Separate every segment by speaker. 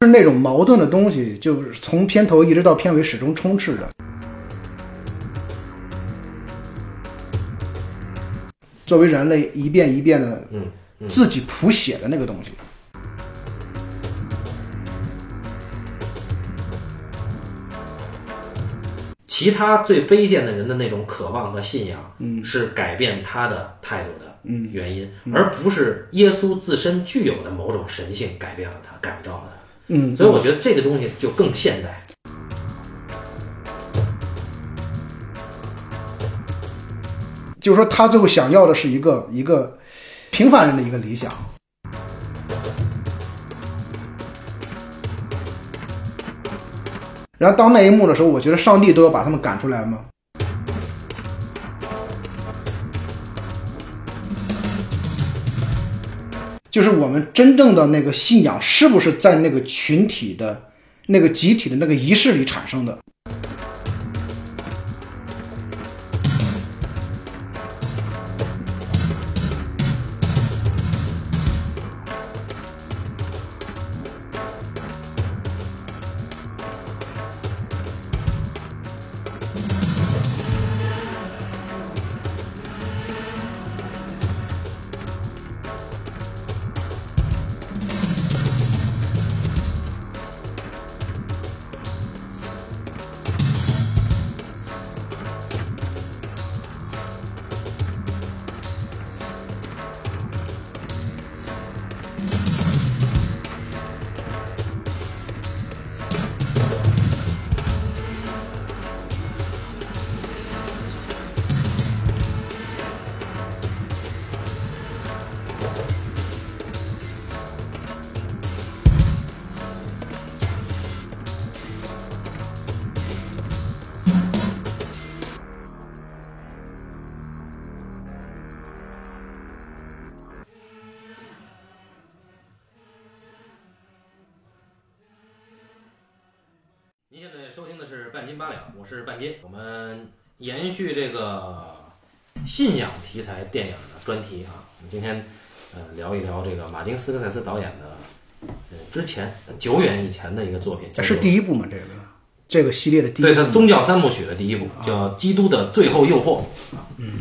Speaker 1: 是那种矛盾的东西，就是从片头一直到片尾始终充斥着。作为人类一遍一遍的
Speaker 2: 嗯嗯
Speaker 1: 自己谱写的那个东西，
Speaker 2: 其他最卑贱的人的那种渴望和信仰，是改变他的态度的原因，而不是耶稣自身具有的某种神性改变了他，改造了他。
Speaker 1: 嗯，
Speaker 2: 所以我觉得这个东西就更现代。
Speaker 1: 就是说他最后想要的是一个一个平凡人的一个理想。然后当那一幕的时候，我觉得上帝都要把他们赶出来吗？就是我们真正的那个信仰，是不是在那个群体的、那个集体的那个仪式里产生的？
Speaker 2: 您现在收听的是半斤八两，我是半斤。我们延续这个信仰题材电影的专题啊，我们今天呃聊一聊这个马丁斯科塞斯导演的呃之前久远以前的一个作品，叫做
Speaker 1: 是第一部吗？这个这个系列的第一
Speaker 2: 哎
Speaker 1: 部啊
Speaker 2: 对，它
Speaker 1: 吗
Speaker 2: 的宗教三部曲的第一部叫《基督的最后诱惑》啊，
Speaker 1: 嗯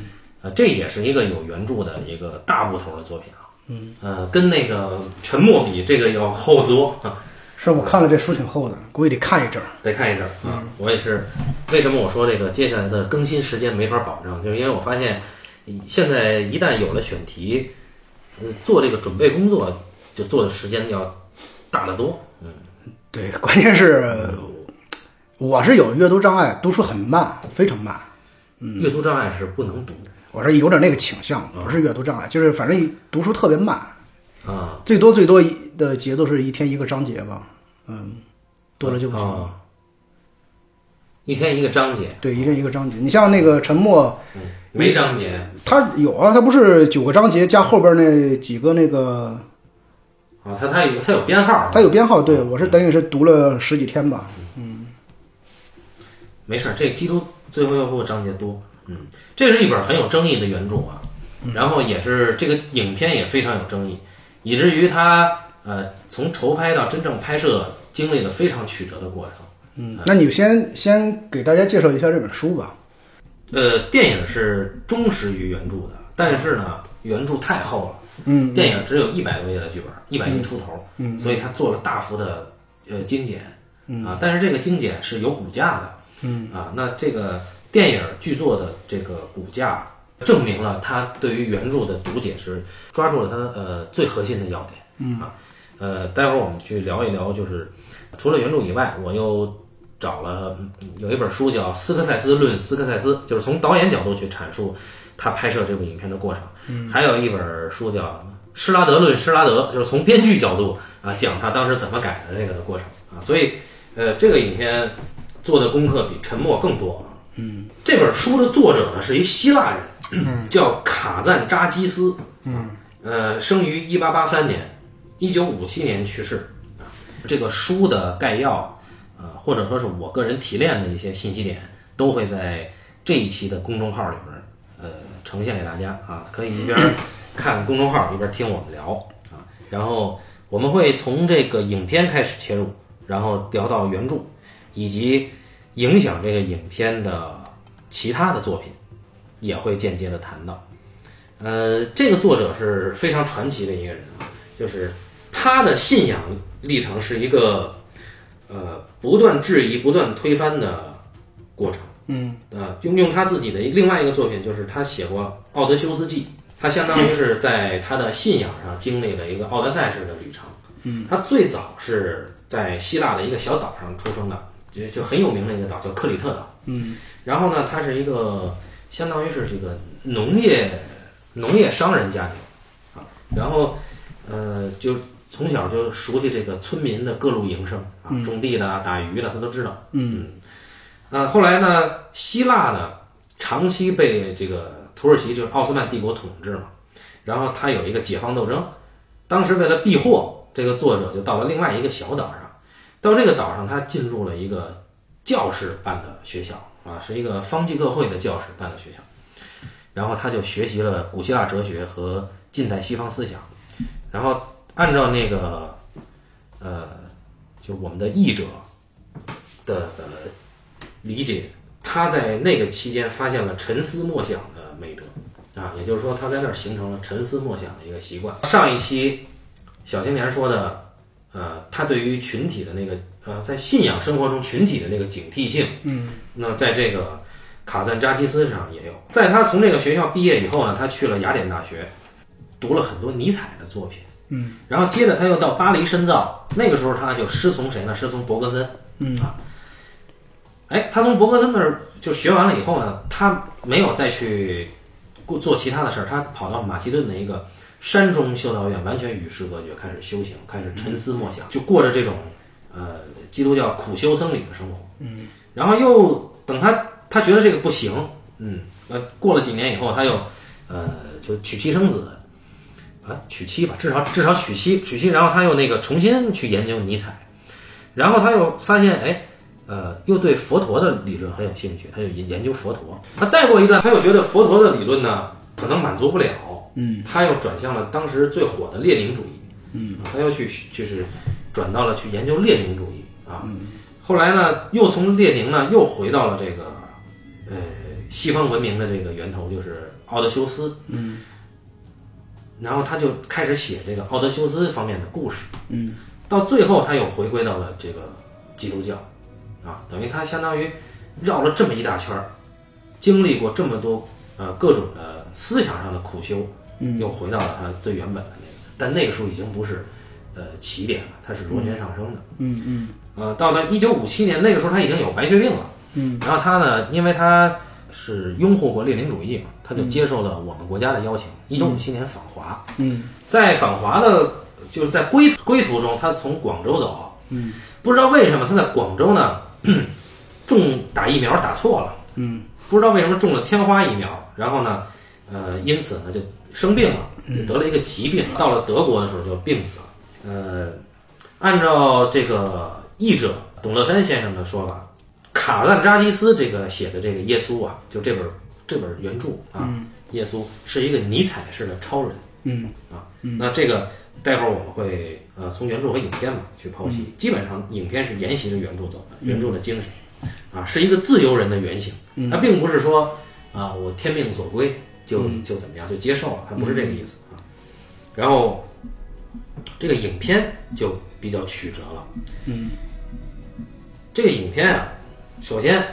Speaker 2: 呃，这也是一个有原著的一个大部头的作品啊，嗯，呃，跟那个《沉默》比，这个要厚得多啊，
Speaker 1: 是我看了这书挺厚的，估计得看一阵儿。
Speaker 2: 得看一阵儿
Speaker 1: 嗯
Speaker 2: 啊。我也是，为什么我说这个接下来的更新时间没法保证，就是因为我发现现在一旦有了选题，呃做这个准备工作就做的时间要大得多，
Speaker 1: 对，关键是我是有阅读障碍，读书很慢，非常慢。嗯
Speaker 2: 阅读障碍是不能读
Speaker 1: 我是有点那个倾向，不是阅读障碍，就是反正读书特别慢，
Speaker 2: 的啊，
Speaker 1: 最多最多的节奏是一天一个章节吧，嗯，多了就不行。
Speaker 2: 啊一天一个章节。
Speaker 1: 对，一个一个章节。你像那个沉默，
Speaker 2: 没章节
Speaker 1: 它有啊，它不是九个章节加后边那几个那个，
Speaker 2: 啊，它它有它有编号，
Speaker 1: 它有编号。对我是等于是读了十几天吧。
Speaker 2: 没事儿，这基督最后又后章节多，嗯，这是一本很有争议的原著啊，然后也是这个影片也非常有争议，以至于它呃从筹拍到真正拍摄经历了非常曲折的过程。
Speaker 1: 嗯，那你先先给大家介绍一下这本书吧。
Speaker 2: 呃，电影是忠实于原著的，但是呢，原著太厚了，
Speaker 1: 嗯，
Speaker 2: 电影只有一百多页的剧本，一百页出头，嗯，所以他做了大幅的呃精简，嗯啊，但是这个精简是有骨架的，嗯啊，那这个电影剧作的这个骨架证明了他对于原著的读解是抓住了他呃最核心的要点，嗯啊，呃，待会儿我们去聊一聊，就是除了原著以外，我又。找了嗯有一本书叫《斯科塞斯论斯科塞斯》，就是从导演角度去阐述他拍摄这部影片的过程。还有一本书叫《施拉德论施拉德》，就是从编剧角度啊讲他当时怎么改的这个的过程啊。所以，呃，这个影片做的功课比《沉默》更多。嗯，这本书的作者呢是一希腊人，叫卡赞扎基斯。嗯，呃，生于一八八三年，一九五七年去世。啊，这个书的概要，呃，或者说是我个人提炼的一些信息点，都会在这一期的公众号里边儿呃呈现给大家啊，可以一边儿看公众号一边儿听我们聊啊。然后我们会从这个影片开始切入，然后聊到原著，以及影响这个影片的其他的作品，也会间接的谈到。呃，这个作者是非常传奇的一个人啊，就是他的信仰历程是一个呃不断质疑、不断推翻的过程。嗯，呃，用用他自己的另外一个作品，就是他写过《奥德修斯纪》，他相当于是在他的信仰上经历了一个奥德赛式的旅程。嗯，他最早是在希腊的一个小岛上出生的，就就很有名的一个岛叫克里特岛。嗯，然后呢，他是一个相当于是这个农业农业商人家庭啊，然后呃，就从小就熟悉这个村民的各路营生啊，种地的啊、打鱼的，他都知道。
Speaker 1: 嗯
Speaker 2: 呃，后来呢，希腊呢长期被这个土耳其就是奥斯曼帝国统治嘛，然后它有一个解放斗争，当时为了避祸，这个作者就到了另外一个小岛上，到这个岛上他进入了一个教士办的学校啊，是一个方济各会的教士办的学校，然后他就学习了古希腊哲学和近代西方思想，然后按照那个呃，就我们的译者的呃理解，他在那个期间发现了沉思默想的美德啊，也就是说他在那儿形成了沉思默想的一个习惯。上一期小青年说的，呃，他对于群体的那个呃，在信仰生活中群体的那个警惕性，嗯，那在这个卡赞扎基斯上也有。在他从这个学校毕业以后呢，他去了雅典大学，读了很多尼采的作品。嗯，然后接着他又到巴黎深造，那个时候他就师从谁呢？师从伯格森，嗯啊，哎，他从伯格森那儿就学完了以后呢，他没有再去过做其他的事儿，他跑到马其顿的一个山中修道院，完全与世隔绝，开始修行，开始沉思默想，就过着这种呃基督教苦修僧侣的生活。嗯，然后又等他他觉得这个不行，嗯，呃，过了几年以后，他又呃就娶妻生子。啊，娶妻吧，至少至少娶妻，娶妻，然后他又那个重新去研究尼采，然后他又发现，哎，呃，又对佛陀的理论很有兴趣，他就研研究佛陀。他再过一段，他又觉得佛陀的理论呢，可能满足不了，嗯，他又转向了当时最火的列宁主义，嗯，他又去就是转到了去研究列宁主义啊。后来呢，又从列宁呢，又回到了这个，呃，西方文明的这个源头就是奥德修斯，嗯，然后他就开始写这个奥德修斯方面的故事，嗯，到最后他又回归到了这个基督教，啊，等于他相当于绕了这么一大圈儿，经历过这么多呃各种的思想上的苦修，又回到了他最原本的那个，但那个时候已经不是呃起点了，它是螺旋上升的。
Speaker 1: 嗯嗯
Speaker 2: 呃，到了一九五七年，那个时候他已经有白血病了。嗯，然后他呢，因为他是拥护过列宁主义嘛，他就接受了我们国家的邀请。一九五七年访华，
Speaker 1: 嗯，
Speaker 2: 在访华的，就是在归归途中，他从广州走，嗯，不知道为什么他在广州呢， 中打疫苗打错了，嗯，不知道为什么中了天花疫苗，然后呢，呃，因此呢就生病了，就得了一个疾病，到了德国的时候就病死了，呃。按照这个译者董乐山先生的说法，卡赞扎基斯这个写的这个耶稣啊，就这本这本原著啊，耶稣是一个尼采式的超人。
Speaker 1: 嗯
Speaker 2: 啊，那这个待会儿我们会呃从原著和影片嘛去剖析，基本上影片是沿袭着原著走的，原著的精神啊，是一个自由人的原型，它并不是说啊我天命所归就就怎么样就接受了，它不是这个意思啊。然后这个影片就比较曲折了，嗯，这个影片啊，首先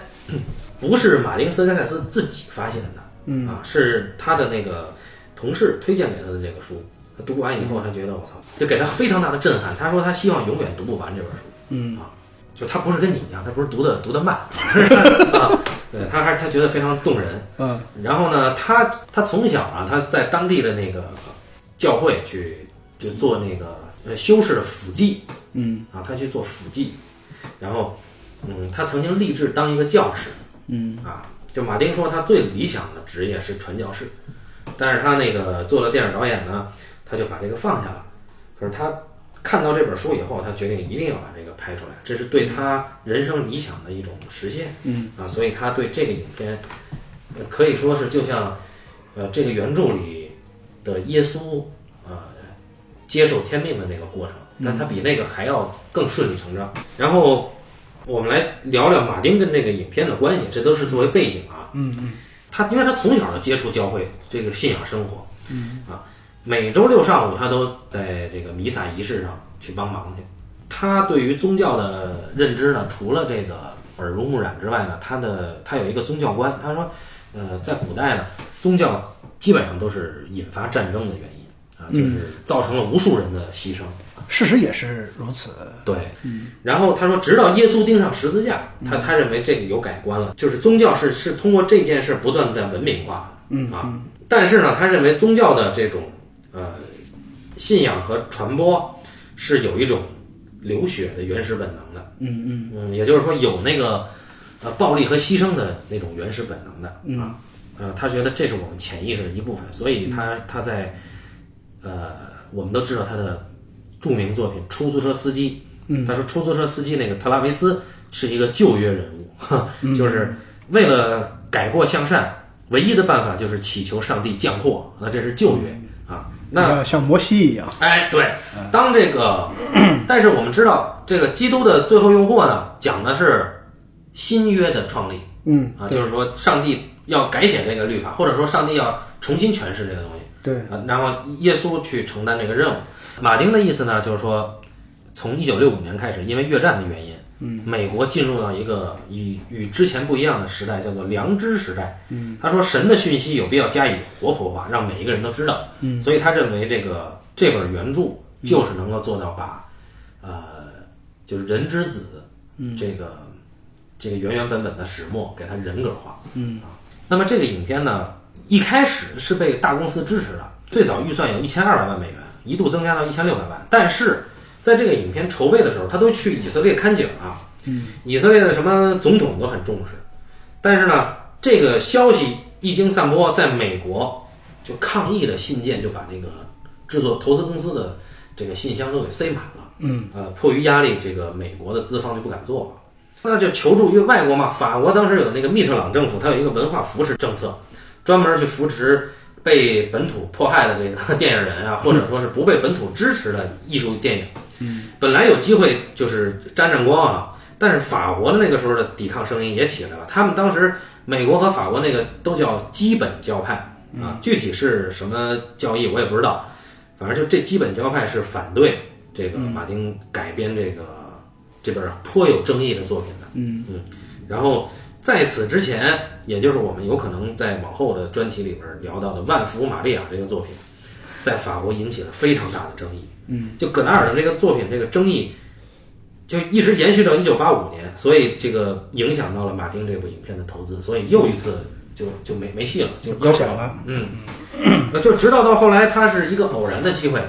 Speaker 2: 不是马丁斯科塞斯自己发现的，嗯啊，是他的那个同事推荐给他的这个书，他读完以后，他觉得我操，就给他非常大的震撼。他说他希望永远读不完这本书，嗯啊，就他不是跟你一样，他不是读的读的 慢，啊，对他还是他觉得非常动人，
Speaker 1: 嗯
Speaker 2: 然后呢，他他从小啊，他在当地的那个教会去就做那个呃修士的辅祭，嗯啊，他去做辅祭，然后嗯，他曾经立志当一个教师，嗯啊，就马丁说他最理想的职业是传教士，但是他那个做了电影导演呢，他就把这个放下了。可是他看到这本书以后，他决定一定要把这个拍出来，这是对他人生理想的一种实现，嗯啊，所以他对这个影片。呃可以说是就像，呃，这个原著里的耶稣，呃，接受天命的那个过程，
Speaker 1: 嗯
Speaker 2: 但它比那个还要更顺理成章。然后我们来聊聊马丁跟这个影片的关系，这都是作为背景啊。
Speaker 1: 嗯嗯，
Speaker 2: 他因为他从小就接触教会这个信仰生活，嗯啊，每周六上午他都在这个弥撒仪式上去帮忙去。他对于宗教的认知呢，除了这个耳濡目染之外呢，他的他有一个宗教观，他说，呃，在古代呢，宗教基本上都是引发战争的原因啊，就是造成了无数人的牺牲。
Speaker 1: 事实也是如此。
Speaker 2: 对，然后他说，直到耶稣钉上十字架，他他认为这个有改观了，就是宗教是是通过这件事不断的在文明化，嗯啊，但是呢，他认为宗教的这种呃信仰和传播是有一种流血的原始本能的，
Speaker 1: 嗯嗯
Speaker 2: 嗯，也就是说有那个呃暴力和牺牲的那种原始本能的、
Speaker 1: 嗯
Speaker 2: 啊，呃，他觉得这是我们潜意识的一部分，所以他他在呃，我们都知道他的著名作品《出租车司机》，嗯，他说出租车司机那个特拉维斯是一个旧约人物，哈，
Speaker 1: 嗯
Speaker 2: 就是为了改过向善，唯一的办法就是祈求上帝降祸，那这是旧约、
Speaker 1: 嗯
Speaker 2: 啊，那
Speaker 1: 要像摩西一样，
Speaker 2: 哎，对，当这个，但是我们知道，这个基督的最后用货呢，讲的是新约的创立
Speaker 1: 嗯
Speaker 2: 啊，就是说上帝要改写这个律法，或者说上帝要重新诠释这个东西。
Speaker 1: 对，
Speaker 2: 啊，然后耶稣去承担这个任务。马丁的意思呢，就是说，从一九六五年开始，因为越战的原因，嗯，美国进入到一个与与之前不一样的时代，叫做良知时代。嗯，他说神的讯息有必要加以活泼化，让每一个人都知道。嗯，所以他认为这个这本原著就是能够做到把，呃，就是人之子，嗯，这个这个原原本本的始末给它人格化。嗯啊，那么这个影片呢，一开始是被大公司支持的，最早预算有一千二百万美元，一度增加到一千六百万。但是在这个影片筹备的时候，他都去以色列看景啊，嗯，以色列的什么总统都很重视。但是呢，这个消息一经散播，在美国就抗议的信件就把那个制作投资公司的这个信箱都给塞满了。嗯，呃，迫于压力，这个美国的资方就不敢做了。那就求助于外国嘛。法国当时有那个密特朗政府，它有一个文化扶持政策，专门去扶持被本土迫害的这个 电影人啊，或者说是不被本土支持的艺术电影。嗯，本来有机会就是沾沾光啊，但是法国的那个时候的抵抗声音也起来了。他们当时美国和法国那个都叫基本教派啊，具体是什么教义我也不知道，反正就这基本教派是反对这个马丁改编这个这本颇有争议的作品的。嗯嗯，然后在此之前，也就是我们有可能在往后的专题里边聊到的《万福玛利亚》这个作品，在法国引起了非常大的争议。嗯，就葛达尔的这个作品，这个争议就一直延续到一九八五年，所以这个影响到了马丁这部影片的投资，所以又一次就就没没戏了，就
Speaker 1: 就搁浅了。
Speaker 2: 嗯，就直到到后来，他是一个偶然的机会，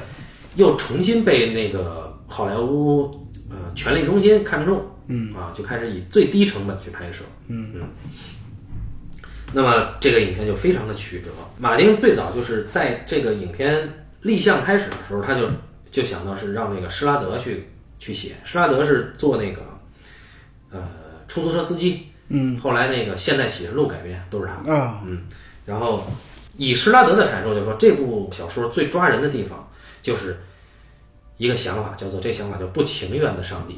Speaker 2: 又重新被那个好莱坞呃权力中心看中，嗯啊，就开始以最低成本去拍摄，嗯那么这个影片就非常的曲折。马丁最早就是在这个影片立项开始的时候，他就就想到是让那个施拉德去去写，施拉德是做那个呃出租车司机，嗯，后来那个《现代启示录》改编都是他。
Speaker 1: 啊，
Speaker 2: 嗯，然后以施拉德的阐述就说，这部小说最抓人的地方就是一个想法，叫做这想法叫不情愿的上帝。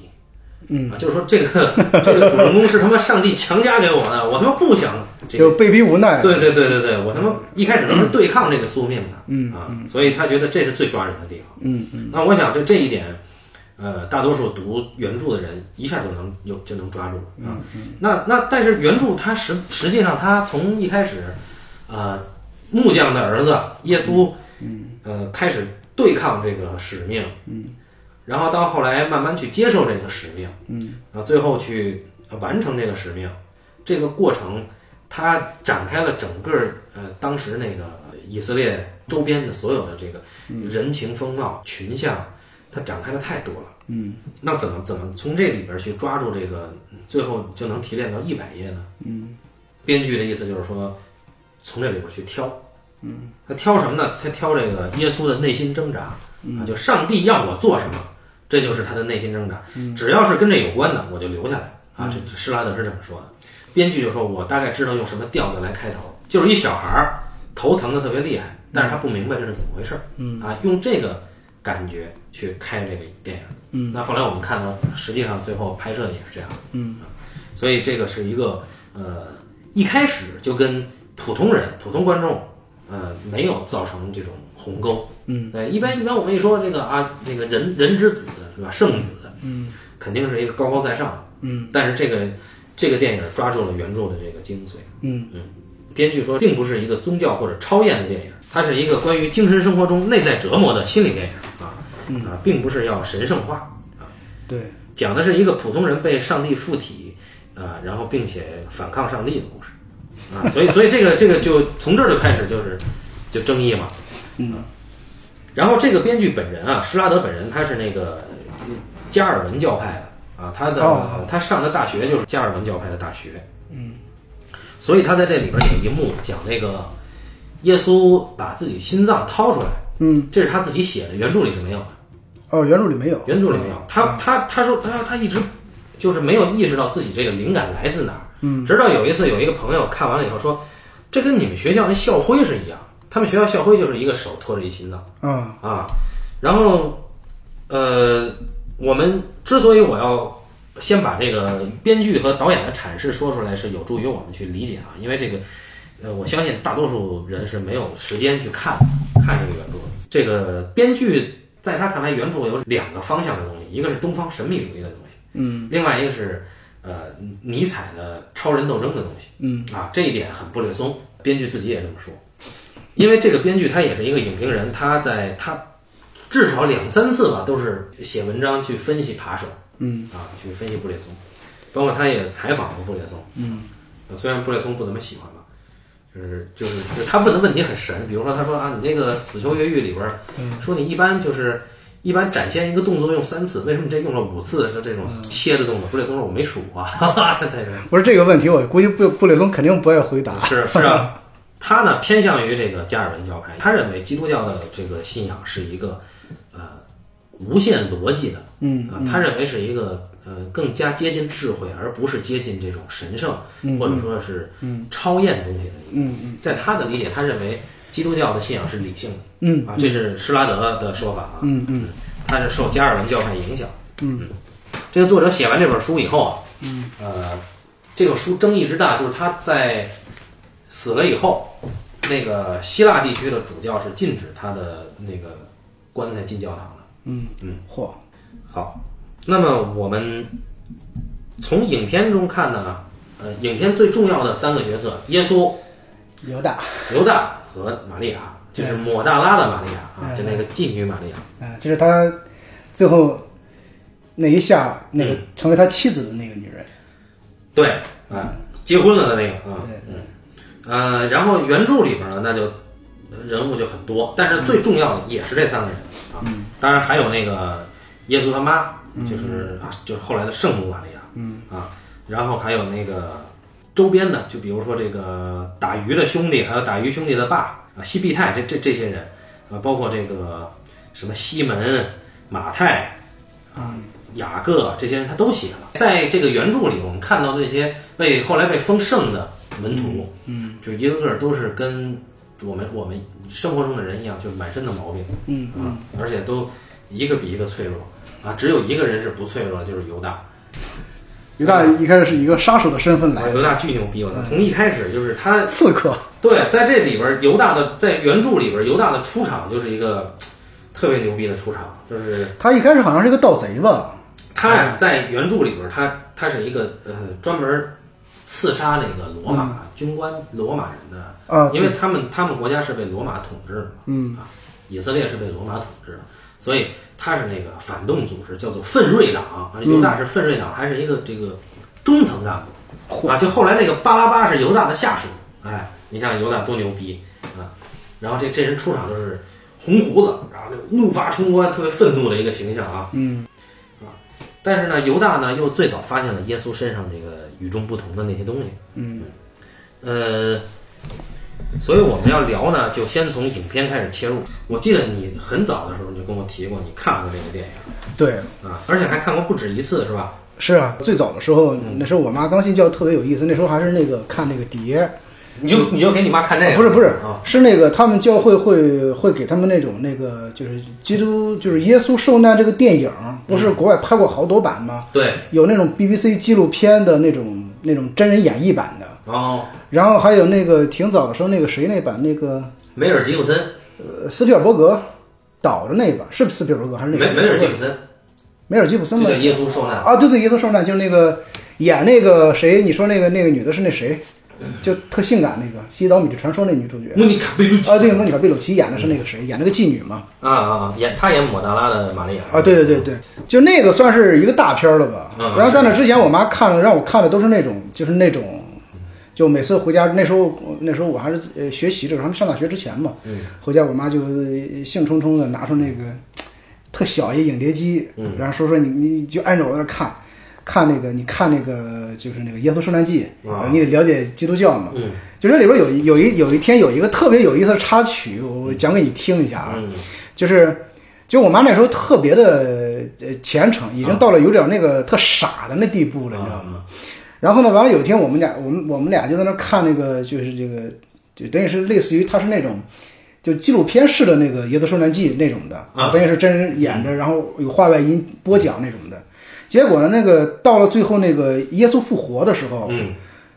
Speaker 2: 嗯啊，就是说这个这个主人公是他妈上帝强加给我的，我他妈不想这个。
Speaker 1: 就被逼无奈。
Speaker 2: 对对对对对，我他妈一开始都是对抗这个宿命的，嗯啊，所以他觉得这是最抓人的地方。
Speaker 1: 嗯
Speaker 2: 嗯，那我想这这一点，呃，大多数读原著的人一下就能有就能抓住啊。那那但是原著它实实际上它从一开始，呃，木匠的儿子耶稣，嗯，呃，开始对抗这个使命，嗯，然后到后来慢慢去接受这个使命，嗯，啊，最后去呃完成这个使命，这个过程它展开了整个呃当时那个呃以色列周边的所有的这个人情风貌、群像，它展开的太多了。嗯，那怎么怎么从这里边去抓住这个，最后就能提炼到一百页呢？嗯，编剧的意思就是说，从这里边去挑。嗯，他挑什么呢？他挑这个耶稣的内心挣扎、啊，就上帝要我做什么，这就是他的内心挣扎。只要是跟这有关的，我就留下来啊。这这施拉德是这么说的。编剧就说：“我大概知道用什么调子来开头，就是一小孩儿头疼的特别厉害，但是他不明白这是怎么回事儿。嗯啊，用这个感觉去开这个电影。嗯，那后来我们看到，实际上最后拍摄的也是这样。嗯，所以这个是一个呃，一开始就跟普通人、普通观众，呃，没有造成这种鸿沟。嗯，对，一般一般我们一说这个啊，那个人人之子是吧，圣子，嗯，肯定是一个高高在上。嗯，但是这个这个电影抓住了原著的这个精髓。
Speaker 1: 嗯
Speaker 2: 嗯，编剧说，并不是一个宗教或者超验的电影，它是一个关于精神生活中内在折磨的心理电影啊、啊，并不是要神圣化，
Speaker 1: 对，
Speaker 2: 讲的是一个普通人被上帝附体啊、然后并且反抗上帝的故事啊，所以所以这个这个就从这儿就开始就是就争议嘛，啊
Speaker 1: 嗯
Speaker 2: 然后这个编剧本人啊，施拉德本人他是那个加尔文教派的啊，他的、
Speaker 1: 哦
Speaker 2: 他上的大学就是加尔文教派的大学，嗯，所以他在这里边有一幕讲那个耶稣把自己心脏掏出来，
Speaker 1: 嗯，
Speaker 2: 这是他自己写的，原著里是没有的，
Speaker 1: 哦，原著里没有，嗯
Speaker 2: 原著里没有，他他他说他说他一直就是没有意识到自己这个灵感来自哪儿，嗯，直到有一次有一个朋友看完了以后说，这跟你们学校那校徽是一样，他们学校校徽就是一个手托着一心脏。
Speaker 1: 啊，
Speaker 2: 啊，然后，呃，我们之所以我要先把这个编剧和导演的阐释说出来，是有助于我们去理解啊，因为这个，呃，我相信大多数人是没有时间去看看这个原著的。这个编剧在他看来，原著有两个方向的东西，一个是东方神秘主义的东西，嗯，另外一个是呃尼采的超人斗争的东西，嗯啊，这一点很布列松，编剧自己也这么说。因为这个编剧他也是一个影评人，他在他至少两三次吧，都是写文章去分析扒手，嗯啊，去分析布列松，包括他也采访过布列松，嗯，虽然布列松不怎么喜欢吧，就是就是就是他问的问题很神，比如说他说啊，你那个《死囚越狱》里边儿，说你一般就是一般展现一个动作用三次，为什么你这用了五次？是这种切的动作？布列松说我没数啊，哈哈， 他说
Speaker 1: 我说这个问题，我估计布布列松肯定不会回答。
Speaker 2: 是是啊， 他呢偏向于这个加尔文教派，他认为基督教的这个信仰是一个呃无限逻辑的，
Speaker 1: 嗯
Speaker 2: 啊，他认为是一个呃更加接近智慧，而不是接近这种神圣、或者说是超验东西的一个。
Speaker 1: 嗯
Speaker 2: 在他的理解，他认为基督教的信仰是理性的，
Speaker 1: 嗯
Speaker 2: 啊，这是施拉德的说法啊，
Speaker 1: 嗯嗯，
Speaker 2: 他是受加尔文教派影响，嗯，这个作者写完这本书以后啊，嗯，呃，这个书争议之大，就是他在死了以后，那个希腊地区的主教是禁止他的那个棺材进教堂的。
Speaker 1: 嚯，
Speaker 2: 好，那么我们从影片中看呢，呃，影片最重要的三个角色，耶稣、
Speaker 1: 犹大，
Speaker 2: 犹大和玛利亚，就是抹大拉的玛利亚啊，就那个妓女玛利亚。
Speaker 1: 啊，就是他最后那一下，那个成为他妻子的那个女人，
Speaker 2: 对，啊，结婚了的那个啊，嗯，呃，然后原著里边呢，那就呃人物就很多，但是最重要的也是这三个人啊，当然还有那个耶稣他妈，就是啊，就是后来的圣母玛利亚，嗯啊，然后还有那个周边的，就比如说这个打鱼的兄弟，还有打鱼兄弟的爸啊，西庇太这这这些人啊，包括这个什么西门、马太雅各这些人他都写了。在这个原著里，我们看到这些被后来被封圣的门徒，嗯，就一个个都是跟我们我们生活中的人一样，就是满身的毛病，
Speaker 1: 嗯
Speaker 2: 啊，而且都一个比一个脆弱啊，只有一个人是不脆弱的，就是犹大。
Speaker 1: 犹大一开始是一个杀手的身份来嗯
Speaker 2: 犹大巨牛逼，我操！从一开始就是他
Speaker 1: 的，刺客，
Speaker 2: 对，在这里边儿，犹大的在原著里边儿，犹大的出场就是一个特别牛逼的出场，就是
Speaker 1: 他一开始好像是个盗贼吧？
Speaker 2: 他呀，在原著里边儿，他他是一个呃专门儿刺杀那个罗马、军官、罗马人的，
Speaker 1: 啊，
Speaker 2: 因为他们他们国家是被罗马统治的嘛，嗯啊，以色列是被罗马统治的，所以他是那个反动组织，叫做奋锐党啊，犹大是奋锐党，还是一个这个中层干部啊，就后来那个巴拉巴是犹大的下属，哎，你像犹大多牛逼啊，然后这这人出场就是红胡子，然后就怒发冲冠，特别愤怒的一个形象啊，嗯。啊，但是呢，犹大呢又最早发现了耶稣身上这个与众不同的那些东西。嗯，呃，呃所以我们要聊呢，就先从影片开始切入。我记得你很早的时候你就跟我提过，你看过这个电影
Speaker 1: 对，
Speaker 2: 啊，而且还看过不止一次，是吧？嗯
Speaker 1: 是啊，最早的时候，那时候我妈刚信教特别有意思，那时候还是那个看那个碟，
Speaker 2: 你就你就给你妈看这个，
Speaker 1: 不是不是
Speaker 2: 啊，
Speaker 1: 是那个他们教会会会给他们那种那个就是基督就是耶稣受难这个电影，不
Speaker 2: 嗯
Speaker 1: 是国外拍过好多版吗？
Speaker 2: 对，
Speaker 1: 有那种 BBC 纪录片的那种那种真人演绎版的，
Speaker 2: 哦，
Speaker 1: 然后还有那个挺早的时候那个谁那版那个
Speaker 2: 梅尔吉布森，
Speaker 1: 呃斯皮尔伯格导的那版是不是斯皮尔伯格还是
Speaker 2: 梅
Speaker 1: 啊那个
Speaker 2: 梅尔吉布森，
Speaker 1: 梅尔吉普
Speaker 2: 就
Speaker 1: 森吧
Speaker 2: 叫？耶稣受难，
Speaker 1: 啊，对对，耶稣受难就是那个演那个谁，你说那个那个女的是那谁，就特性感那个《西岛米的传说》那女主角。
Speaker 2: 莫妮卡贝鲁奇
Speaker 1: 啊，对，莫妮卡贝鲁奇演的是那个谁，演那个妓女嘛。
Speaker 2: 啊啊，演他演抹大拉的玛利亚
Speaker 1: 啊，对对对对，就那个算是一个大片儿了吧。
Speaker 2: 嗯
Speaker 1: 然后在那之前，我妈看了，让我看的都是那种，就是那种，就每次回家那时候，那时候我还是呃学习的时候，还没上大学之前嘛，
Speaker 2: 嗯
Speaker 1: 回家我妈就呃兴冲冲的拿出那个特小一影碟机，
Speaker 2: 嗯
Speaker 1: 然后说说你你就按着我在那看。看那个，你看那个，就是那个《耶稣受难记》
Speaker 2: 啊
Speaker 1: 你得了解基督教嘛。
Speaker 2: 嗯
Speaker 1: 就这里边有一有一有一天有一个特别有意思的插曲，我我讲给你听一下啊。
Speaker 2: 嗯
Speaker 1: 就是就我妈那时候特别的呃虔诚，
Speaker 2: 啊
Speaker 1: 已经到了有点那个特傻的那地步了，你知道吗？然后呢，完了有一天我们俩我们我们俩就在那看那个就是这个就等于是类似于它是那种。就纪录片式的那个《耶稣受难记》那种的
Speaker 2: 啊
Speaker 1: 等于是真人演着，然后有话外音播讲那种的。结果呢，那个到了最后那个耶稣复活的时候，
Speaker 2: 嗯，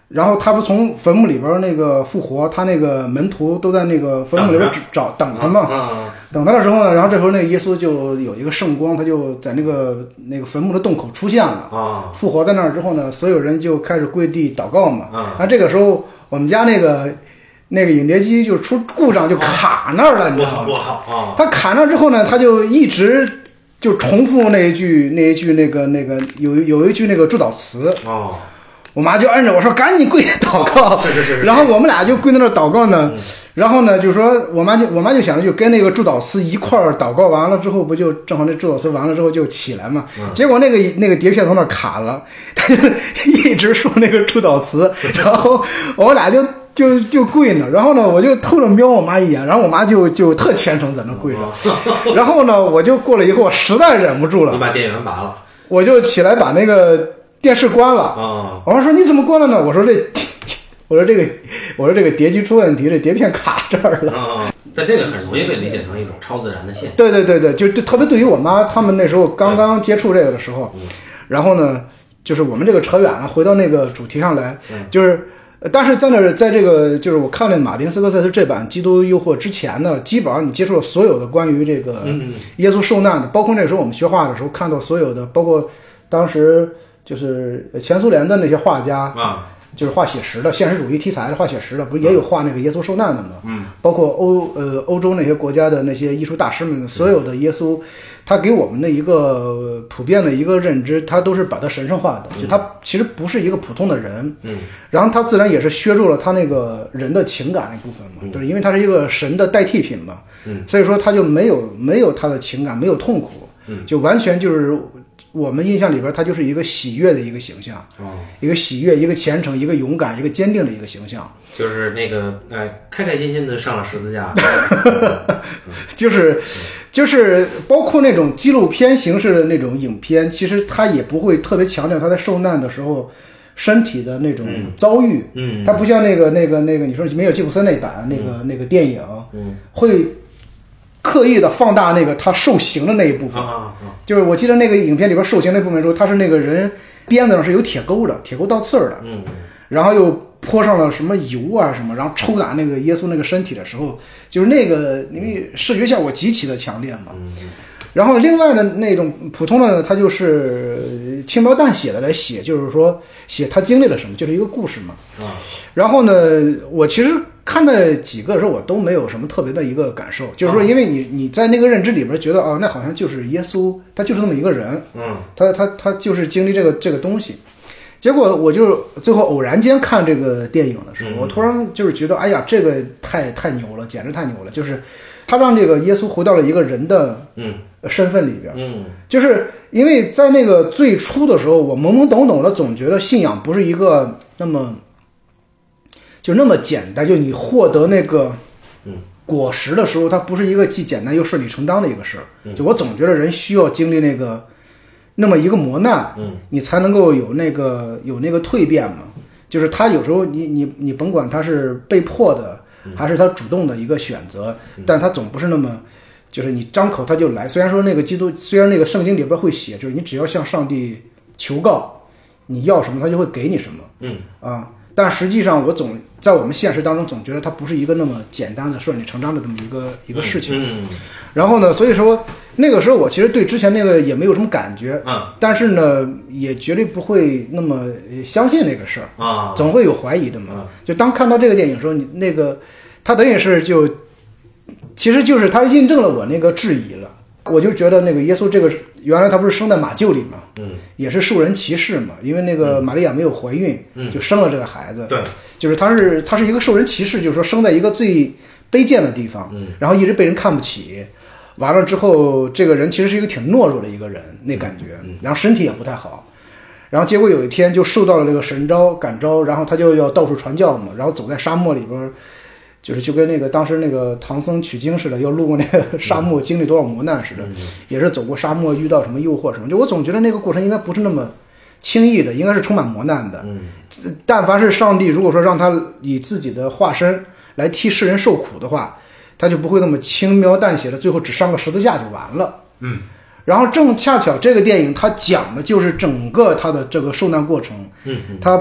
Speaker 1: 然后他不是从坟墓里边那个复活，他那个门徒都在那个坟墓里边
Speaker 2: 等
Speaker 1: 找等他嘛，
Speaker 2: 啊
Speaker 1: 等他的时候呢，然后这时候那个耶稣就有一个圣光，他就在那个那个坟墓的洞口出现了，
Speaker 2: 啊
Speaker 1: 复活在那儿之后呢，所有人就开始跪地祷告嘛。
Speaker 2: 啊
Speaker 1: 然后这个时候我们家那个那个影碟机就出故障，就卡那儿了，你
Speaker 2: 我
Speaker 1: 知道
Speaker 2: 操
Speaker 1: 吗？
Speaker 2: 我操啊！
Speaker 1: 他卡那儿之后呢，他就一直就重复那一句那一句那个那个有有一句那个祝祷词，
Speaker 2: 哦，
Speaker 1: 我妈就按着我说赶紧跪下祷告，
Speaker 2: 是是是是嗯
Speaker 1: 然后我们俩就跪在那儿祷告呢，然后呢，就说我妈就我妈就想着就跟那个祝祷司一块儿祷告完了之后，不就正好那祝祷司完了之后就起来嘛？
Speaker 2: 嗯
Speaker 1: 结果那个那个碟片从那儿卡了，他就一直说那个祝祷词， 然后我俩就。就就跪那儿，然后呢，我就偷着瞄我妈一眼，然后我妈就就特虔诚在那儿 跪 着，然后呢，我就过了以后，我实在忍不住
Speaker 2: 哦你
Speaker 1: 了，
Speaker 2: 把电源拔了
Speaker 1: 我就起来把那个电视关了，
Speaker 2: 啊！
Speaker 1: 我妈说你怎么关了呢？我说这，我说这个，我说这个碟机出问题，这碟片卡这儿了。
Speaker 2: 啊，但这个很容易被理解成一种超自然的现象。
Speaker 1: 对对对对，就就特别对于我妈他们那时候刚刚接触这个的时候，然后呢，就是我们这个扯远了，回到那个主题上来，就是。呃但是在那儿，在这个就是我看了马丁斯科塞斯这版《基督诱惑》之前呢，基本上你接触了所有的关于这个耶稣受难的，包括那个时候我们学画的时候看到所有的，包括当时就是前苏联的那些画家，
Speaker 2: 啊，
Speaker 1: 就是画写实的现实主义题材的画写实的，不是也有画那个耶稣受难的吗？嗯，包括欧呃欧洲那些国家的那些艺术大师们，所有的耶稣，他给我们的一个呃普遍的一个认知，他都是把他神圣化的，就他其实不是一个普通的人，
Speaker 2: 嗯，
Speaker 1: 然后他自然也是削弱了他那个人的情感那部分嘛，就是因为他是一个神的代替品嘛，嗯，所以说他就没有没有他的情感，没有痛苦，嗯，就完全就是我们印象里边他就是一个喜悦的一个形象。
Speaker 2: 哦，
Speaker 1: 一个喜悦，一个虔诚，一个勇敢，一个坚定的一个形象，
Speaker 2: 就是那个哎，开开心心的上了十字 架。
Speaker 1: 就是，就是包括那种纪录片形式的那种影片，其实它也不会特别强调他在受难的时候身体的那种遭遇，
Speaker 2: 嗯，
Speaker 1: 它不像那个那个那个你说没有吉普森那版那个那个电影，
Speaker 2: 嗯，
Speaker 1: 会刻意的放大那个他受刑的那一部分，
Speaker 2: 啊啊
Speaker 1: 就是我记得那个影片里边受刑那部分的时候，他是那个人鞭子上是有铁钩的，铁钩倒刺儿的。
Speaker 2: 嗯，
Speaker 1: 然后又泼上了什么油啊什么，然后抽打那个耶稣那个身体的时候，就是那个因为视觉效果极其的强烈嘛。然后另外的那种普通的呢，它就是呃轻描淡写的来写，就是说写他经历了什么，就是一个故事嘛。
Speaker 2: 啊，
Speaker 1: 然后呢，我其实看那几个的时候，我都没有什么特别的一个感受，就是说，因为你你在那个认知里边觉得啊，那好像就是耶稣，他就是那么一个人，
Speaker 2: 嗯
Speaker 1: 他他他就是经历这个这个东西。结果我就是最后偶然间看这个电影的时候，我突然就是觉得，哎呀，这个太太牛了，简直太牛了！就是他让这个耶稣回到了一个人的
Speaker 2: 嗯
Speaker 1: 呃身份里边，
Speaker 2: 嗯
Speaker 1: 就是因为在那个最初的时候，我懵懵懂懂的，总觉得信仰不是一个那么就那么简单，就你获得那个
Speaker 2: 嗯
Speaker 1: 果实的时候，它不是一个既简单又顺理成章的一个事儿。就我总觉得人需要经历那个那么一个磨难，
Speaker 2: 嗯
Speaker 1: 你才能够有那个有那个蜕变嘛。就是他有时候你你你甭管他是被迫的
Speaker 2: 嗯
Speaker 1: 还是他主动的一个选择，但他总不是那么。就是你张口他就来，虽然说那个基督，虽然那个圣经里边会写，就是你只要向上帝求告，你要什么他就会给你什么，
Speaker 2: 嗯
Speaker 1: 啊，但实际上我总在我们现实当中总觉得它不是一个那么简单的顺理成章的这么一个一个事情。
Speaker 2: 情，嗯
Speaker 1: 然后呢，所以说那个时候我其实对之前那个也没有什么感觉，
Speaker 2: 嗯
Speaker 1: 但是呢，也绝对不会那么呃相信那个事儿，
Speaker 2: 啊，
Speaker 1: 总会有怀疑的嘛。就当看到这个电影的时候，你那个它等于是就，其实就是它印证了我那个质疑了。我就觉得那个耶稣这个原来他不是生在马厩里嘛，
Speaker 2: 嗯
Speaker 1: 也是受人歧视嘛，因为那个玛利亚没有怀孕，
Speaker 2: 嗯
Speaker 1: 就生了这个孩子。
Speaker 2: 对，
Speaker 1: 就是他是他是一个受人歧视，就是说生在一个最卑贱的地方，
Speaker 2: 嗯
Speaker 1: 然后一直被人看不起。完了之后，这个人其实是一个挺懦弱的一个人，那感觉，然后身体也不太好。然后结果有一天就受到了这个神招感召，然后他就要到处传教嘛，然后走在沙漠里边儿，就是就跟那个当时那个唐僧取经似的，要路过那个沙漠，经历多少磨难似的，也是走过沙漠，遇到什么诱惑什么，就我总觉得那个过程应该不是那么轻易的，应该是充满磨难的。
Speaker 2: 嗯
Speaker 1: 但凡是上帝，如果说让他以自己的化身来替世人受苦的话，他就不会那么轻描淡写的，最后只上个十字架就完了。
Speaker 2: 嗯，
Speaker 1: 然后正恰巧这个电影它讲的就是整个他的这个受难过程，
Speaker 2: 嗯
Speaker 1: 它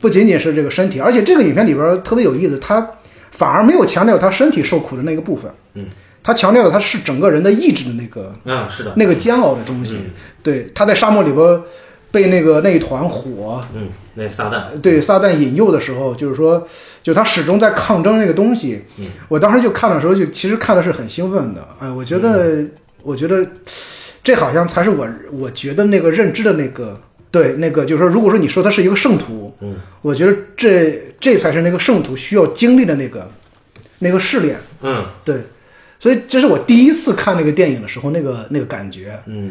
Speaker 1: 不仅仅是这个身体，而且这个影片里边儿特别有意思，它反而没有强调他身体受苦的那个部分，
Speaker 2: 嗯，
Speaker 1: 它强调了他是整个人的意志的那个
Speaker 2: 嗯，是的，
Speaker 1: 那个煎熬的东西。
Speaker 2: 嗯
Speaker 1: 对，他在沙漠里边儿被那个那一团火
Speaker 2: 嗯，那撒旦，
Speaker 1: 对撒旦引诱的时候，就是说，就他始终在抗争那个东西。
Speaker 2: 嗯
Speaker 1: 我当时就看的时候就，其实看的是很兴奋的。哎，我觉得，
Speaker 2: 嗯
Speaker 1: 我觉得这好像才是我我觉得那个认知的那个对那个，就是说，如果说你说他是一个圣徒，
Speaker 2: 嗯，
Speaker 1: 我觉得这这才是那个圣徒需要经历的那个那个试炼。
Speaker 2: 嗯
Speaker 1: 对，所以这是我第一次看那个电影的时候那个那个感觉。
Speaker 2: 嗯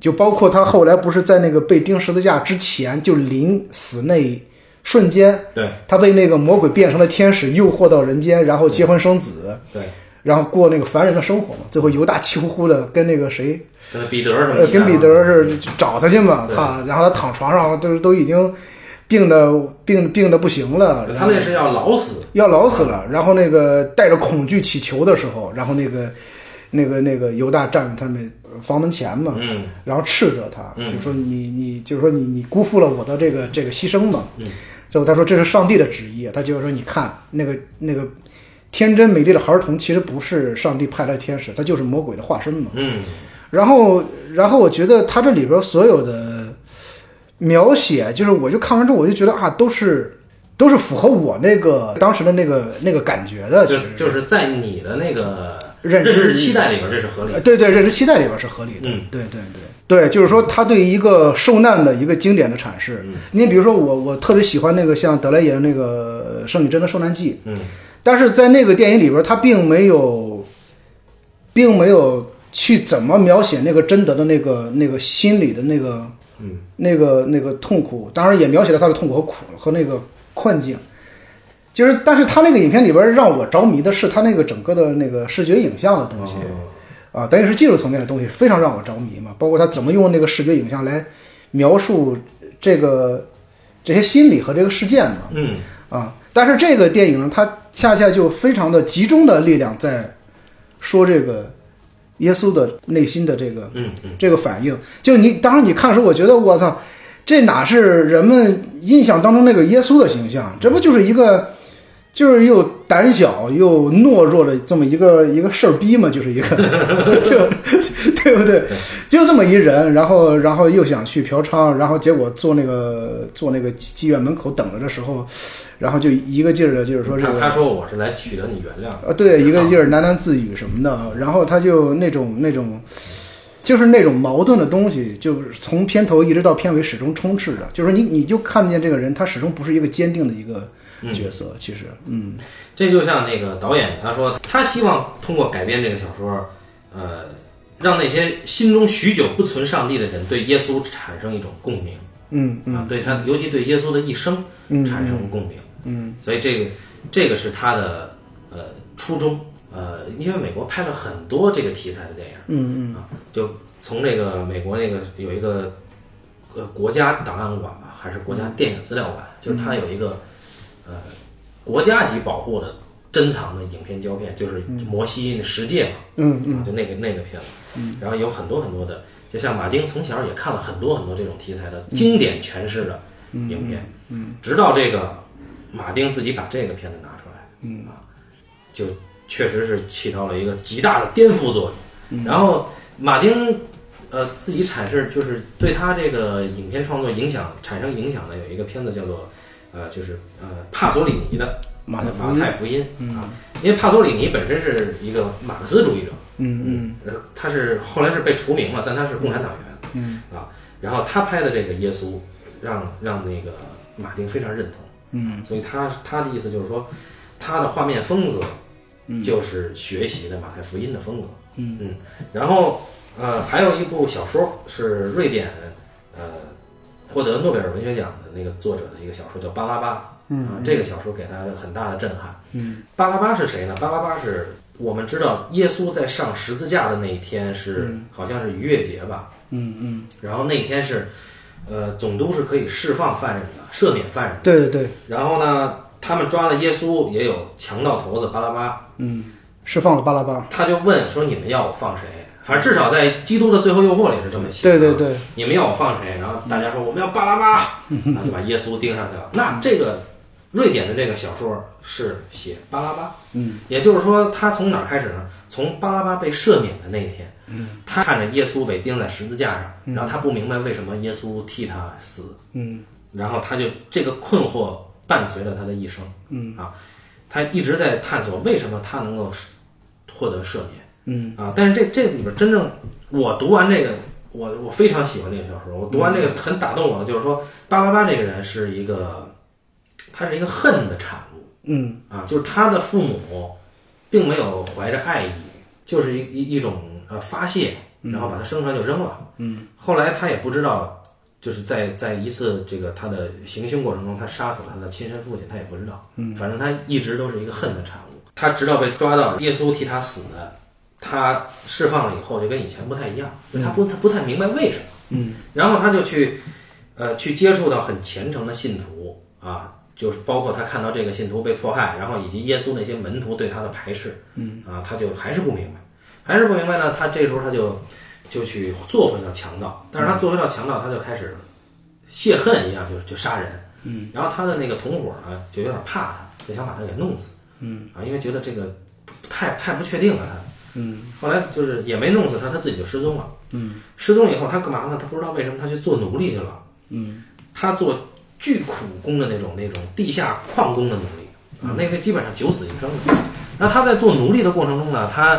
Speaker 1: 就包括他后来不是在那个被钉十字架之前，就临死那瞬间，
Speaker 2: 对
Speaker 1: 他被那个魔鬼变成了天使，诱惑到人间，然后结婚生子，
Speaker 2: 对，
Speaker 1: 然后过那个凡人的生活嘛。最后犹大气呼呼的跟那个谁，
Speaker 2: 跟彼得什么一
Speaker 1: 呃，
Speaker 2: 样，啊
Speaker 1: 跟彼得是找他去嘛，
Speaker 2: 对
Speaker 1: 操！然后他躺床上都都已经病的病病的不行了，然
Speaker 2: 啊他
Speaker 1: 后
Speaker 2: 那是要老死，
Speaker 1: 要老死了。然后那个带着恐惧祈求的时候，然后那个那个那个犹大站在他们房门前嘛，
Speaker 2: 嗯
Speaker 1: 然后斥责他，
Speaker 2: 嗯
Speaker 1: 就说你你就是说你你辜负了我的这个这个牺牲嘛。
Speaker 2: 嗯
Speaker 1: 最后他说这是上帝的旨意，啊他就是说你看那个那个天真美丽的孩童其实不是上帝派来的天使，他就是魔鬼的化身嘛。
Speaker 2: 嗯
Speaker 1: 然后然后我觉得他这里边所有的描写，就是我就看完之后我就觉得啊，都是都是符合我那个当时的那个那个感觉呃的，其
Speaker 2: 就
Speaker 1: 实
Speaker 2: 就是在你的那个
Speaker 1: 认知
Speaker 2: 知期待里边，这是合理的，
Speaker 1: 呃对对，认知期待里边是合理的。
Speaker 2: 嗯
Speaker 1: 对对对对，就是说他对一个受难的一个经典的阐释。
Speaker 2: 嗯
Speaker 1: 你比如说我，我特别喜欢那个像德莱也的那个《圣女贞德受难记》，
Speaker 2: 嗯
Speaker 1: 但是在那个电影里边，他并没有，并没有去怎么描写那个贞德的那个那个心理的那个
Speaker 2: 嗯
Speaker 1: 那个那个痛苦，当然也描写了他的痛苦和苦和那个困境。就是，但是他那个影片里边让我着迷的是他那个整个的那个视觉影像的东西，
Speaker 2: 哦
Speaker 1: 啊，等于是技术层面的东西，非常让我着迷嘛。包括他怎么用那个视觉影像来描述这个这些心理和这个事件嘛，
Speaker 2: 嗯
Speaker 1: 啊，但是这个电影呢，它恰恰就非常的集中的力量在说这个耶稣的内心的这个
Speaker 2: 嗯嗯
Speaker 1: 这个反应。就你当时你看的时候，我觉得我操，这哪是人们印象当中那个耶稣的形象？这不就是一个，就是又胆小又懦弱的这么一个一个事儿逼嘛，就是一个， 就对不对？就这么一人，然后然后又想去嫖娼，然后结果坐那个坐那个妓院门口等着的时候，然后就一个劲儿的，就是说这
Speaker 2: 他
Speaker 1: 个
Speaker 2: 他说我是来取得你原谅，
Speaker 1: 啊，对，一个劲儿喃喃自语什么的，啊然后他就那种那种，就是那种矛盾的东西，就是从片头一直到片尾始终充斥着，就是你你就看见这个人，他始终不是一个坚定的一个
Speaker 2: 嗯
Speaker 1: 角色，其实，嗯
Speaker 2: 这就像那个导演他说，他希望通过改编这个小说，呃，让那些心中许久不存上帝的人对耶稣产生一种共鸣、
Speaker 1: 嗯嗯
Speaker 2: 啊，对他，尤其对耶稣的一生
Speaker 1: 嗯
Speaker 2: 产生共鸣。
Speaker 1: 嗯
Speaker 2: 所以这个这个是他的呃初衷。呃，因为美国拍了很多这个题材的电影
Speaker 1: 嗯嗯
Speaker 2: 啊，就从这个美国那个有一个呃国家档案馆吧，还是国家
Speaker 1: 嗯
Speaker 2: 电影资料馆，就是它有一个呃国家级保护的珍藏的影片胶片，就是摩西那十诫嘛，
Speaker 1: 嗯
Speaker 2: 啊，就那个那个片子，然后有很多很多的，就像马丁从小也看了很多很多这种题材的经典诠释的影片，嗯，直到这个马丁自己把这个片子拿出来，嗯啊，就确实是起到了一个极大的颠覆作用。然后马丁呃自己阐释，就是对他这个影片创作影响产生影响的有一个片子叫做呃就是呃帕索里尼的。呃
Speaker 1: 马
Speaker 2: 马
Speaker 1: 太福音
Speaker 2: 太福音啊，因为帕索里尼本身是一个马克思主义者，
Speaker 1: 嗯嗯
Speaker 2: 呃，他是后来是被除名了，但他是共产党员，嗯啊，然后他拍的这个耶稣，让让那个马丁非常认同，嗯，所以他他的意思就是说，他的画面风格就是学习的马太福音的风格，嗯然后呃还有一部小说是瑞典呃获得诺贝尔文学奖的那个作者的一个小说叫《巴拉巴》，嗯啊，这个小说给他很大的震撼，嗯，巴拉巴是谁呢？巴拉巴是我们知道耶稣在上十字架的那一天是、好像是逾越节吧，
Speaker 1: 嗯嗯，
Speaker 2: 然后那一天是，呃，总督是可以释放犯人的，赦免犯人的。
Speaker 1: 对对对，
Speaker 2: 然后呢，他们抓了耶稣，也有强盗头子巴拉巴，
Speaker 1: 释放了巴拉巴。
Speaker 2: 他就问说：“你们要我放谁？”反正至少在《基督的最后诱惑》里是这么写的。
Speaker 1: 对对对，
Speaker 2: 你们要我放谁？然后大家说我们要巴拉 巴，然后就把耶稣钉上去了。那这个瑞典的这个小说是写巴拉巴，嗯，也就是说他从哪儿开始呢？从巴拉巴被赦免的那一天，嗯，他看着耶稣被钉在十字架上，然后他不明白为什么耶稣替他死，
Speaker 1: 嗯
Speaker 2: 然后他就这个困惑伴随了他的一生，嗯啊，他一直在探索为什么他能够获得赦免。
Speaker 1: 嗯
Speaker 2: 啊，但是这这里边真正我读完这个，我我非常喜欢这个小说，我读完这个很打动我的，就是说巴拉巴这个人是一个，他是一个恨的产物
Speaker 1: 嗯
Speaker 2: 啊，就是他的父母并没有怀着爱意，就是一一一种呃发泄，然后把他生出来就扔了，嗯，后来他也不知道，就是在在一次这个他的行凶过程中，他杀死了他的亲生父亲，他也不知道，嗯，反正他一直都是一个恨的产物，他直到被抓到耶稣替他死的。他释放了以后就跟以前不太一样，就他不他不太明白为什么，嗯，然后他就去，呃，去接触到很虔诚的信徒啊，就是包括他看到这个信徒被迫害，然后以及耶稣那些门徒对他的排斥，嗯，啊，他就还是不明白，还是不明白呢，他这时候他就就去做回到强盗，但是他做回到强盗，他就开始泄恨一样，就就杀人，嗯，然后他的那个同伙呢就有点怕他，就想把他给弄死，嗯，啊，因为觉得这个不太太不确定了他。后来就是也没弄死他，他自己就失踪了。嗯，失踪以后他干嘛呢？他不知道为什么他去做奴隶去了。嗯，他做巨苦工的那种那种地下矿工的奴隶啊，那个基本上九死一生的。然后他在做奴隶的过程中呢，他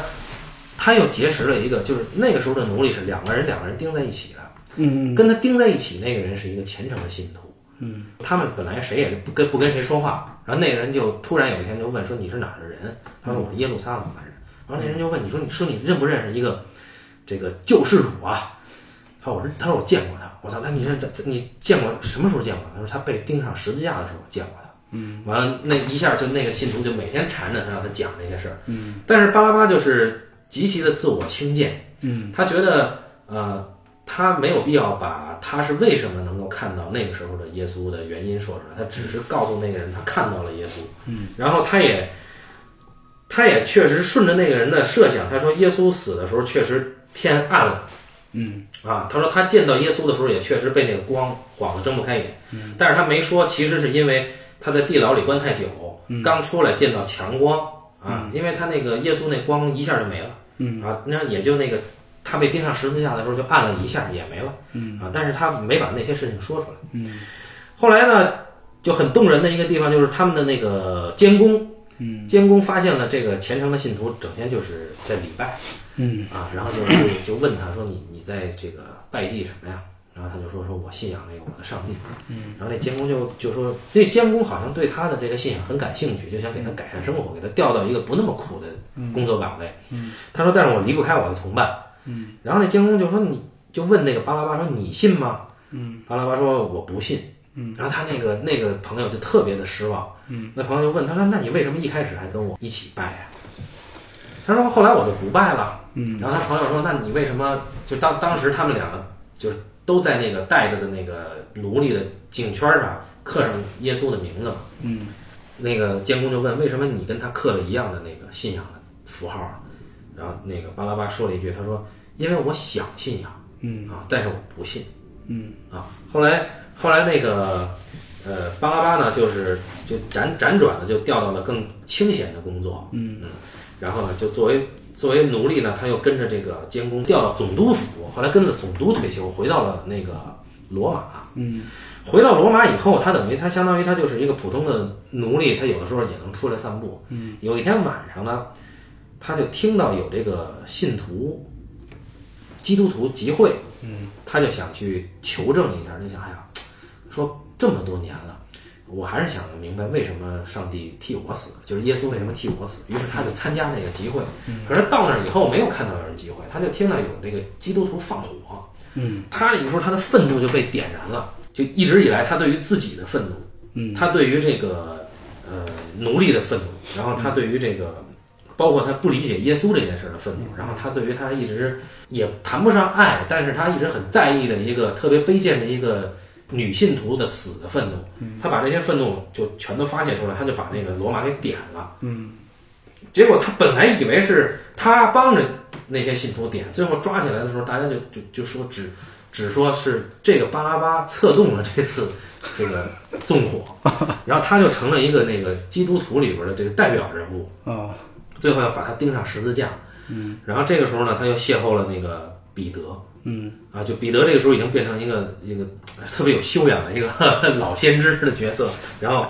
Speaker 2: 他又结识了一个，就是那个时候的奴隶是两个人两个人钉在一起的。
Speaker 1: 嗯
Speaker 2: 跟他钉在一起那个人是一个虔诚的信徒，嗯，他们本来谁也不跟不跟谁说话，然后那个人就突然有一天就问说你是哪儿的人？他说我是耶路撒冷的人。然后那人就问你说你说你认不认识一个这个救世主啊？他说我认他说我见过他。我操，那你认在在你见过什么时候见过他？他说他被钉上十字架的时候见过他。嗯，完了那一下就那个信徒就每天缠着他让他讲那些事儿。嗯，但是巴拉巴就是极其的自我轻贱。嗯，他觉得呃他没有必要把他是为什么能够看到那个时候的耶稣的原因说出来，他只是告诉那个人他看到了耶稣，嗯，然后他也，他也确实顺着那个人的设想，他说耶稣死的时候确实天暗了，嗯，啊，他说他见到耶稣的时候也确实被那个光晃得睁不开眼，嗯，但是他没说，其实是因为他在地牢里关太久，刚出来见到强光啊，因为他那个耶稣那光一下就没了，嗯，啊，那也就那个他被钉上十字架的时候就按了一下，也没了。嗯啊，但是他没把那些事情说出来。嗯，后来呢，就很动人的一个地方就是他们的那个监工，嗯，监工发现了这个虔诚的信徒整天就是在礼拜，嗯啊，然后就就就问他说你你在这个拜祭什么呀？然后他就说说我信仰那个我的上帝，嗯，然后那监工就就说，那监工好像对他的这个信仰很感兴趣，就想给他改善生活，给他调到一个不那么苦的工作岗位，嗯，他说但是我离不开我的同伴。然后那监工就说你就问那个巴拉巴说你信吗？嗯，巴拉巴说我不信。嗯，然后他那个那个朋友就特别的失望。嗯，那朋友就问他说那你为什么一开始还跟我一起拜呀、他说后来我就不拜了。嗯，然后他朋友说那你为什么就当当时他们两个就是。都都在那个带着的那个奴隶的颈圈上刻上耶稣的名字嘛。
Speaker 1: 嗯，
Speaker 2: 那个监工就问为什么你跟他刻了一样的那个信仰的符号啊？然后那个巴拉巴说了一句，他说因为我想信仰，
Speaker 1: 嗯
Speaker 2: 啊，但是我不信。
Speaker 1: 嗯
Speaker 2: 啊，后来后来那个呃巴拉巴呢，就是就辗辗转的就调到了更清闲的工作，嗯然后呢，就作为作为奴隶呢，他又跟着这个监工调到总督府，后来跟着总督退休，回到了那个罗马，
Speaker 1: 嗯
Speaker 2: 回到罗马以后，他等于他相当于他就是一个普通的奴隶，他有的时候也能出来散步。嗯，有一天晚上呢，他就听到有这个信徒、基督徒集会，嗯，他就想去求证一下，就想，哎呀，说这么多年了，我还是想明白为什么上帝替我死，就是耶稣为什么替我死。于是他就参加那个集会，
Speaker 1: 嗯
Speaker 2: 可是到那儿以后没有看到有人集会，他就听到有这个基督徒放火，
Speaker 1: 嗯
Speaker 2: 他有时候他的愤怒就被点燃了，就一直以来他对于自己的愤怒，
Speaker 1: 嗯，
Speaker 2: 他对于这个呃奴隶的愤怒，然后他
Speaker 1: 嗯
Speaker 2: 对于这个包括他不理解耶稣这件事儿的愤怒，然后他对于他一直也谈不上爱，但是他一直很在意的一个特别卑贱的一个女信徒的死的愤怒，他把这些愤怒就全都发泄出来，他就把那个罗马给点了，嗯，结果他本来以为是他帮着那些信徒点，最后抓起来的时候，大家就就就说只只说是这个巴拉巴策动了这次这个纵火，然后他就成了一个那个基督徒里边的这个代表人物，
Speaker 1: 哦，
Speaker 2: 最后要把他钉上十字架。嗯，然后这个时候呢，他又邂逅了那个彼得。
Speaker 1: 嗯
Speaker 2: 啊，就彼得这个时候已经变成一个一个 呃特别有修养的一个 老先知的角色，然后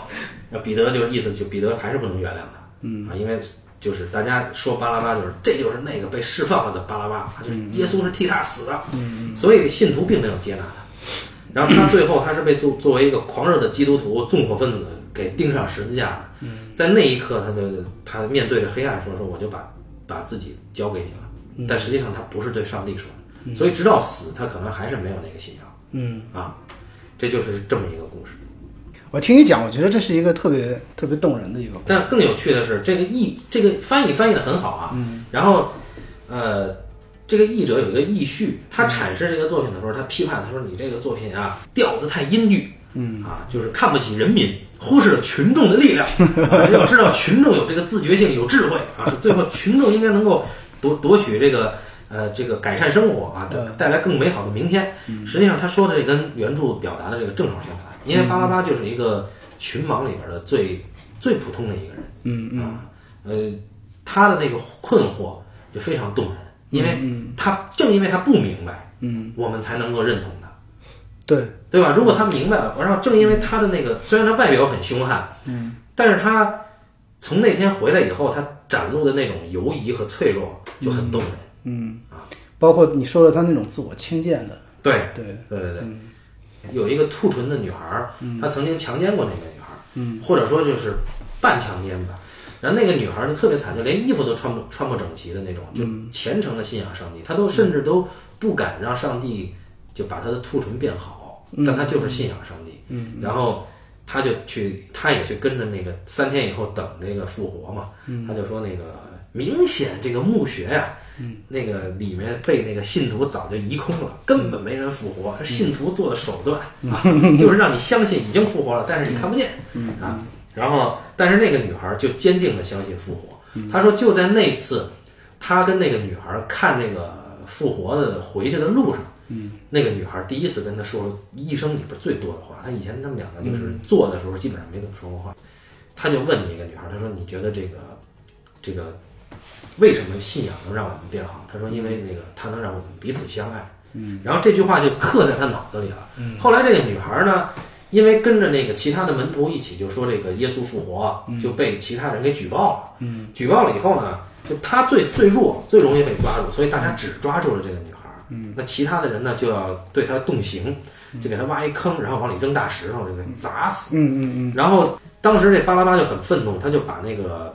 Speaker 2: 那彼得就是意思就彼得还是不能原谅他，嗯啊，因为就是大家说巴拉巴就是这就是那个被释放了的巴拉巴，就是耶稣是替他死的，嗯，所以信徒并没有接纳他，然后他最后他是被作作为一个狂热的基督徒纵火分子给钉上十字架的，在那一刻他就他面对着黑暗说说我就把把自己交给你了，但实际上他不是对上帝说的。所以直到死，他可能还是没有那个信仰
Speaker 1: 嗯，
Speaker 2: 啊。这就是这么一个故事。
Speaker 1: 我听你讲，我觉得这是一个特别特别动人的一个故事。
Speaker 2: 但更有趣的是，这个译这个翻译翻译的很好啊。嗯。然后，呃，这个译者有一个译序，他阐释这个作品的时候，他批判他说：“你这个作品啊，调子太阴郁，嗯啊，就是看不起人民，忽视了群众的力量。啊要知道群众有这个自觉性，有智慧啊，是最后群众应该能够夺夺取这个。”呃，这个改善生活啊，带带来更美好的明天。实际上，他说的这跟原著表达的这个正好相反，因为巴拉巴就是一个群盲里边的最最普通的一个人。
Speaker 1: 嗯嗯
Speaker 2: 啊，呃，他的那个困惑就非常动人，因为他正因为他不明白，
Speaker 1: 嗯，
Speaker 2: 我们才能够认同他，
Speaker 1: 对，
Speaker 2: 对吧？如果他明白了，然后正因为他的那个，虽然他外表很凶悍，嗯，但是他从那天回来以后，他展露的那种犹疑和脆弱就很动人。
Speaker 1: 嗯包括你说的他那种自我轻贱的，
Speaker 2: 对，
Speaker 1: 对，
Speaker 2: 对对对，有一个兔唇的女孩儿，她曾经强奸过那个女孩儿，或者说就是半强奸吧。然后那个女孩儿就特别惨，就连衣服都穿不穿不整齐的那种，就虔诚的信仰上帝，她都甚至都不敢让上帝就把她的兔唇变好，但她就是信仰上帝。然后她就去，她也去跟着那个三天以后等这个复活嘛，她就说那个明显这个墓穴呀、那个里面被那个信徒早就移空了，根本没人复活，是信徒做的手段啊，就是让你相信已经复活了，但是你看不见啊。然后，但是那个女孩就坚定的相信复活。她说，就在那次，她跟那个女孩看那个复活的回去的路上，那个女孩第一次跟他说了一生里边最多的话。她以前他们两个就是做的时候基本上没怎么说过话。她就问那个女孩，她说：“你觉得这个这个为什么信仰能让我们变好？他说，因为那个它能让我们彼此相爱。嗯，然后这句话就刻在他脑子里了。嗯，后来这个女孩呢，因为跟着那个其他的门徒一起就说这个耶稣复活，就被其他人给举报了。嗯，举报了以后呢，就她最最弱，最容易被抓住，所以大家只抓住了这个女孩。嗯，那其他的人呢，就要对她动刑，就给她挖一坑，然后往里扔大石头，就给砸死。
Speaker 1: 嗯嗯
Speaker 2: 然后当时这巴拉巴就很愤怒，他就把那个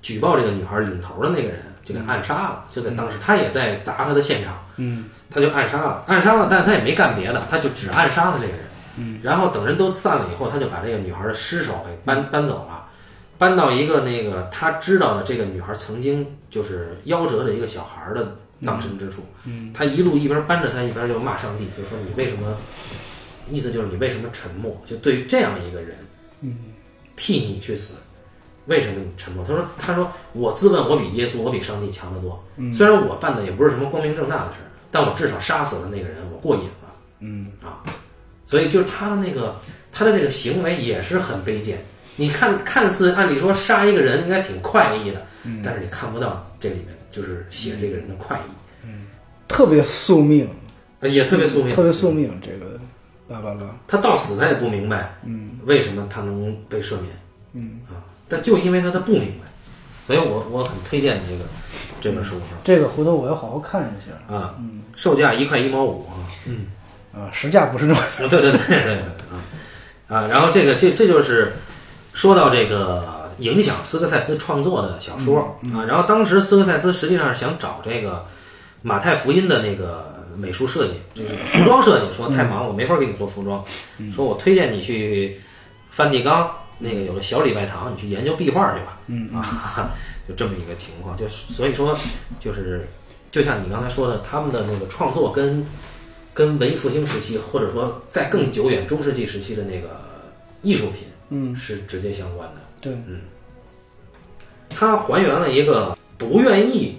Speaker 2: 举报这个女孩领头的那个人就给暗杀了，就在当时他也在砸他的现场，
Speaker 1: 嗯
Speaker 2: 他就暗杀了，暗杀了，但是他也没干别的，他就只暗杀了这个人。嗯，然后等人都散了以后，他就把这个女孩的尸首给
Speaker 1: 嗯
Speaker 2: 搬搬走了，搬到一个那个他知道的这个女孩曾经就是夭折的一个小孩的葬身之处。
Speaker 1: 嗯
Speaker 2: 他一路一边搬着他，一边就骂上帝，就说你为什么？意思就是你为什么沉默？就对于这样一个人，
Speaker 1: 嗯
Speaker 2: 替你去死，为什么你沉默？他说：“他说我自问我比耶稣，我比上帝强得多。
Speaker 1: 嗯
Speaker 2: 虽然我办的也不是什么光明正大的事儿，但我至少杀死了那个人，我过瘾了。”嗯啊，所以就是他的那个他的这个行为也是很卑贱。你看，看似按理说杀一个人应该挺快意的，
Speaker 1: 嗯
Speaker 2: 但是你看不到这里面就是写这个人的快意，
Speaker 1: 特别宿命，
Speaker 2: 呃也特别宿命，
Speaker 1: 嗯特别宿命。这个芭芭拉，
Speaker 2: 他到死他也不明白，嗯，为什么他能被赦免，嗯啊，但就因为他他不明白，所以我我很推荐这个这本书
Speaker 1: 这个回头我要好好看一下
Speaker 2: 啊，售价一块一毛五啊，嗯，
Speaker 1: 啊，实价不是 那么
Speaker 2: 对对对对对啊啊，然后这个这这就是说到这个影响斯科塞斯创作的小说、啊，然后当时斯科塞斯实际上是想找这个马太福音的那个美术设计，就是服装设计，说太忙了我没法给你做服装，说我推荐你去梵蒂冈那个有个小礼拜堂，你去研究壁画去吧，嗯啊， 就这么一个情况，就是所以说就是就像你刚才说的，他们的那个创作跟跟文艺复兴时期，或者说在更久远中世纪时期的那个艺术品，嗯，是直接相关的。
Speaker 1: 对，
Speaker 2: 他还原了一个不愿意，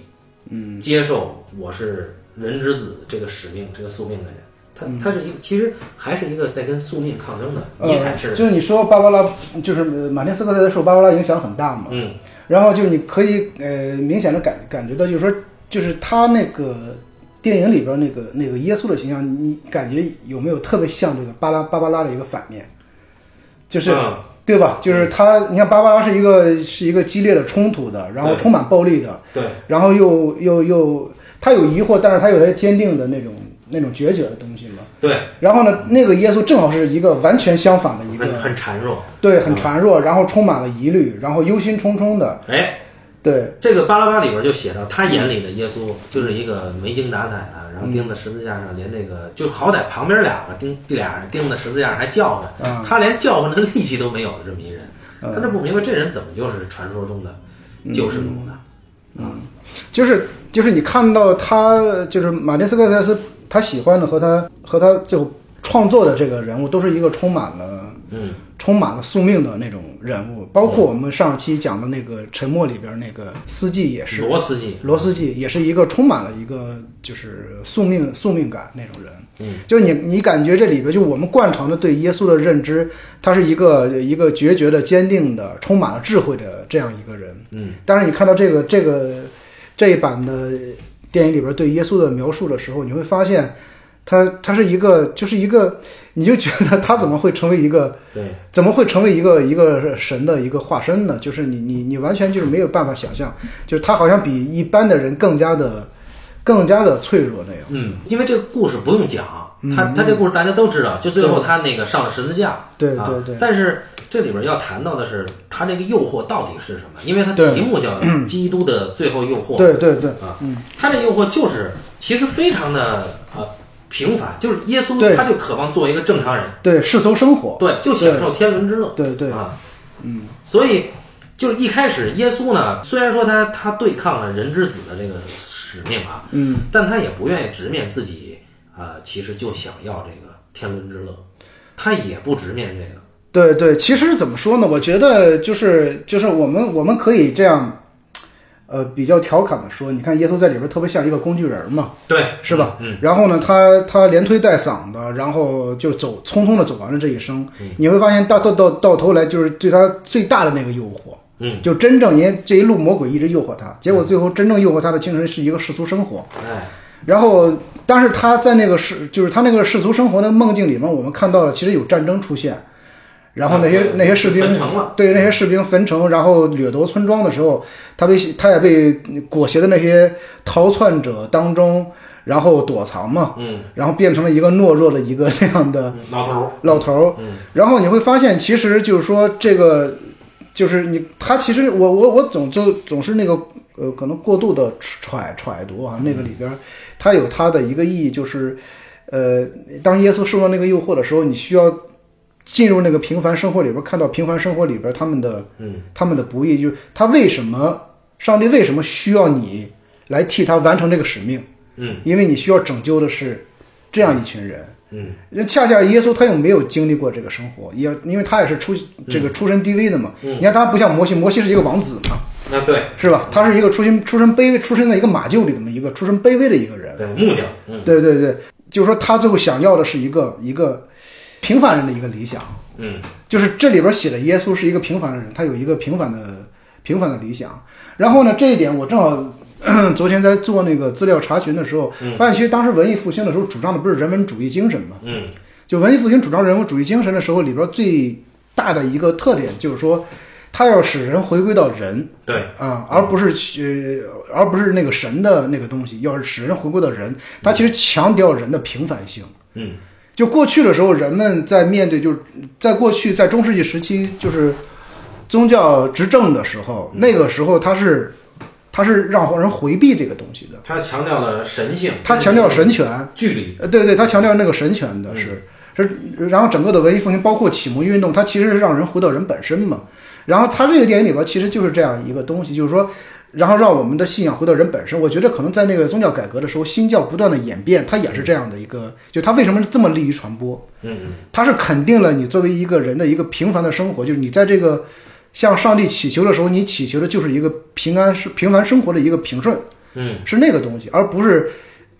Speaker 2: 嗯，接受我是人之子这个使命、这个宿命的人。他
Speaker 1: 嗯
Speaker 2: 他是一个，其实还是一个在跟宿命抗争的。尼采是，
Speaker 1: 呃就是你说芭芭拉，就是呃马丁斯科塞斯受芭芭拉影响很大嘛，
Speaker 2: 嗯，
Speaker 1: 然后就是你可以呃明显的感感觉到，就是说，就是他那个电影里边那个那个耶稣的形象，你感觉有没有特别像这个巴拉芭芭拉的一个反面？就是、
Speaker 2: 嗯
Speaker 1: 对吧？就是他，你看芭芭拉是一个是一个激烈的冲突的，然后
Speaker 2: 对
Speaker 1: 充满暴力的，
Speaker 2: 对，
Speaker 1: 然后又又又他有疑惑，但是他有些坚定的那种那种决绝的东西嘛。
Speaker 2: 对，
Speaker 1: 然后呢，那个耶稣正好是一个完全相反的一
Speaker 2: 很
Speaker 1: 个，
Speaker 2: 很孱弱。
Speaker 1: 对，很孱弱，然后充满了疑虑，然后忧心忡忡的，
Speaker 2: 哎，
Speaker 1: 对，
Speaker 2: 这个巴拉巴里边就写到，他眼里的耶稣就是一个没精打采的，然后钉在十字架上，连那
Speaker 1: 嗯
Speaker 2: 个就好歹旁边两个钉俩人钉在十字架上还叫唤，
Speaker 1: 嗯
Speaker 2: 他连叫唤的力气都没有的这么一人，他这不明白这人怎么就是传说中的救世主呢？
Speaker 1: 就是就是你看到他就是马丁斯科塞斯他喜欢的和他和他最后创作的这个人物都是一个充满了
Speaker 2: 嗯，
Speaker 1: 充满了宿命的那种人物，包括我们上期讲的那个《沉默》里边那个司机也是，
Speaker 2: 罗斯基，
Speaker 1: 罗斯基也是一个充满了一个就是宿命宿命感那种人。
Speaker 2: 嗯，
Speaker 1: 就是你你感觉这里边就我们惯常的对耶稣的认知，他是一个一个决绝的、坚定的、充满了智慧的这样一个人。
Speaker 2: 嗯，
Speaker 1: 但是你看到这个这个这一版的电影里边对耶稣的描述的时候，你会发现他他是一个就是一个，你就觉得他怎么会成为一个
Speaker 2: 对，
Speaker 1: 怎么会成为一个一个神的一个化身呢？就是你你你完全就是没有办法想象，就是他好像比一般的人更加的更加的脆弱那样。
Speaker 2: 嗯，因为这个故事不用讲，他
Speaker 1: 嗯
Speaker 2: 他这故事大家都知道，就最后他那个上了十字架，
Speaker 1: 对
Speaker 2: 啊
Speaker 1: 对对，
Speaker 2: 但是这里边要谈到的是，他这个诱惑到底是什么？因为他
Speaker 1: 对
Speaker 2: 题目 叫《基督的最后诱惑》
Speaker 1: 对对对，
Speaker 2: 啊，他这诱惑就是其实非常的呃平凡，就是耶稣
Speaker 1: 对
Speaker 2: 他就渴望做一个正常人，
Speaker 1: 对世俗生活，
Speaker 2: 对，就享受天伦之乐，
Speaker 1: 对对
Speaker 2: 啊，嗯，所以就是一开始耶稣呢，虽然说他他对抗了人之子的这个使命啊，
Speaker 1: 嗯，
Speaker 2: 但他也不愿意直面自己，呃，其实就想要这个天伦之乐，他也不直面这个。
Speaker 1: 对对。其实怎么说呢？我觉得就是就是我们我们可以这样，呃，比较调侃的说，你看耶稣在里边特别像一个工具人嘛，
Speaker 2: 对，
Speaker 1: 是吧？
Speaker 2: 嗯，
Speaker 1: 然后呢，他他连推带搡的，然后就走匆匆的走完了这一生。
Speaker 2: 嗯
Speaker 1: 你会发现到到到到头来，就是对他最大的那个诱惑，
Speaker 2: 嗯，
Speaker 1: 就真正人这一路魔鬼一直诱惑他，结果最后真正诱惑他的精神是一个世俗生活。
Speaker 2: 哎，
Speaker 1: 然后，但是他在那个世，就是他那个世俗生活的梦境里面，我们看到了其实有战争出现，然后那些、
Speaker 2: 啊
Speaker 1: 那些士兵
Speaker 2: 焚城了
Speaker 1: 对那些士兵焚城，然后掠夺村庄的时候，他被他也被裹挟的那些逃窜者当中，然后躲藏嘛，
Speaker 2: 嗯，
Speaker 1: 然后变成了一个懦弱的一个那样的
Speaker 2: 老头儿，
Speaker 1: 老头儿，然后你会发现，其实就是说这个，就是你他其实我我我总就总是那个呃，可能过度的揣揣度啊，那个里边儿它有它的一个意义，就是呃，当耶稣受到那个诱惑的时候，你需要进入那个平凡生活里边儿，看到平凡生活里边儿他们的
Speaker 2: 嗯，
Speaker 1: 他们的不易，就是他为什么上帝为什么需要你来替他完成这个使命？
Speaker 2: 嗯
Speaker 1: 因为你需要拯救的是这样一群人。
Speaker 2: 嗯
Speaker 1: 那恰恰耶稣他又没有经历过这个生活，也因为他也是出这个出身低微的嘛。
Speaker 2: 嗯
Speaker 1: 你看他不像摩西，摩西是一个王子嘛，
Speaker 2: 那对
Speaker 1: 是吧？他是一个出身出身卑微、出身在一个马厩里的这么一个出身卑微的一个人。
Speaker 2: 对木匠，嗯
Speaker 1: 对对对，就是说他最后想要的是一个一个平凡人的一个理想，
Speaker 2: 嗯
Speaker 1: 就是这里边写的耶稣是一个平凡的人，他有一个平凡的平凡的理想。然后呢，这一点我正好。 咳昨天在做那个资料查询的时候，发现其实当时文艺复兴的时候主张的不是人文主义精神嘛，
Speaker 2: 嗯
Speaker 1: 就文艺复兴主张人文主义精神的时候，里边最大的一个特点就是说，它要使人回归到人
Speaker 2: 对
Speaker 1: 啊、而不是去呃，而不是那个神的那个东西，要是使人回归到人，它其实强调人的平凡性。
Speaker 2: 嗯
Speaker 1: 就过去的时候，人们在面对就是在过去在中世纪时期，就是宗教执政的时候，那个时候他是他是让人回避这个东西的，
Speaker 2: 他强调了神性，
Speaker 1: 他强调神权，
Speaker 2: 距离，
Speaker 1: 呃，对对，他强调那个神权的是是，然后整个的文艺复兴，包括启蒙运动，它其实是让人回到人本身嘛。然后他这个电影里边其实就是这样一个东西，就是说，然后让我们的信仰回到人本身。我觉得可能在那个宗教改革的时候，新教不断的演变，它也是这样的一个，就它为什么这么利于传播？
Speaker 2: 嗯
Speaker 1: 它是肯定了你作为一个人的一个平凡的生活，就是你在这个向上帝祈求的时候，你祈求的就是一个平安、是平凡生活的一个平顺。
Speaker 2: 嗯
Speaker 1: 是那个东西，而不是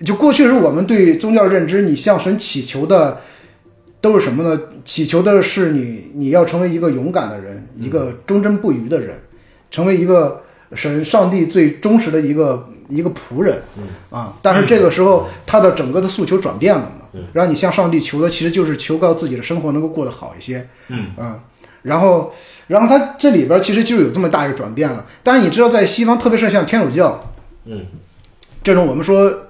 Speaker 1: 就过去是我们对宗教认知，你向神祈求的都是什么呢？祈求的是你你要成为一个勇敢的人，一个忠贞不渝的人，成为一个呃神上帝最忠实的一个一个仆人啊。但是这个时候，他的整个的诉求转变了嘛，让你向上帝求的其实就是求告自己的生活能够过得好一些。
Speaker 2: 嗯
Speaker 1: 嗯，然后，然后它这里边其实就有这么大一个转变了。但是你知道，在西方，特别是像天主教，
Speaker 2: 嗯，
Speaker 1: 这种我们说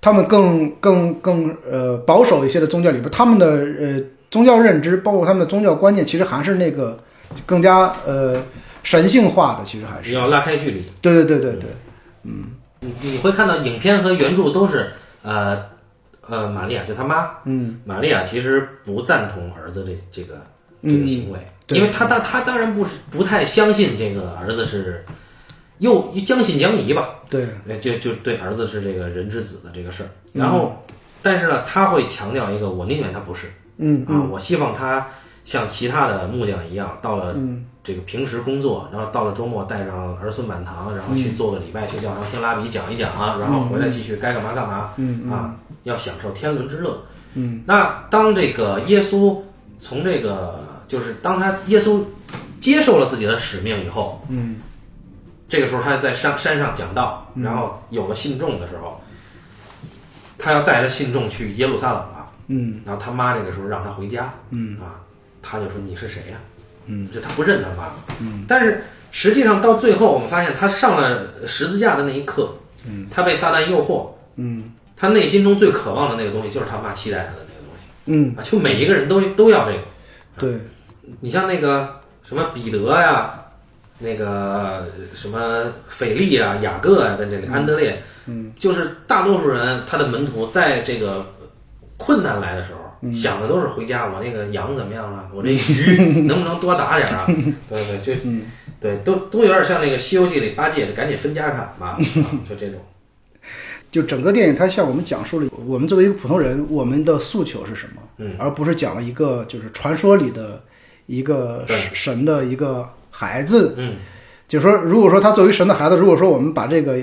Speaker 1: 他们更更更呃保守一些的宗教里边，他们的呃宗教认知，包括他们的宗教观念，其实还是那个更加呃神性化的，其实还
Speaker 2: 你
Speaker 1: 是。
Speaker 2: 要拉开距离，
Speaker 1: 对对对对对，
Speaker 2: 你你会看到影片和原著都是呃呃玛利亚就他妈，
Speaker 1: 嗯，
Speaker 2: 玛利亚其实不赞同儿子这这个
Speaker 1: 嗯
Speaker 2: 这个行为，
Speaker 1: 对
Speaker 2: 因为他当他当然不是不太相信这个儿子是又将信将疑吧，
Speaker 1: 对，
Speaker 2: 呃就就对儿子是这个人之子的这个事儿。然后，但是呢，他会强调一个，我宁愿他不是，
Speaker 1: 嗯
Speaker 2: 啊，我希望他像其他的木匠一样，到了
Speaker 1: 嗯
Speaker 2: 这个平时工作，然后到了周末带上儿孙满堂，然后
Speaker 1: 嗯
Speaker 2: 去做个礼拜，去教堂听拉比讲一讲啊，然后回来继续该干嘛干嘛，
Speaker 1: 嗯
Speaker 2: 啊，要享受天伦之乐。
Speaker 1: 嗯，
Speaker 2: 那当这个耶稣从这个就是当他耶稣接受了自己的使命以后，
Speaker 1: 嗯，
Speaker 2: 这个时候他在山山上讲道，然后有了信众的时候，他要带着信众去耶路撒冷了。
Speaker 1: 嗯
Speaker 2: 然后他妈这个时候让他回家，
Speaker 1: 嗯
Speaker 2: 啊，他就说你是谁呀、嗯，就他不认他妈，嗯，但是实际上到最后，我们发现他上了十字架的那一刻，嗯，他被撒旦诱惑，
Speaker 1: 嗯
Speaker 2: 他内心中最渴望的那个东西就是他妈期待他的那个东西
Speaker 1: 嗯，
Speaker 2: 啊，就每一个人都都要这个。
Speaker 1: 对，
Speaker 2: 你像那个什么彼得呀、那个什么腓力呀、雅各呀、在这里安德烈，嗯，就是大多数人他的门徒在这个困难来的时候，
Speaker 1: 嗯
Speaker 2: 想的都是回家，我那个羊怎么样了？我这 鱼能不能多打点啊？
Speaker 1: 嗯
Speaker 2: 对对，就、对，都都有点像那个《西游记》里八戒，赶紧分家产 吧，啊就这种，
Speaker 1: 就整个电影，它向我们讲述了我们作为一个普通人，我们的诉求是什么，
Speaker 2: 嗯
Speaker 1: 而不是讲了一个就是传说里的一个
Speaker 2: 对
Speaker 1: 神的一个孩子。
Speaker 2: 嗯
Speaker 1: 就是说，如果说他作为神的孩子，如果说我们把这个，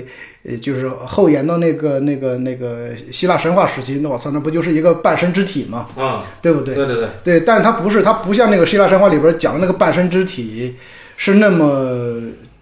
Speaker 1: 呃，就是后延到那个、那个、那个希腊神话时期，那我操，那不就是一个半神之体吗？
Speaker 2: 啊，
Speaker 1: 对不
Speaker 2: 对
Speaker 1: 对？
Speaker 2: 对对，
Speaker 1: 对，但是它不是，它不像那个希腊神话里边讲的那个半身之体是那么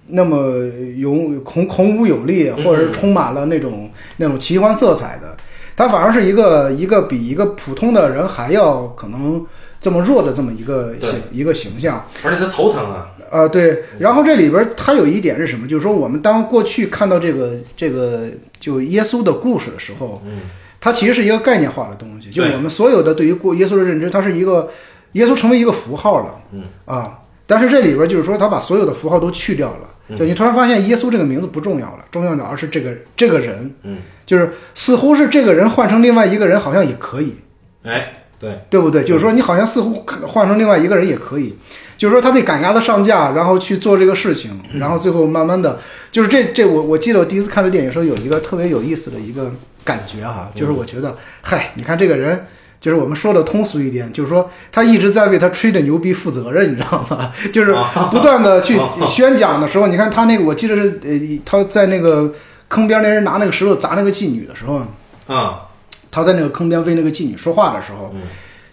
Speaker 1: 那么勇孔孔武有力，或者是充满了那种那种奇幻色彩的。它反而是一个一个比一个普通的人还要可能这么弱的这么一个
Speaker 2: 对
Speaker 1: 形一个形象。
Speaker 2: 而且他头疼啊，
Speaker 1: 啊，对。然后这里边儿它有一点是什么？就是说我们当过去看到这个这个就耶稣的故事的时候，
Speaker 2: 嗯
Speaker 1: 它其实是一个概念化的东西，就
Speaker 2: 对
Speaker 1: 我们所有的对于过耶稣的认知，它是一个耶稣成为一个符号了，
Speaker 2: 嗯
Speaker 1: 啊。但是这里边儿就是说，他把所有的符号都去掉
Speaker 2: 嗯
Speaker 1: 了，就你突然发现耶稣这个名字不重要了，重要的而是这个这个人，
Speaker 2: 嗯，
Speaker 1: 就是似乎是这个人换成另外一个人好像也可以，
Speaker 2: 哎，对，
Speaker 1: 对不对？就是说，你好像似乎可换成另外一个人也可以，就是说他被赶鸭子上架，然后去做这个事情，然后最后慢慢的，就是这这我我记得我第一次看这电影时候有一个特别有意思的一个感觉哈、就是我觉得，嗨，你看这个人。就是我们说的通俗一点，就是说他一直在为他吹的牛逼负责任，你知道吗？ 就是不断的去宣讲的时候，你看他那个，我记得是呃，他在那个坑边那人拿那个石头砸那个妓女的时候，
Speaker 2: 啊，
Speaker 1: 他在那个坑边为那个妓女说话的时候
Speaker 2: 嗯，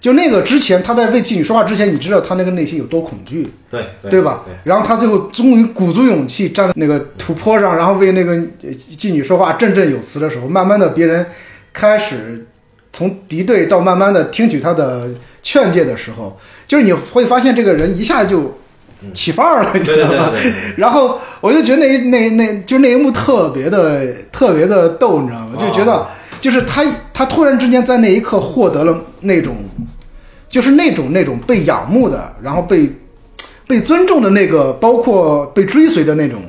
Speaker 1: 就那个之前他在为妓女说话之前，你知道他那个内心有多恐惧，
Speaker 2: 对
Speaker 1: 对吧？然后他最后终于鼓足勇气站在那个土坡上，然后为那个呃妓女说话振振有词的时候，慢慢的别人开始从敌对到慢慢的听取他的劝诫的时候，就是你会发现这个人一下就起范儿了，
Speaker 2: 对
Speaker 1: 你
Speaker 2: 对
Speaker 1: 知
Speaker 2: 对
Speaker 1: 道吗？
Speaker 2: 对对，
Speaker 1: 然后我就觉得那那那就那一幕特别的特别的逗，你知道吗？就觉得就是他他突然之间在那一刻获得了那种，就是那种那种被仰慕的，然后被被尊重的那个，包括被追随的那种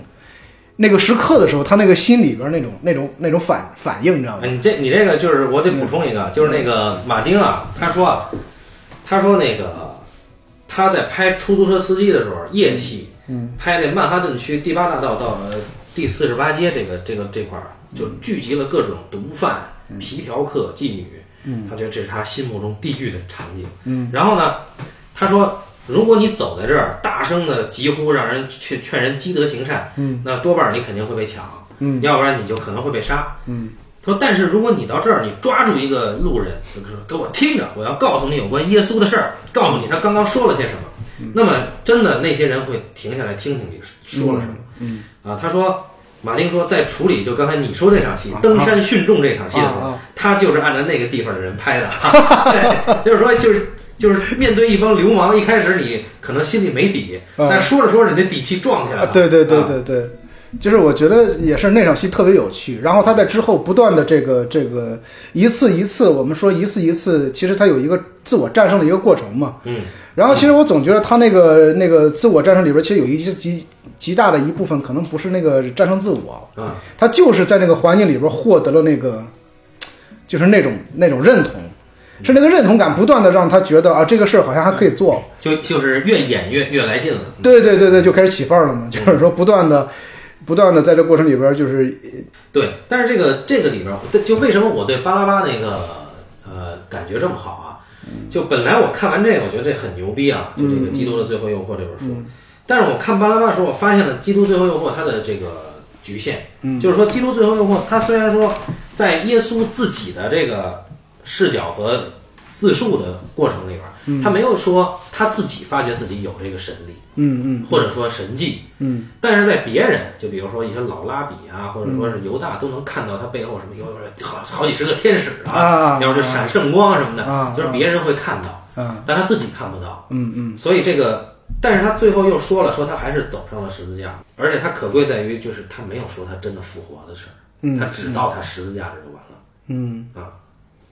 Speaker 1: 那个时刻的时候，他那个心里边那种那种那种反反应，你知道吗？
Speaker 2: 嗯你这你这个就是我得补充一个，就是那个马丁啊，他说啊，他说那个他在拍出租车司机的时候，夜戏，拍这曼哈顿区第八大道到呃第四十八街这个这个这块儿，就聚集了各种毒贩、皮条客、妓女，他觉得这是他心目中地狱的场景。然后呢，他说，如果你走在这儿，大声的疾呼，让人去劝人积德行善，那多半儿你肯定会被抢，
Speaker 1: 嗯
Speaker 2: 要不然你就可能会被杀，他说，但是如果你到这儿，你抓住一个路人，就是给我听着，我要告诉你有关耶稣的事儿，告诉你他刚刚说了些什么，
Speaker 1: 嗯
Speaker 2: 那么真的那些人会停下来听听你说了什么。嗯，啊，他说，马丁说，在处理就刚才你说这场戏
Speaker 1: 啊
Speaker 2: 登山训众这场戏的时
Speaker 1: 啊
Speaker 2: 候
Speaker 1: 啊，
Speaker 2: 他就是按照那个地方的人拍的， 对，就是说就是。就是面对一帮流氓，一开始你可能心里没底，
Speaker 1: 啊
Speaker 2: 但说着说着你的底气壮起来
Speaker 1: 啊
Speaker 2: 了。，
Speaker 1: 对对对
Speaker 2: 啊，
Speaker 1: 对对，就是我觉得也是那场戏特别有趣。然后他在之后不断的这个这个一次一次，我们说一次一次，其实他有一个自我战胜的一个过程嘛。
Speaker 2: 嗯，
Speaker 1: 然后其实我总觉得他那个那个自我战胜里边，其实有一些极极大的一部分可能不是那个战胜自我，
Speaker 2: 啊，
Speaker 1: 他就是在那个环境里边获得了那个，就是那种那种认同。是那个认同感不断的让他觉得啊，这个事儿好像还可以做，
Speaker 2: 就就是越演越越来劲了。
Speaker 1: 对对对对，就开始起范儿了嘛，就是说不断的、不断的在这过程里边，就是
Speaker 2: 对，但是这个这个里边儿，对就为什么我对巴拉巴那个呃感觉这么好啊？就本来我看完这个，我觉得这很牛逼啊，就这个《基督的最后诱惑》这本书。但是我看巴拉巴的时候，我发现了《基督最后诱惑》它的这个局限，就是说《基督最后诱惑》它虽然说在耶稣自己的这个视角和自述的过程里边儿，他没有说他自己发觉自己有这个神力，
Speaker 1: 嗯嗯
Speaker 2: 或者说神迹，
Speaker 1: 嗯
Speaker 2: 但是在别人，就比如说一些老拉比啊，或者说
Speaker 1: 嗯
Speaker 2: 是犹大，都能看到他背后什么有有好好几十个天使
Speaker 1: 啊
Speaker 2: 啊，要是闪圣光什么
Speaker 1: 啊
Speaker 2: 的，就是别人会看到，
Speaker 1: 啊
Speaker 2: 但他自己看不到。
Speaker 1: 嗯嗯
Speaker 2: 所以这个，但是他最后又说了，说他还是走上了十字架，而且他可贵在于，就是他没有说他真的复活的事儿，他只到他十字架这儿就完了。
Speaker 1: 嗯
Speaker 2: 啊，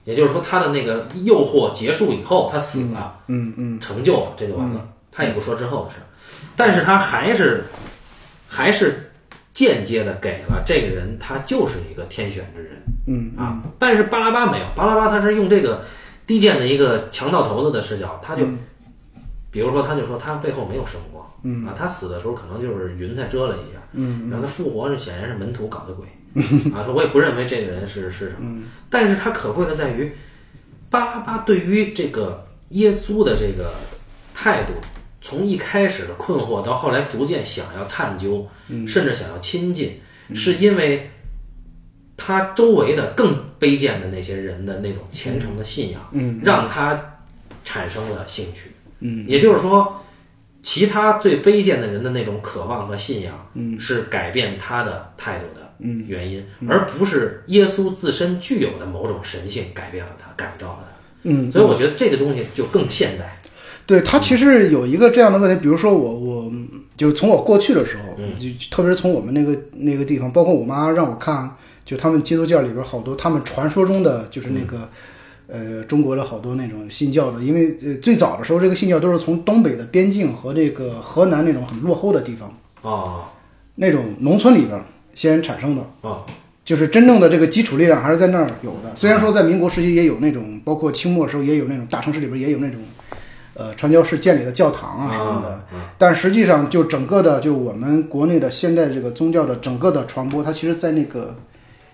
Speaker 2: 也就是说他的那个诱惑结束以后，他死了，
Speaker 1: 嗯嗯，
Speaker 2: 成就了，这就完了。他也不说之后的事儿，但是他还是还是间接的给了这个人，他就是一个天选之人，
Speaker 1: 嗯
Speaker 2: 啊。但是巴拉巴没有，巴拉巴他是用这个低贱的一个强盗头子的视角，他就。比如说，他就说他背后没有圣光，嗯啊，他死的时候可能就是云彩遮了一下，嗯，然后他复活是显然是门徒搞的鬼， 啊，说我也不认为这个人是是什么，但是他可贵的在于，巴拉巴对于这个耶稣的这个态度，从一开始的困惑到后来逐渐想要探究，甚至想要亲近，是因为他周围的更卑贱的那些人的那种虔诚的信仰，
Speaker 1: 嗯
Speaker 2: 让他产生了兴趣。嗯，也就是说，其他最卑贱的人的那种渴望和信仰，嗯，是改变他的态度的
Speaker 1: 嗯
Speaker 2: 原因，而不是耶稣自身具有的某种神性改变了他，改造了他。
Speaker 1: 嗯，
Speaker 2: 所以我觉得这个东西就更现代。
Speaker 1: 对他其实有一个这样的问题，比如说我我就是从我过去的时候，就特别是从我们那个那个地方，包括我妈让我看，就他们基督教里边好多他们传说中的就是那个。呃，中国的好多那种信教的，因为呃最早的时候，这个信教都是从东北的边境和这个河南那种很落后的地方，
Speaker 2: 哦
Speaker 1: 那种农村里边先产生的，
Speaker 2: 哦，
Speaker 1: 就是真正的这个基础力量还是在那儿有的。虽然说在民国时期也有那种，包括清末时候也有那种大城市里边也有那种，呃，传教士建立的教堂啊什么的，但实际上就整个的就我们国内的现在这个宗教的整个的传播，它其实在那个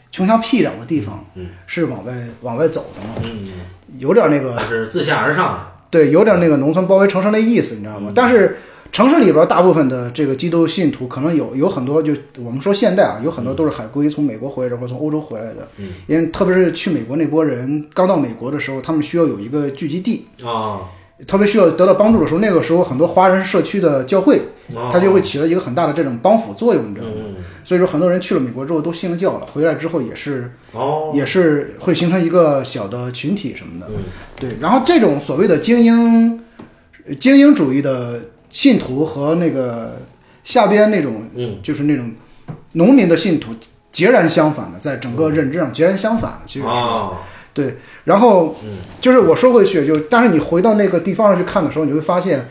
Speaker 1: 穷乡僻壤的地方
Speaker 2: 嗯
Speaker 1: 是往外往外走的嘛，
Speaker 2: 嗯，
Speaker 1: 有点那个
Speaker 2: 就是自下而上的，
Speaker 1: 对，有点那个农村包围城市那意思，你知
Speaker 2: 嗯
Speaker 1: 道吗？但是城市里边大部分的这个基督信徒，可能有有很多就我们说现代啊，有很多都是海归从美国回来的或从欧洲回来的，
Speaker 2: 嗯
Speaker 1: 因为特别是去美国那波人刚到美国的时候，他们需要有一个聚集地，
Speaker 2: 哦，
Speaker 1: 特别需要得到帮助的时候，那个时候很多华人社区的教会，
Speaker 2: 哦
Speaker 1: 它就会起到一个很大的这种帮扶作用，你知道吗？
Speaker 2: 嗯，
Speaker 1: 所以说很多人去了美国之后都信了教了，回来之后也是
Speaker 2: 哦，
Speaker 1: 也是会形成一个小的群体什么的。
Speaker 2: 嗯
Speaker 1: 对，然后这种所谓的精英呃精英主义的信徒和那个下边那种
Speaker 2: 嗯，
Speaker 1: 就是那种农民的信徒截然相反的，在整个认知上截然相反的，其实是。
Speaker 2: 哦，
Speaker 1: 对，然后
Speaker 2: 嗯
Speaker 1: 就是我说回去，就但是你回到那个地方上去看的时候，你会发现，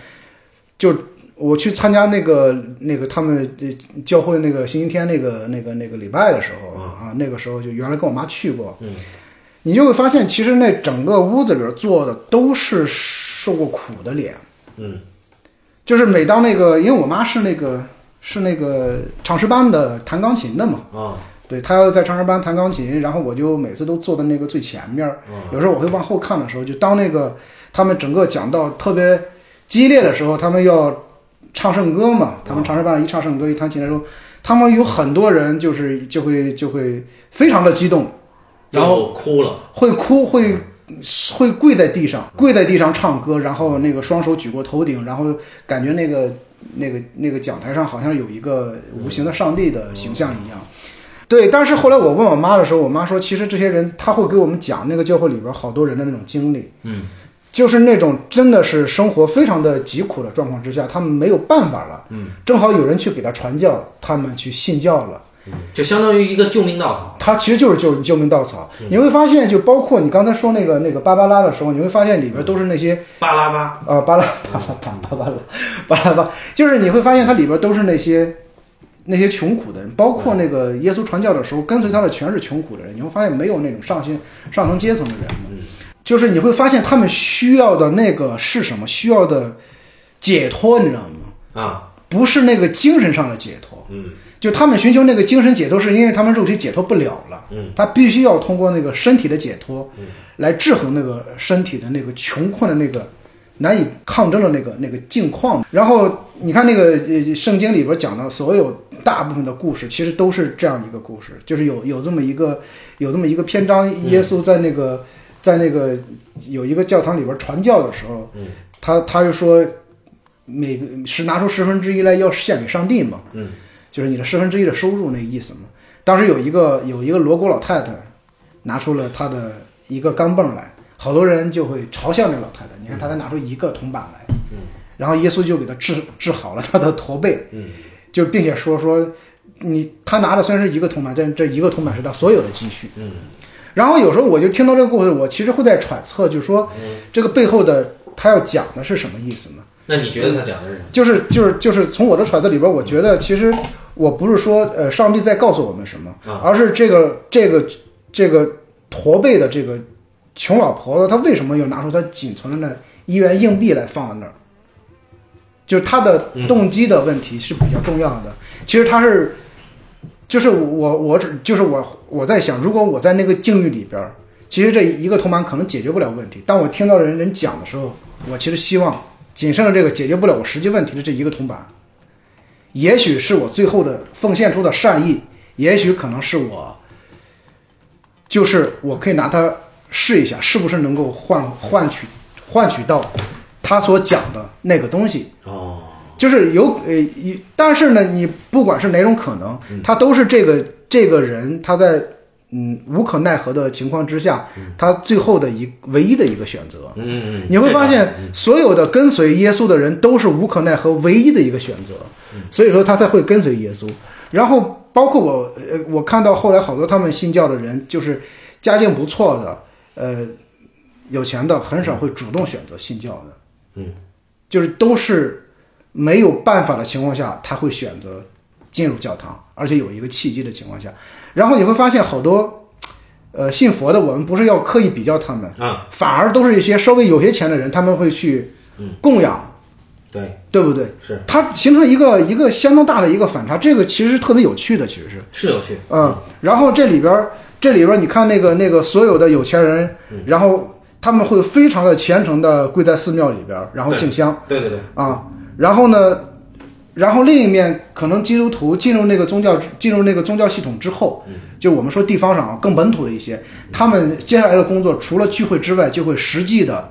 Speaker 1: 就我去参加那个那个他们呃教会那个星期天那个那个那个礼拜的时候啊，那个时候就原来跟我妈去过，
Speaker 2: 嗯
Speaker 1: 你就会发现，其实那整个屋子里边坐的都是受过苦的脸，
Speaker 2: 嗯
Speaker 1: 就是每当那个，因为我妈是那个是那个唱诗班的弹钢琴的嘛。
Speaker 2: 哦，
Speaker 1: 对他要在唱诗班弹钢琴，然后我就每次都坐在那个最前面儿，有时候我会往后看的时候，就当那个他们整个讲到特别激烈的时候，他们要唱圣歌嘛，他们唱诗班一唱圣歌一弹琴的时候，他们有很多人就是就会就会非常的激动，然后
Speaker 2: 后哭了，
Speaker 1: 会哭会。会跪在地上，跪在地上唱歌，然后那个双手举过头顶，然后感觉那个那个那个讲台上好像有一个无形的上帝的形象一样。对，但是后来我问我妈的时候，我妈说，其实这些人他会给我们讲那个教会里边好多人的那种经历，
Speaker 2: 嗯
Speaker 1: 就是那种真的是生活非常的疾苦的状况之下，他们没有办法了，
Speaker 2: 嗯，
Speaker 1: 正好有人去给他传教，他们去信教了。
Speaker 2: 就相当于一个救命稻草，
Speaker 1: 它其实就是救救命稻草。你会发现，就包括你刚才说那个那个芭芭拉的时候，你会发现里边都是那些
Speaker 2: 巴拉巴，
Speaker 1: 啊巴拉巴拉巴巴拉巴拉 巴，就是你会发现它里边都是那些那些穷苦的人，包括那个耶稣传教的时候，跟随他的全是穷苦的人。你会发现没有那种上线上层阶层的人
Speaker 2: 嗯
Speaker 1: 嘛，就是你会发现他们需要的那个是什么？需要的解脱，你知道吗？
Speaker 2: 啊，
Speaker 1: 不是那个精神上的解脱，
Speaker 2: 嗯
Speaker 1: 就他们寻求那个精神解脱，是因为他们肉体解脱不了了。
Speaker 2: 嗯
Speaker 1: 他必须要通过那个身体的解脱
Speaker 2: 嗯，
Speaker 1: 来制衡那个身体的那个穷困的那个难以抗争的那个那个境况。然后你看那个呃圣经里边讲的所有大部分的故事，其实都是这样一个故事，就是有有这么一个有这么一个篇章，耶稣在那个在那个有一个教堂里边传教的时候
Speaker 2: 嗯，
Speaker 1: 他他就说每个是拿出十分之一来要献给上帝嘛。
Speaker 2: 嗯
Speaker 1: 就是你的十分之一的收入那个意思嘛。当时有一个有一个罗锅老太太拿出了她的一个钢镚来，好多人就会嘲笑那老太太。你
Speaker 2: 嗯
Speaker 1: 看她才拿出一个铜板来，然后耶稣就给她治治好了她的驼背，
Speaker 2: 嗯
Speaker 1: 就并且说说你她拿的虽然是一个铜板，但这一个铜板是她所有的积蓄。
Speaker 2: 嗯
Speaker 1: 然后有时候我就听到这个故事，我其实会在揣测，就是说
Speaker 2: 嗯
Speaker 1: 这个背后的他要讲的是什么意思呢？
Speaker 2: 那你觉得他讲的是什么？
Speaker 1: 就是就是就是从我的揣测里边，我觉得其实我不是说呃上帝在告诉我们什么
Speaker 2: 啊，
Speaker 1: 而是这个这个这个驼背的这个穷老婆子，她为什么要拿出她仅存的那一元硬币来放在那儿？就是她的动机的问题是比较重要的。其实她是，就是我我只就是我我在想，如果我在那个境遇里边儿，其实这一个铜板可能解决不了问题。当我听到人人讲的时候，我其实希望仅剩的这个解决不了我实际问题的这一个铜板，也许是我最后的奉献出的善意，也许可能是我，就是我可以拿它试一下，是不是能够换换取换取到他所讲的那个东西。
Speaker 2: 哦，
Speaker 1: 就是有呃，一但是呢，你不管是哪种可能，他都是这个这个人他在嗯无可奈何的情况之下，他最后的一唯一的一个选择。
Speaker 2: 嗯嗯，
Speaker 1: 你会发
Speaker 2: 这
Speaker 1: 现，所有的跟随耶稣的人都是无可奈何唯一的一个选择，
Speaker 2: 嗯
Speaker 1: 所以说他才会跟随耶稣。然后包括我，呃，我看到后来好多他们信教的人，就是家境不错的，呃，有钱的，很少会主动选择信教的。
Speaker 2: 嗯，
Speaker 1: 就是都是没有办法的情况下，他会选择进入教堂，而且有一个契机的情况下，然后你会发现好多。呃，信佛的我们不是要刻意比较他们，
Speaker 2: 啊，
Speaker 1: 反而都是一些稍微有些钱的人，他们会去供养，
Speaker 2: 对，
Speaker 1: 对不对？
Speaker 2: 嗯是
Speaker 1: 它形成一个一个相当大的一个反差，这个其实是特别有趣的，其实是。
Speaker 2: 是有趣，
Speaker 1: 嗯，然后这里边儿，这里边儿你看那个那个所有的有钱人，
Speaker 2: 嗯
Speaker 1: 然后他们会非常的虔诚的跪在寺庙里边儿，然后敬香
Speaker 2: 对对对，
Speaker 1: 啊，然后呢，然后另一面可能基督徒进入那个宗教进入那个宗教系统之后，
Speaker 2: 嗯
Speaker 1: 就我们说地方上啊更本土的一些，他们接下来的工作除了聚会之外，就会实际的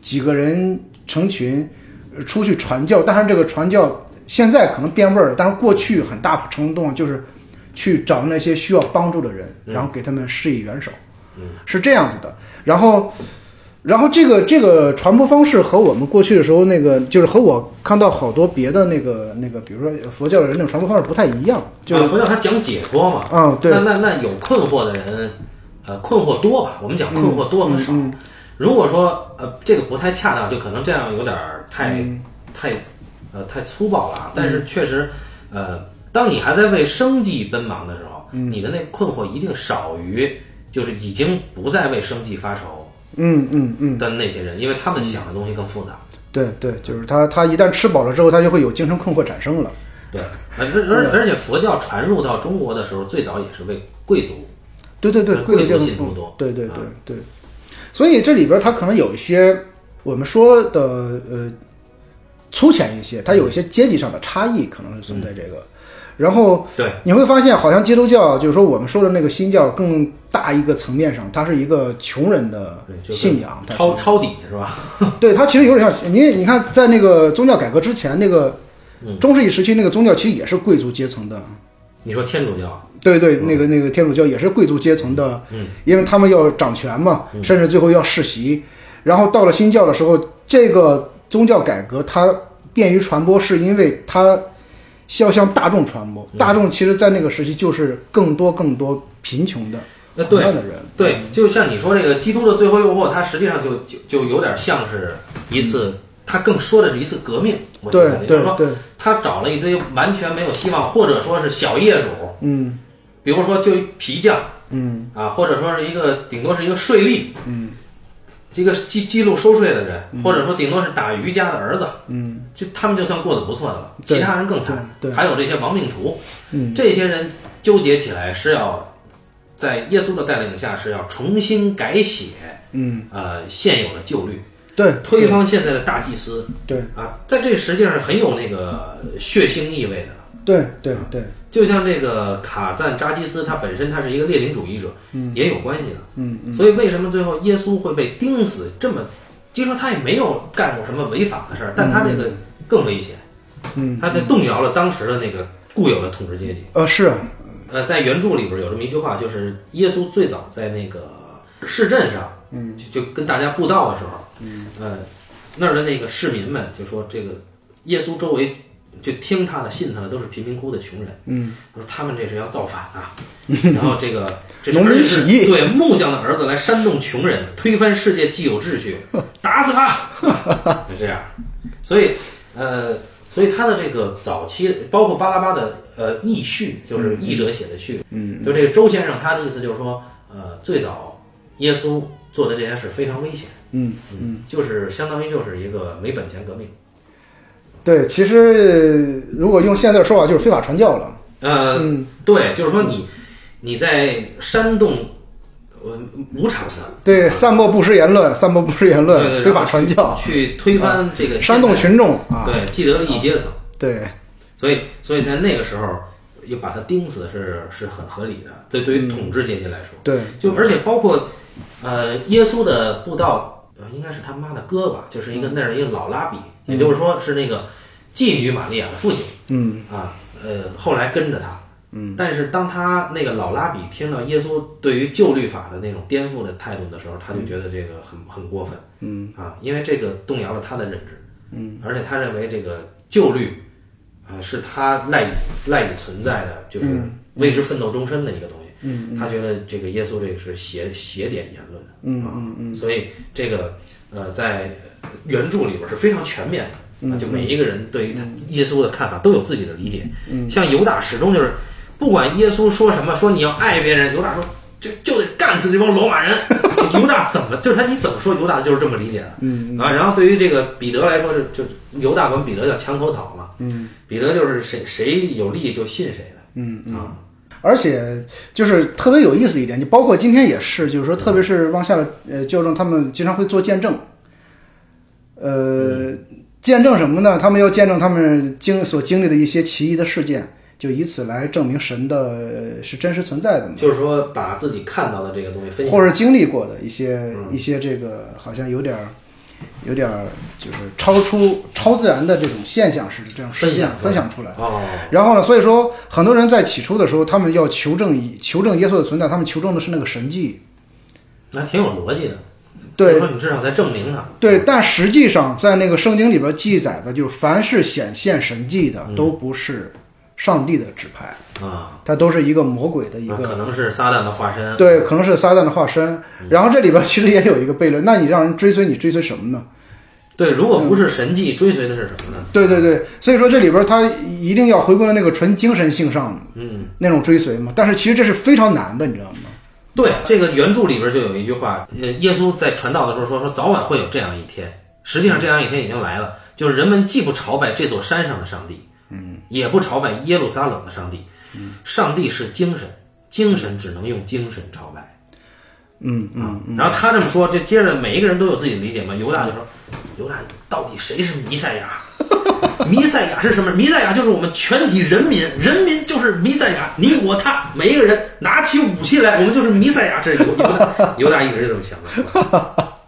Speaker 1: 几个人成群呃出去传教，但是这个传教现在可能变味儿了，但是过去很大程度上就是去找那些需要帮助的人，然后给他们施以援手，是这样子的。然后，然后这个这个传播方式和我们过去的时候那个，就是和我看到好多别的那个那个，比如说佛教的人那种传播方式不太一样，就
Speaker 2: 啊
Speaker 1: 是
Speaker 2: 佛教它讲解脱嘛，
Speaker 1: 嗯对
Speaker 2: 那那那有困惑的人，呃，困惑多吧？我们讲困惑多和
Speaker 1: 嗯
Speaker 2: 少。如果说呃这个不太恰当，就可能这样有点儿太、
Speaker 1: 嗯
Speaker 2: 太呃太粗暴了啊。但是确实，呃，当你还在为生计奔忙的时候，
Speaker 1: 嗯
Speaker 2: 你的那个困惑一定少于就是已经不再为生计发愁
Speaker 1: 嗯嗯嗯，
Speaker 2: 的那些人，因为他们想的东西更复杂。
Speaker 1: 对对，就是他他一旦吃饱了之后，他就会有精神困惑产生了。
Speaker 2: 对，而而而且佛教传入到中国的时候，最早也是为贵族。
Speaker 1: 对对对，
Speaker 2: 呃
Speaker 1: 贵族
Speaker 2: 贵
Speaker 1: 阶
Speaker 2: 族
Speaker 1: 层
Speaker 2: 信徒多
Speaker 1: 对对
Speaker 2: 啊
Speaker 1: 对对，所以这里边它可能有一些我们说的呃粗浅一些，它有一些阶级上的差异，可能是存在这个。然后
Speaker 2: 对，
Speaker 1: 你会发现，好像基督教就是说我们说的那个新教更大一个层面上，它是一个穷人的
Speaker 2: 对就是
Speaker 1: 信仰，它
Speaker 2: 抄抄底是吧？
Speaker 1: 对，它其实有点像你，你看，在那个宗教改革之前，那个
Speaker 2: 嗯
Speaker 1: 中世纪时期，那个宗教其实也是贵族阶层的，
Speaker 2: 你说天主教，
Speaker 1: 对对，那个那个天主教也是贵族阶层的，
Speaker 2: 嗯
Speaker 1: 因为他们要掌权嘛，甚至最后要世袭。然后到了新教的时候，这个宗教改革它便于传播，是因为它要向大众传
Speaker 2: 嗯
Speaker 1: 播。大众其实，在那个时期就是更多更多贫穷的、
Speaker 2: 那
Speaker 1: 苦
Speaker 2: 呃对
Speaker 1: 难的人。
Speaker 2: 对，就像你说这个基督的最后诱惑，它实际上就就就有点像是一次，它更说的是一次革命。我觉
Speaker 1: 对
Speaker 2: 得，也就是
Speaker 1: 对
Speaker 2: 说，
Speaker 1: 对，
Speaker 2: 他找了一堆完全没有希望，或者说是小业主，
Speaker 1: 嗯
Speaker 2: 比如说就一皮匠
Speaker 1: 嗯
Speaker 2: 啊，或者说是一个顶多是一个税吏，嗯，一个记记录收税的人，或者说顶多是打渔家的儿子，
Speaker 1: 嗯，
Speaker 2: 就他们就算过得不错的了，
Speaker 1: 对
Speaker 2: 其他人更惨。
Speaker 1: 对对
Speaker 2: 还有这些亡命徒，
Speaker 1: 嗯，
Speaker 2: 这些人纠结起来是要在耶稣的带领下是要重新改写
Speaker 1: 嗯，
Speaker 2: 呃现有的旧律，
Speaker 1: 对，
Speaker 2: 推翻现在的大祭司
Speaker 1: 对
Speaker 2: 啊，但这实际上是很有那个血腥意味的。
Speaker 1: 对对对，
Speaker 2: 就像这个卡赞扎基斯，他本身他是一个列宁主义者，也有关系的。
Speaker 1: 嗯
Speaker 2: 所以为什么最后耶稣会被钉死？这么，据说他也没有干过什么违法的事儿，但他这个更危险，
Speaker 1: 嗯，
Speaker 2: 他这动摇了当时的那个固有的统治阶级。
Speaker 1: 呃，是啊，
Speaker 2: 呃，在原著里边有这么一句话，就是耶稣最早在那个市镇上，嗯，就就跟大家布道的时候，嗯，呃，那儿的那个市民们就说，这个耶稣周围就听他的、信他的都是贫民窟的穷人，嗯，说他们这是要造反啊，然后这 个这是
Speaker 1: 农民
Speaker 2: 儿子
Speaker 1: 起义
Speaker 2: 对木匠的儿子来煽动穷人，推翻世界既有秩序，打死 他，就这样，所以呃，所以他的这个早期，包括巴拉巴的呃译序，就是译者写的序，嗯，就这个周先生他的意思就是说，呃，最早耶稣做的这件事非常危险，
Speaker 1: 嗯
Speaker 2: 嗯，就是相当于就是一个没本钱革命，
Speaker 1: 对，其实呃如果用现在的说法，就是非法传教了。
Speaker 2: 呃，
Speaker 1: 嗯
Speaker 2: 对，就是说你你在煽动呃无偿的
Speaker 1: 对，散播不实言论，散播不实言
Speaker 2: 对对
Speaker 1: 论，非法
Speaker 2: 然后
Speaker 1: 传教，
Speaker 2: 去推翻这个
Speaker 1: 煽动
Speaker 2: 现
Speaker 1: 群众
Speaker 2: 代
Speaker 1: 啊，
Speaker 2: 对既得利益阶层，
Speaker 1: 对，
Speaker 2: 所以所以在那个时候又把他钉死是是很合理的，这
Speaker 1: 嗯
Speaker 2: 对于统治阶级来说。
Speaker 1: 对，
Speaker 2: 就而且包括，呃，耶稣的布道，呃，应该是他妈的哥吧，就是一个那儿的一个老拉比，也就是说是那个妓女玛利亚的父亲
Speaker 1: 嗯，
Speaker 2: 啊，呃，后来跟着他，嗯，但是当他那个老拉比听到耶稣对于旧律法的那种颠覆的态度的时候，他就觉得这个很很过分，嗯啊，因为这个动摇了他的认知，嗯，而且他认为这个旧律，啊，是他赖以赖以存在的，就是为之奋斗终身的一个东西。嗯，他觉得这个耶稣这个是邪邪典言嗯论，嗯啊，所以这个呃，在原著里边是非常全面的，嗯啊，就每一个人对于他耶稣的看法都有自己的理解。像犹大始终就是，不管耶稣说什么，说你要爱别人，犹大说就就得干死这帮 罗马人。犹大怎么就是他你怎么说犹大就是这么理解的。嗯啊，然后对于这个彼得来说，是就犹大管彼得叫墙头草嘛。嗯，彼得就是谁谁有利就信谁的。嗯啊，
Speaker 1: 而且就是特别有意思的一点，你包括今天也是，就是说，特别是往下的呃教众，他们经常会做见证，呃，
Speaker 2: 嗯
Speaker 1: 见证什么呢？他们要见证他们经所经历的一些奇异的事件，就以此来证明神的呃是真实存在的嘛，
Speaker 2: 就是说把自己看到的这个东西分享。嗯
Speaker 1: 或者经历过的一些一些这个好像有点儿。有点儿就是超出超自然的这种现象式的这种事件分
Speaker 2: 分
Speaker 1: 享出来，
Speaker 2: 哦，
Speaker 1: 然后呢，所以说很多人在起初的时候，他们要求证以求证耶稣的存在，他们求证的是那个神迹。
Speaker 2: 那挺有逻辑的。就是
Speaker 1: 对
Speaker 2: 说你至少在证明他。
Speaker 1: 对，但实际上在那个圣经里边记载的，就是凡是显现神迹的，都不是上帝的指派，
Speaker 2: 啊，
Speaker 1: 它都是一个魔鬼的一
Speaker 2: 那
Speaker 1: 个。
Speaker 2: 可能是撒旦的化身。
Speaker 1: 对，可能是撒旦的化身。然后这里边其实也有一个悖论，那你让人追随你追随什么呢？
Speaker 2: 对，如果不是神迹，追随的是什么呢？
Speaker 1: 对对对，所以说这里边它一定要回归到那个纯精神性上
Speaker 2: 嗯，
Speaker 1: 那种追随嘛。但是其实这是非常难的，你知道吗？
Speaker 2: 对，这个原著里边就有一句话，呃，耶稣在传道的时候说，说早晚会有这样一天。实际上，这样一天已经来了，就是人们既不朝拜这座山上的上帝，嗯，也不朝拜耶路撒冷的上帝。上帝是精神，精神只能用精神朝拜。
Speaker 1: 嗯嗯。
Speaker 2: 啊，然后他这么说，这接着每一个人都有自己的理解嘛。犹大就说：“犹大，到底谁是弥赛亚？弥赛亚是什么？弥赛亚就是我们全体人民，人民就是弥赛亚，你我他，每一个人拿起武器来，我们就是弥赛亚。”这是犹犹大，犹大一直是这么想的。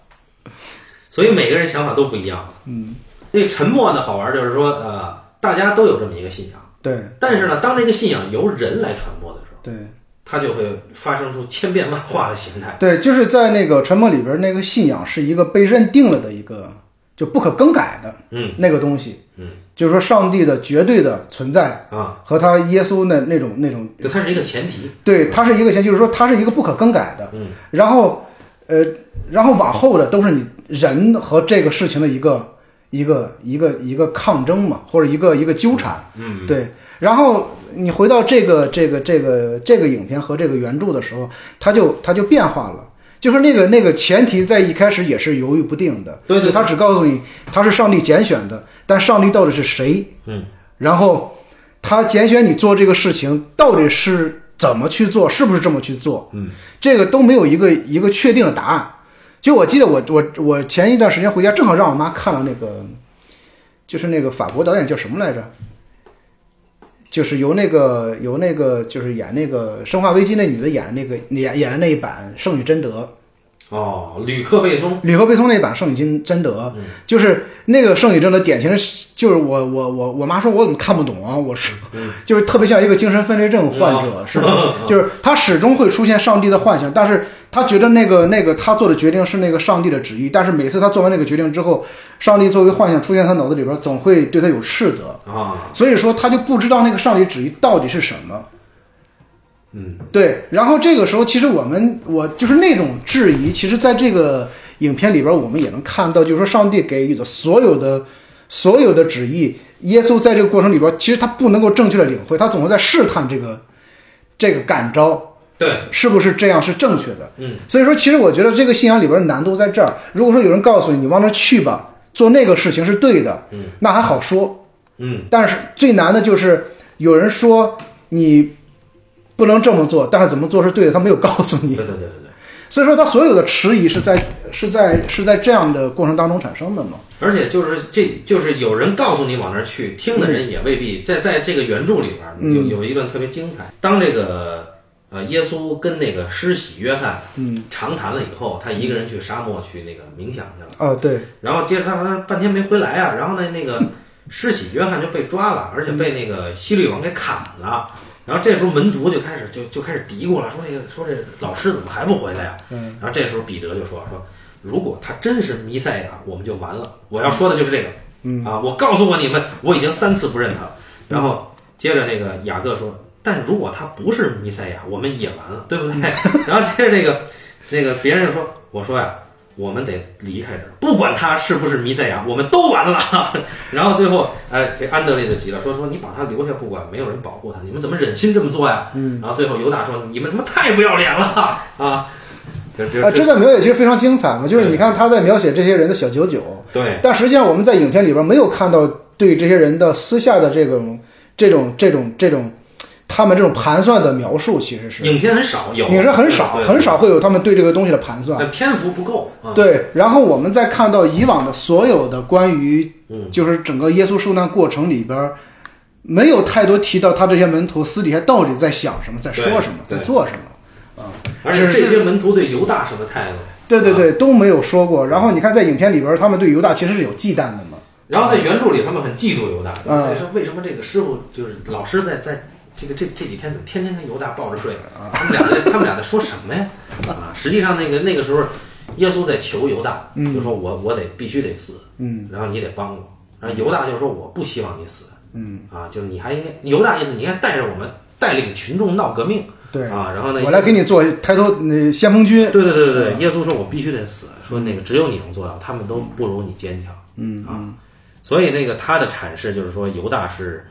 Speaker 2: 所以每个人想法都不一样。嗯，这沉默呢，好玩就是说，呃，大家都有这么一个信仰，
Speaker 1: 对
Speaker 2: 但是呢，当这个信仰由人来传播的时候，
Speaker 1: 对
Speaker 2: 它就会发生出千变万化的形态。
Speaker 1: 对，就是在那个《沉默》里边，那个信仰是一个被认定了的一个就不可更改的，
Speaker 2: 嗯，
Speaker 1: 那个东西，
Speaker 2: 嗯，
Speaker 1: 就是说上帝的绝对的存在
Speaker 2: 啊，
Speaker 1: 和他耶稣那那种那种，
Speaker 2: 对，它是一个前提。
Speaker 1: 对，它是一个先，就是说它是一个不可更改的，嗯，然后呃，然后往后的都是你人和这个事情的一个一个一个一个抗争嘛，或者一个一个纠缠，
Speaker 2: 嗯，
Speaker 1: 对，然后你回到这个这个这个这个影片和这个原著的时候，它就它就变化了。就是那个那个前提，在一开始也是犹豫不定的。
Speaker 2: 对对
Speaker 1: 就他只告诉你他是上帝拣选的，但上帝到底是谁？
Speaker 2: 嗯，
Speaker 1: 然后他拣选你做这个事情，到底是怎么去做，是不是这么去做？嗯，这个都没有一个一个确定的答案。就我记得我我我前一段时间回家，正好让我妈看了那个，就是那个法国导演叫什么来着？就是由那个由那个就是演那个《生化危机》那女的演那个演演的那一版圣女贞德，
Speaker 2: 哦，吕克贝松，
Speaker 1: 吕克贝松那一版《圣女贞贞德》，啊就是那个《圣女贞德》典型的是，就是我我我我妈说我怎么看不懂啊？我是就是特别像一个精神分裂症患者，是吧？就是他始终会出现上帝的幻想，但是他觉得那个那个他做的决定是那个上帝的旨意，但是每次他做完那个决定之后，上帝作为幻想出现在他脑子里边，总会对他有斥责，
Speaker 2: 啊，
Speaker 1: 所以说他就不知道那个上帝旨意到底是什么。
Speaker 2: 嗯，
Speaker 1: 对，然后这个时候，其实我们我就是那种质疑，其实在这个影片里边，我们也能看到，就是说上帝给予的所有的所有的旨意，耶稣在这个过程里边，其实他不能够正确的领会，他总是在试探这个这个感召
Speaker 2: 对，
Speaker 1: 是不是这样是正确的。
Speaker 2: 嗯，
Speaker 1: 所以说，其实我觉得这个信仰里边的难度在这儿。如果说有人告诉你你往那儿去吧，做那个事情是对的，
Speaker 2: 嗯，
Speaker 1: 那还好说。
Speaker 2: 嗯，
Speaker 1: 但是最难的就是有人说你不能这么做，但是怎么做是对的，他没有告诉
Speaker 2: 对
Speaker 1: 你。
Speaker 2: 对对对对，
Speaker 1: 所以说他所有的迟疑是在是在是在这样的过程当中产生的嘛。
Speaker 2: 而且就是这就是有人告诉你往那儿去，听的人也未必在在这个原著里边儿有有一段特别精彩，当这个。呃，耶稣跟那个施洗约翰，嗯，长谈了以后，他一个人去沙漠去那个冥想去了，
Speaker 1: 啊，对，
Speaker 2: 然后接着他好像半天没回来啊，然后呢，那个施洗约翰就被抓了，而且被那个希律王给砍了。然后这时候门徒就开始就就开始嘀咕了，说这个说这老师怎么还不回来呀、啊
Speaker 1: 嗯，
Speaker 2: 然后这时候彼得就说说，如果他真是弥赛亚，我们就完了。我要说的就是这个，嗯啊，我告诉过你们，我已经三次不认他了。然后接着那个雅各说，但如果他不是嗯 弥赛亚，我们也完了，对不对？然后接着这个那个别人就说，我说呀，我们得离开这儿，不管他是不是弥赛亚，我们都完了。 然后最后，哎，这安德烈就急了，说说你把他留下不管，没有人保护他，你们怎么忍心这么做呀？嗯。然后最后犹大说：“你们他妈太不要脸了啊！”这这
Speaker 1: 啊，这段描写其实非常精彩嘛，就是你看他在描写这些人的小九九，
Speaker 2: 对
Speaker 1: 但实际上我们在影片里边没有看到对这些人的私下的这种、这种、这种、这种，他们这种盘算的描述，其实是
Speaker 2: 影片很少有，
Speaker 1: 影视很少
Speaker 2: 对对
Speaker 1: 很少会有他们对这个东西的盘算。
Speaker 2: 但篇幅不够啊。
Speaker 1: 对，然后我们再看到以往的所有的关于
Speaker 2: 嗯，
Speaker 1: 就是整个耶稣受难过程里边，没有太多提到他这些门徒私底下到底在想什么、在说什么、
Speaker 2: 对
Speaker 1: 在
Speaker 2: 对
Speaker 1: 做什么。
Speaker 2: 而且
Speaker 1: 只是
Speaker 2: 这些门徒对犹大什么态度？
Speaker 1: 对对
Speaker 2: 啊
Speaker 1: 对，都没有说过。然后你看，在影片里边，他们对犹大其实是有忌惮的嘛。
Speaker 2: 然后在原著里，他们很嫉妒犹大，
Speaker 1: 嗯
Speaker 2: 就是说为什么这个师傅就是老师在在这个这这几天怎么天天跟犹大抱着睡？他们俩 在他们俩在说什么呀？啊，实际上那个那个时候，耶稣在求犹大，就说我我得必须得死，
Speaker 1: 嗯，
Speaker 2: 然后你得帮我。然后犹大就说我不希望你死，嗯，啊，就是你还应该犹大意思你应该带着我们带领群众闹革命，
Speaker 1: 对
Speaker 2: 啊，然后呢，嗯
Speaker 1: 我来给你做抬头那先锋军。
Speaker 2: 对对对对对，耶稣说：“我必须得死。”说那个只有你能做到，他们都不如你坚强。嗯啊，所以那个他的阐释就是说，犹大是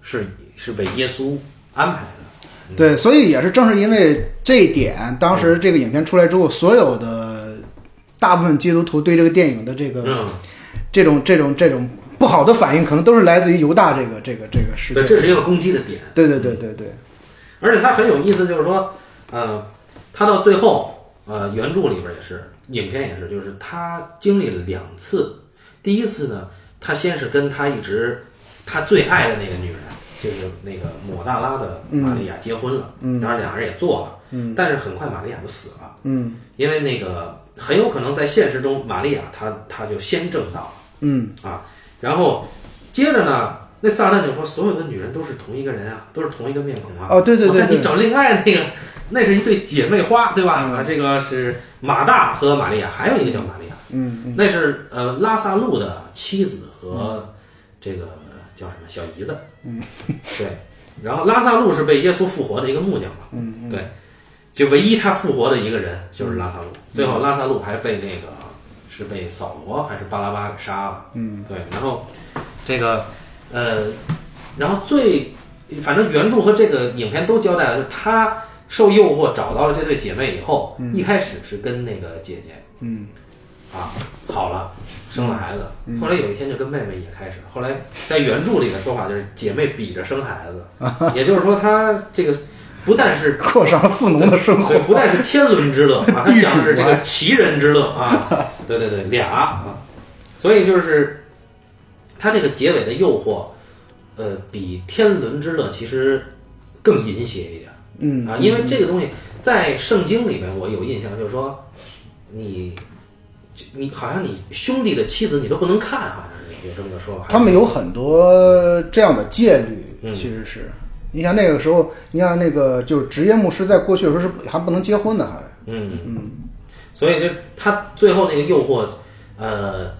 Speaker 2: 是是被耶稣安排的。
Speaker 1: 对，所以也是正是因为这一点，当
Speaker 2: 嗯
Speaker 1: 时这个影片出来之后，所有的大部分基督徒对这个电影的这个
Speaker 2: 嗯，
Speaker 1: 这种这种这种不好的反应，可能都是来自于犹大这个这个这个事
Speaker 2: 对，
Speaker 1: 件。
Speaker 2: 这是一个攻击的点。
Speaker 1: 对对对对对，
Speaker 2: 而且他很有意思，就是说，呃，他到最后，呃，原著里边也是，影片也是，就是他经历了两次。第一次呢，他先是跟他一直他最爱的那个女人，就是那个抹大拉的玛利亚结婚了，然后俩人也做了，但是很快玛利亚就死了，
Speaker 1: 嗯
Speaker 2: 因为那个很有可能在现实中，玛利亚她她就先正道
Speaker 1: 嗯，
Speaker 2: 啊，然后接着呢。那撒旦就说：“所有的女人都是同一个人啊，都是同一个面孔啊。”
Speaker 1: 哦对对对
Speaker 2: 但
Speaker 1: 对嗯
Speaker 2: 你找另外那个，那是一对姐妹花，对吧？啊，这个是马大和玛利亚，还有一个叫玛利亚，
Speaker 1: 嗯，嗯
Speaker 2: 那是呃拉萨路的妻子和这个叫什么小姨子，嗯， 对。然后拉萨路是被耶稣复活的一个木匠嘛，嗯，对，就唯一他复活的一个人就是拉萨路。
Speaker 1: 嗯
Speaker 2: 最后拉萨路还被那个是被扫罗还是巴拉巴给杀了，嗯，对。然后这个呃，然后最反正原著和这个影片都交代了，就是他受诱惑找到了这对姐妹以后，一开始是跟那个姐姐，
Speaker 1: 嗯，
Speaker 2: 啊，好了，生了孩子。后来有一天就跟妹妹也开始。后来在原著里的说法就是姐妹比着生孩子，也就是说她这个不但是
Speaker 1: 过上了富农的生活
Speaker 2: 对，。不但是天伦之乐 啊，他
Speaker 1: 地主
Speaker 2: 想的是这
Speaker 1: 啊
Speaker 2: 个奇人之乐 啊，对对对，俩啊，所以就是他这个结尾的诱惑，呃，比天伦之乐其实更淫邪一点，
Speaker 1: 嗯
Speaker 2: 啊，因为这个东西在圣经里面我有印象，就是说你你好像你兄弟的妻子你都不能看，好像是有这么个说法，
Speaker 1: 他们有很多这样的戒律，
Speaker 2: 嗯
Speaker 1: 其实是。你想那个时候，你像那个就是职业牧师，在过去的时候是还不能结婚的，还
Speaker 2: 嗯，嗯，所以就是他最后那个诱惑，呃，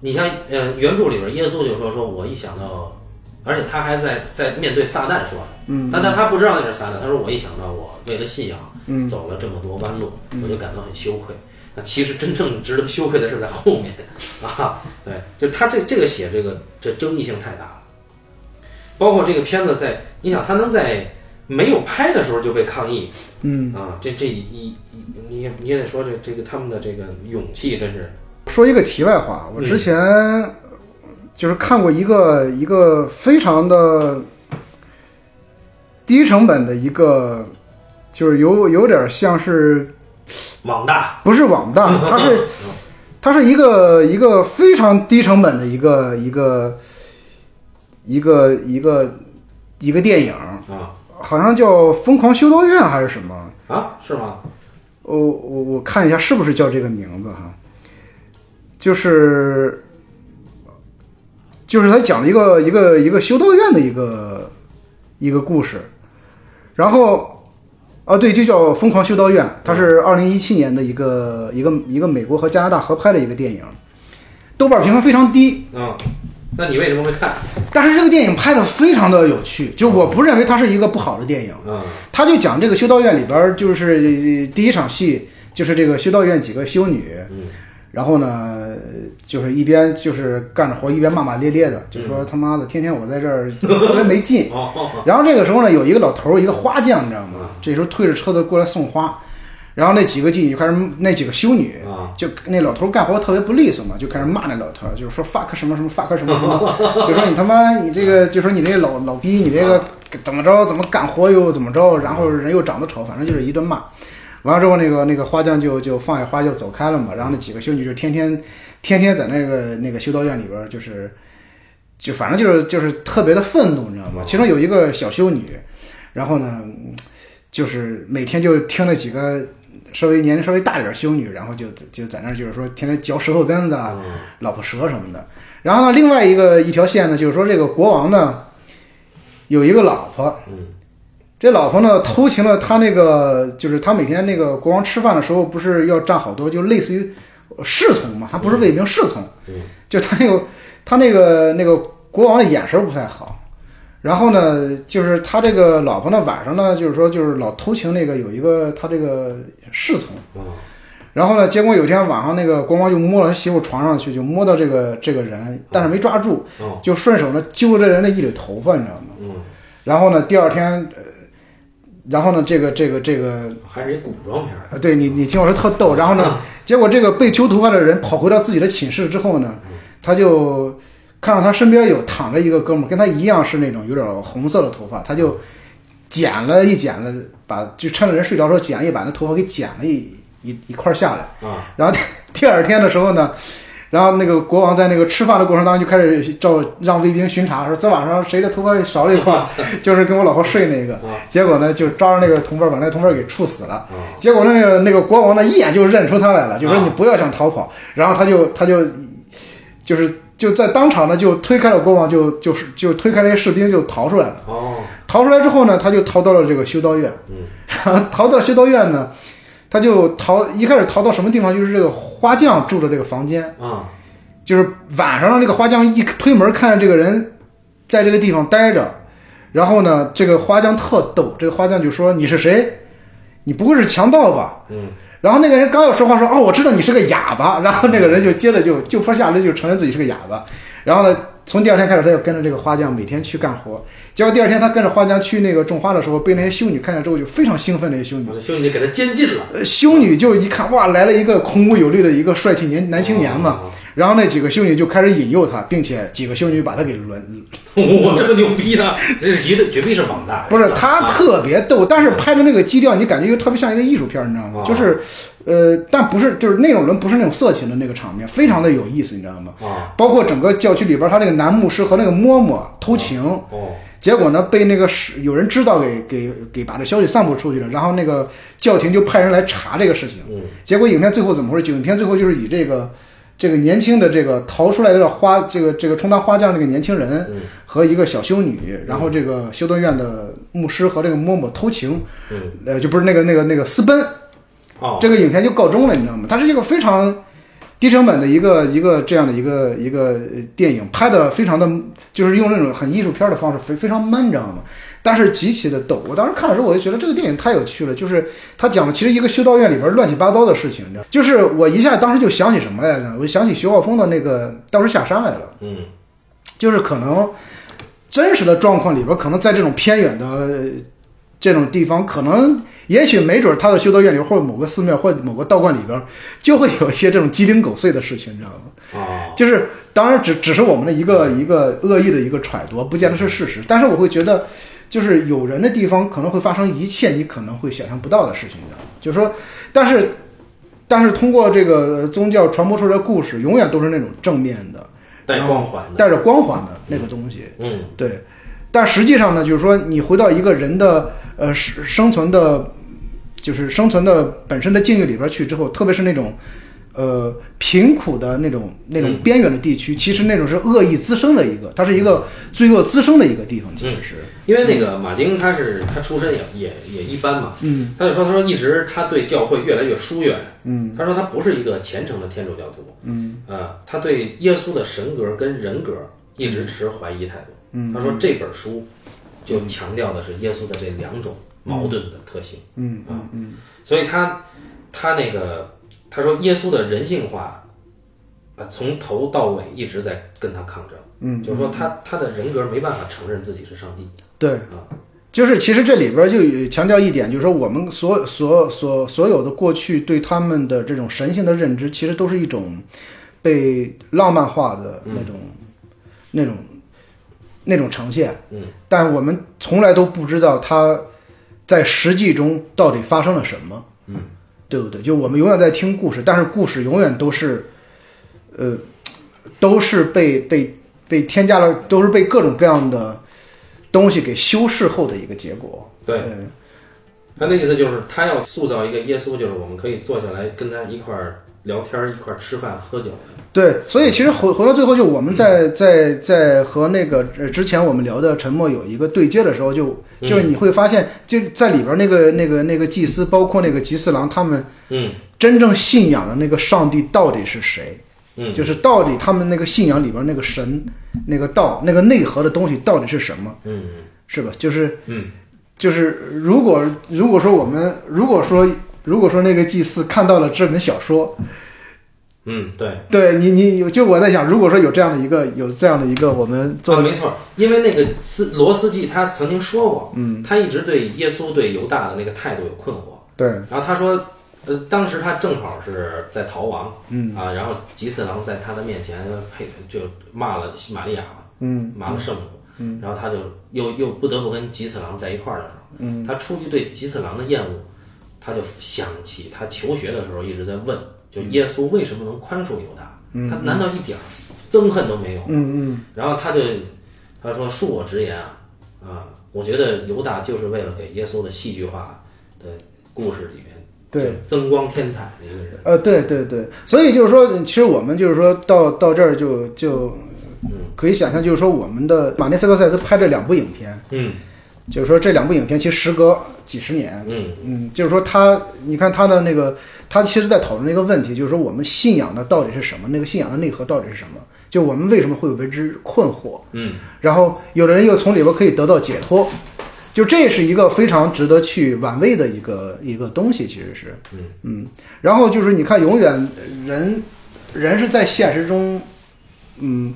Speaker 2: 你像呃原著里边耶稣就说说我一想到，而且他还在在面对撒旦说的，嗯，但他他不知道那是撒旦，他说我一想到我为了信仰，嗯，走了这么多弯路，我就感到很羞愧。那其实真正值得羞愧的是在后面 啊，对，就他这这个写这个这争议性太大了，包括这个片子在你想他能在没有拍的时候就被抗议，嗯啊，这这一一你也你也得说这这个他们的这个勇气真是，
Speaker 1: 说一个题外话，我
Speaker 2: 嗯
Speaker 1: 之前就是看过一个一个非常的低成本的一个，就是有有点像是
Speaker 2: 网大，
Speaker 1: 不是网大，它是它是一个一个非常低成本的一个一个一个一个一个电影，
Speaker 2: 啊
Speaker 1: 好像叫《疯狂修道院》还是什么。
Speaker 2: 啊是吗？
Speaker 1: 呃我我我看一下是不是叫这个名字哈，就是就是他讲了一个一个一个修道院的一个一个故事，然后啊对，就叫《疯狂修道院》，它是二零一七年的一个一个一个美国和加拿大合拍的一个电影，豆瓣评分非常低，
Speaker 2: 嗯，那你为什么会看？
Speaker 1: 但是这个电影拍的非常的有趣，就我不认为它是一个不好的电影。
Speaker 2: 嗯
Speaker 1: 他就讲这个修道院里边，儿，就是呃第一场戏，就是这个修道院几个修女，
Speaker 2: 嗯
Speaker 1: 然后呢，就是一边就是干着活，一边骂骂咧咧的，就
Speaker 2: 嗯
Speaker 1: 说他妈的，天天我在这儿特别没劲。
Speaker 2: 哦哦，
Speaker 1: 然后这个时候呢，有一个老头儿，一个花匠，你知道吗？这时候推着车子过来送花，然后那几个妓女就开始，那几个修女
Speaker 2: 啊
Speaker 1: 就那老头儿干活特别不利索嘛，就开始骂那老头儿，就是说 fuck 什么什么 fuck 什么什么， 就说你他妈你这个，就说你这个老老逼，你这个怎么着怎么干活又怎么着，然后人又长得丑，反正就是一顿骂。完了之后，那个那个花匠就就放下花就走开了嘛。然后那几个修女就天天天天在那个那个修道院里边儿就是就反正就是就是特别的愤怒，你知道吗？其中有一个小修女，然后呢，嗯就是每天就听那几个稍微年龄稍微大一点儿修女，然后就就在那儿就是说天天嚼舌头根子啊、
Speaker 2: 嗯
Speaker 1: 老婆舌什么的。然后呢，另外一个一条线呢，就是说这个国王呢有一个老婆，
Speaker 2: 嗯
Speaker 1: 这老婆呢偷情了他那个就是他每天那个国王吃饭的时候不是要占好多，就类似于侍从嘛，他不是卫兵侍从，
Speaker 2: 嗯
Speaker 1: 就他那个他那个那个国王的眼神不太好。然后呢，就是他这个老婆呢，晚上呢，就是说就是老偷情那个有一个他这个侍从。
Speaker 2: 哦
Speaker 1: 然后呢，结果有一天晚上，那个国王就摸到他媳妇床上去，就摸到这个这个人，但是没抓住，
Speaker 2: 哦
Speaker 1: 就顺手呢揪这人的一缕头发，你知道吗？
Speaker 2: 嗯，
Speaker 1: 然后呢，第二天，呃，然后呢，这个这个这个
Speaker 2: 还是一古装片儿。
Speaker 1: 啊，对你，你听我说特逗。然后
Speaker 2: 嗯
Speaker 1: 呢，结果这个被囚徒化的人跑回到自己的寝室之后呢，他就看到他身边有躺着一个哥们儿，跟他一样是那种有点红色的头发，他就剪了一剪了，把就趁着人睡着的时候剪了一把那头发给剪了一一一块儿下来。
Speaker 2: 啊，
Speaker 1: 然后第二天的时候呢，然后那个国王在那个吃饭的过程当中就开始照让卫兵巡查，说昨晚上谁的头发少了一块儿，就是跟我老婆睡那个。结果呢，就招着那个同伴，把那个同伴给处死了。
Speaker 2: 啊
Speaker 1: 结果那个那个国王呢，一眼就认出他来了，就说
Speaker 2: 啊
Speaker 1: 你不要想逃跑。然后他就他就就是就在当场呢就推开了国王，就就是就推开那些士兵就逃出来了。
Speaker 2: 哦，
Speaker 1: 逃出来之后呢，他就逃到了这个修道院。
Speaker 2: 嗯，
Speaker 1: 然后 逃到修道院呢，他就逃一开始逃到什么地方？就是这个花匠住的这个房间。
Speaker 2: 啊，
Speaker 1: 就是晚上这个花匠一推门，看见这个人在这个地方待着，然后呢，这个花匠特逗，这个花匠就说：“你是谁？你不会是强盗吧？”
Speaker 2: 嗯，
Speaker 1: 然后那个人刚要说话说，哦，我知道你是个哑巴。然后那个人就接着就就坡下驴就承认自己是个哑巴。然后呢，从第二天开始，他就跟着这个花匠每天去干活。结果第二天他跟着花匠去那个种花的时候，被那些修女看见之后就非常兴奋。那些修女，
Speaker 2: 我的兄弟给他监禁了。
Speaker 1: 呃，修女就一看，哇，来了一个孔武有力的一个帅气年男青年
Speaker 2: 哦
Speaker 1: 嘛。然后那几个修女就开始引诱他，并且几个修女把他给轮，
Speaker 2: 我这么牛逼呢？这是绝对绝逼是王大人。啊
Speaker 1: 不是他特别逗，但是拍的那个基调，你感觉又特别像一个艺术片，你知道吗
Speaker 2: 哦？
Speaker 1: 就是，呃，但不是就是那种人不是那种色情的那个场面，非常的有意思，你知道吗？
Speaker 2: 啊，
Speaker 1: 包括整个教区里边，他那个男牧师和那个嬷嬷偷情，
Speaker 2: 哦，
Speaker 1: 结果呢被那个是有人知道给给给把这消息散布出去了，然后那个教廷就派人来查这个事情。
Speaker 2: 嗯
Speaker 1: 结果影片最后怎么回事？影片最后就是以这个这个年轻的这个逃出来的花这个这个充当花匠这个年轻人
Speaker 2: 嗯
Speaker 1: 和一个小修女，然后这个修道院的牧师和这个嬷嬷偷情，
Speaker 2: 嗯，
Speaker 1: 呃，就不是那个那个那个私奔，
Speaker 2: 哦，
Speaker 1: 这个影片就告终了，你知道吗？它是一个非常低成本的一个一个这样的一个一个呃电影，拍的非常的，就是用那种很艺术片的方式，非非常闷，你知道吗？但是极其的逗。我当时看的时候，我就觉得这个电影太有趣了，就是它讲的其实一个修道院里边乱七八糟的事情，你知道吗，就是我一下当时就想起什么来着？我想起徐浩峰的那个《道士下山》来了。
Speaker 2: 嗯
Speaker 1: 就是可能真实的状况里边，可能在这种偏远的呃这种地方，可能也许没准他的修道院里或者某个寺庙或者某个道观里边，就会有一些这种鸡零狗碎的事情，你知道吗？
Speaker 2: 哦，
Speaker 1: 就是当然只只是我们的一个一个恶意的一个揣度，不见得是事实。但是我会觉得，就是有人的地方可能会发生一切你可能会想象不到的事情，你知道吗？就是说，但是但是通过这个宗教传播出来的故事，永远都是那种正面的。
Speaker 2: 带光环的。
Speaker 1: 带着光环的那个东西。
Speaker 2: 嗯
Speaker 1: 对，但实际上呢，就是说你回到一个人的呃生生存的，就是生存的本身的境遇里边去之后，特别是那种。呃，贫苦的那种、那种边缘的地区，其实那种是恶意滋生的一个，它是一个罪恶滋生的一个地方，其实是。
Speaker 2: 因为那个马丁他是他出身也也也一般嘛，
Speaker 1: 嗯，
Speaker 2: 他就说他说一直他对教会越来越疏远，嗯，他说他不是一个虔诚的天主教徒，嗯，啊，他对耶稣的神格跟人格一直持怀疑态度，嗯，他说这本书就嗯强调的是耶稣的这两种矛盾的特性，嗯啊，所以他他那个他说耶稣的人性化，啊，从头到尾一直在跟他抗争，
Speaker 1: 嗯，
Speaker 2: 就是说他他的人格没办法承认自己是上帝，
Speaker 1: 对，就是其实这里边就有强调一点，就是说我们所所所所有的过去对他们的这种神性的认知，其实都是一种被浪漫化的那种、那种那种呈现。
Speaker 2: 嗯，
Speaker 1: 但我们从来都不知道它在实际中到底发生了什么。
Speaker 2: 嗯，
Speaker 1: 对不对？就我们永远在听故事，但是故事永远都是，呃，都是被被被添加了，都是被各种各样的东西给修饰后的一个结果。嗯
Speaker 2: 对，他那意思就是他要塑造一个耶稣，就是我们可以坐下来跟他一块儿聊天儿，一块儿吃饭喝酒。
Speaker 1: 对，所以其实回回到最后，就我们在在在和那个呃之前我们聊的沉默有一个对接的时候，就
Speaker 2: 嗯
Speaker 1: 就是你会发现，就在里边那个那个那个祭司，包括那个吉四郎，他们
Speaker 2: 嗯
Speaker 1: 真正信仰的那个上帝到底是谁？
Speaker 2: 嗯，
Speaker 1: 就是到底他们那个信仰里边那个神、那个道、那个内核的东西到底是什么？
Speaker 2: 嗯
Speaker 1: 是吧？就是
Speaker 2: 嗯
Speaker 1: 就是如果如果说我们如果说如果说那个祭司看到了这本小说，
Speaker 2: 嗯，对，
Speaker 1: 对你你就我在想，如果说有这样的一个有这样的一个我们做
Speaker 2: 啊，没错，因为那个斯罗斯基他曾经说过，嗯，他一直对耶稣对犹大的那个态度有困惑。
Speaker 1: 对
Speaker 2: 然后他说，呃，当时他正好是在逃亡，嗯啊，然后吉次郎在他的面前配就骂了玛利亚嘛，
Speaker 1: 嗯，
Speaker 2: 骂了圣母，嗯，然后他就又又不得不跟吉次郎在一块儿的时候，嗯，他出于对吉次郎的厌恶，他就想起他求学的时候一直在问，就耶稣为什么能宽恕犹大？他难道一点儿憎恨都没有？
Speaker 1: 嗯嗯
Speaker 2: 然后他就他说：“恕我直言啊，啊，我觉得犹大就是为了给耶稣的戏剧化的故事里面
Speaker 1: 对。
Speaker 2: 增光添彩的一个人。
Speaker 1: 呃，对对对，所以就是说，其实我们就是说到到这儿就就可以想象，就是说我们的马内斯科塞斯拍这两部影片，
Speaker 2: 嗯
Speaker 1: 就是说这两部影片其实时隔几十年，
Speaker 2: 嗯
Speaker 1: 嗯，就是说他，你看他的那个，他其实在讨论一个问题，就是说我们信仰的到底是什么？那个信仰的内核到底是什么？就我们为什么会为之困惑？
Speaker 2: 嗯，
Speaker 1: 然后有的人又从里边可以得到解脱，就这是一个非常值得去玩味的一个一个东西，其实是，嗯然后就是你看，永远人人是在现实中，嗯，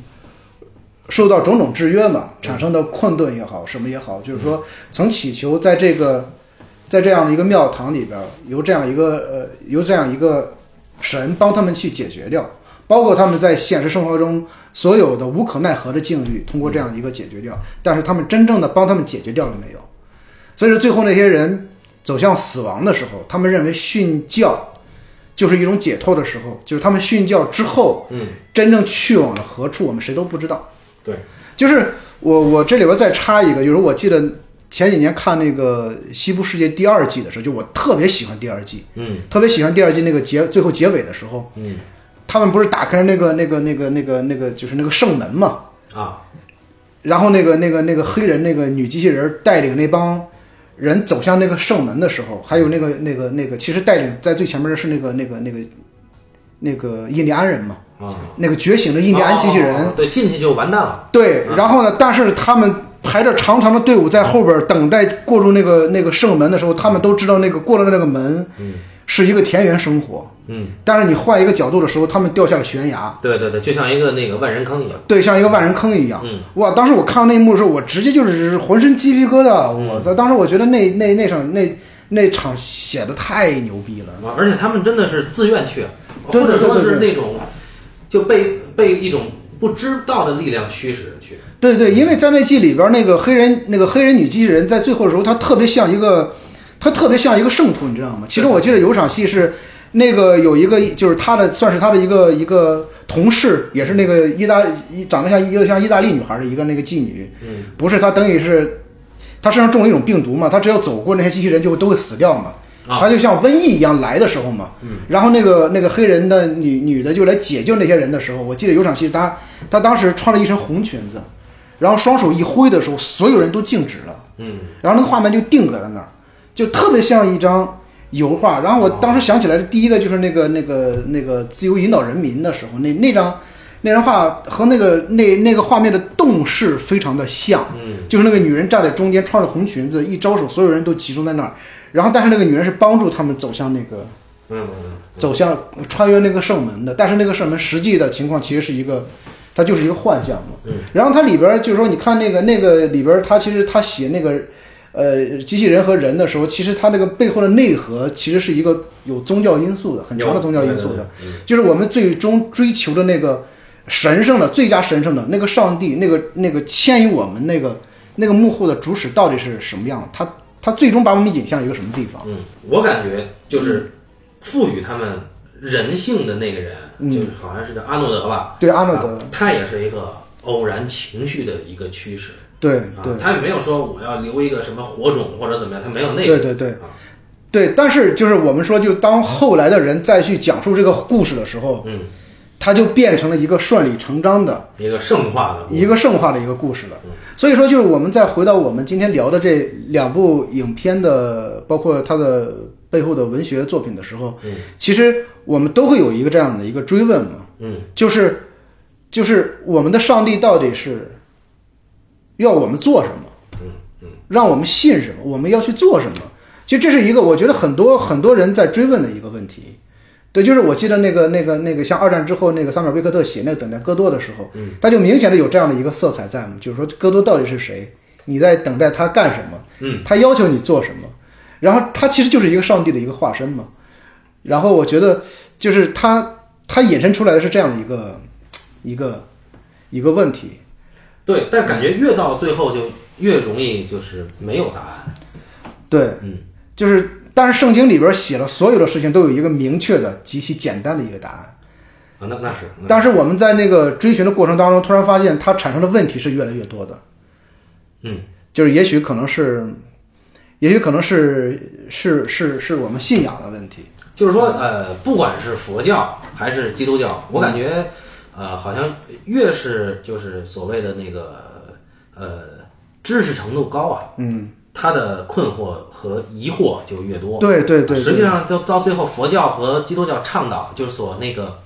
Speaker 1: 受到种种制约嘛，产生的困顿也好，什么也好，就是说曾祈求在这个在这样的一个庙堂里边，由这样一个呃由这样一个神帮他们去解决掉。包括他们在现实生活中所有的无可奈何的境遇，通过这样一个解决掉。但是他们真正的帮他们解决掉了没有？所以说最后那些人走向死亡的时候，他们认为殉教就是一种解脱的时候，就是他们殉教之后
Speaker 2: 嗯，
Speaker 1: 真正去往了何处，我们谁都不知道。
Speaker 2: 对，
Speaker 1: 就是我我这里边再插一个，就是我记得前几年看那个《西部世界》第二季的时候，就我特别喜欢第二季，
Speaker 2: 嗯
Speaker 1: 特别喜欢第二季那个结最后结尾的时候。
Speaker 2: 嗯
Speaker 1: 他们不是打开了那个那个那个那个那个就是那个圣门嘛，
Speaker 2: 啊，
Speaker 1: 然后那个那个那个黑人那个女机器人带领那帮人走向那个圣门的时候，还有那个那个那个，其实带领在最前面的是那个那个那个那个印第安人嘛，
Speaker 2: 啊，
Speaker 1: 那个觉醒的印第安机器人，
Speaker 2: 哦对进去就完蛋了。
Speaker 1: 对，然后呢，但是他们排着长长的队伍在后边等待过入那个那个圣门的时候，他们都知道那个过了那个门，是一个田园生活，
Speaker 2: 嗯，
Speaker 1: 但是你换一个角度的时候，他们掉下了悬崖。
Speaker 2: 对对对，就像一个那个万人坑一样。
Speaker 1: 对，像一个万人坑一样。
Speaker 2: 嗯
Speaker 1: 哇！当时我看到那一幕的时候，我直接就是浑身鸡皮疙瘩。
Speaker 2: 嗯
Speaker 1: 我操！当时我觉得那那那场那那场写的太牛逼了。
Speaker 2: 啊，而且他们真的是自愿去，啊
Speaker 1: 对
Speaker 2: 或者说
Speaker 1: 对对
Speaker 2: 是
Speaker 1: 对
Speaker 2: 那种就被被一种不知道的力量驱使去。
Speaker 1: 对对，因为在那季里边，那个黑人那个黑人女机器人在最后的时候，她特别像一个，她特别像一个圣徒，你知道吗？其中我记得有场戏是，那个有一个就是她的，算是她的一个一个同事，也是那个意大一长得像一个像意大利女孩的一个那个妓女，
Speaker 2: 嗯，
Speaker 1: 不是她等于是，她身上中了一种病毒嘛，她只要走过那些机器人就都会死掉嘛。
Speaker 2: 啊
Speaker 1: 她就像瘟疫一样来的时候嘛，然后那个那个黑人的女女的就来解救那些人的时候，我记得有场戏，她她当时穿了一身红裙子，然后双手一挥的时候，所有人都静止了，
Speaker 2: 嗯，
Speaker 1: 然后那个画面就定格在那儿，就特别像一张油画。然后我当时想起来的第一个就是那个那个那个自由引导人民的时候，那那张那张画和那个那那个画面的动势非常的像，
Speaker 2: 嗯，
Speaker 1: 就是那个女人站在中间，穿着红裙子，一招手，所有人都集中在那儿，然后但是那个女人是帮助他们走向那个
Speaker 2: 嗯嗯
Speaker 1: 走向穿越那个圣门的，但是那个圣门实际的情况其实是一个，它就是一个幻象嘛。
Speaker 2: 嗯。
Speaker 1: 然后它里边儿就是说，你看那个那个里边儿，它其实它写那个，呃，机器人和人的时候，其实它那个背后的内核其实是一个有宗教因素的，很强的宗教因素的。
Speaker 2: 的，嗯
Speaker 1: 就是我们最终追求的那个神圣的、最佳神圣的那个上帝，那个那个牵引我们那个那个幕后的主使到底是什么样的？他他最终把我们引向一个什么地方？
Speaker 2: 嗯，我感觉就是赋予他们人性的那个人，
Speaker 1: 嗯
Speaker 2: 就是好像是叫阿诺德吧，
Speaker 1: 对阿诺德
Speaker 2: 啊，他也是一个偶然情绪的一个驱使。
Speaker 1: 对
Speaker 2: 啊
Speaker 1: 对，
Speaker 2: 他也没有说我要留一个什么火种或者怎么样，他没有那
Speaker 1: 对
Speaker 2: 个。
Speaker 1: 对对
Speaker 2: 啊
Speaker 1: 对。但是就是我们说，就当后来的人再去讲述这个故事的时候，
Speaker 2: 嗯，
Speaker 1: 它就变成了一个顺理成章的。
Speaker 2: 一个圣化的，
Speaker 1: 一个圣化的一个故事了。
Speaker 2: 嗯
Speaker 1: 所以说，就是我们再回到我们今天聊的这两部影片的，包括它的背后的文学作品的时候，
Speaker 2: 嗯
Speaker 1: 其实我们都会有一个这样的一个追问嘛，
Speaker 2: 嗯
Speaker 1: 就是就是我们的上帝到底是要我们做什么？
Speaker 2: 嗯嗯
Speaker 1: 让我们信什么，我们要去做什么。其实这是一个我觉得很多很多人在追问的一个问题。对，就是我记得那个那个那个，像二战之后那个萨缪尔贝克特写那个《等待戈多》的时候，
Speaker 2: 嗯
Speaker 1: 他就明显的有这样的一个色彩在嘛，就是说戈多到底是谁，你在等待他干什么，
Speaker 2: 嗯，
Speaker 1: 他要求你做什么，然后他其实就是一个上帝的一个化身嘛。然后我觉得就是他他衍生出来的是这样的一个一个一个问题，
Speaker 2: 对。但感觉越到最后就越容易就是没有答案。
Speaker 1: 对，
Speaker 2: 嗯，
Speaker 1: 就是，但是圣经里边写了所有的事情都有一个明确的、极其简单的一个答案。
Speaker 2: 啊，那那是，那
Speaker 1: 但是我们在那个追寻的过程当中，突然发现它产生的问题是越来越多的。
Speaker 2: 嗯
Speaker 1: 就是也许可能是，也许可能是是是是我们信仰的问题。
Speaker 2: 就是说，呃，不管是佛教还是基督教，我感觉，呃，好像越是就是所谓的那个呃知识程度高啊，
Speaker 1: 嗯，
Speaker 2: 他的困惑和疑惑就越多。
Speaker 1: 对对对
Speaker 2: 实际
Speaker 1: 对，
Speaker 2: 上到到最后，佛教和基督教倡导就是所那个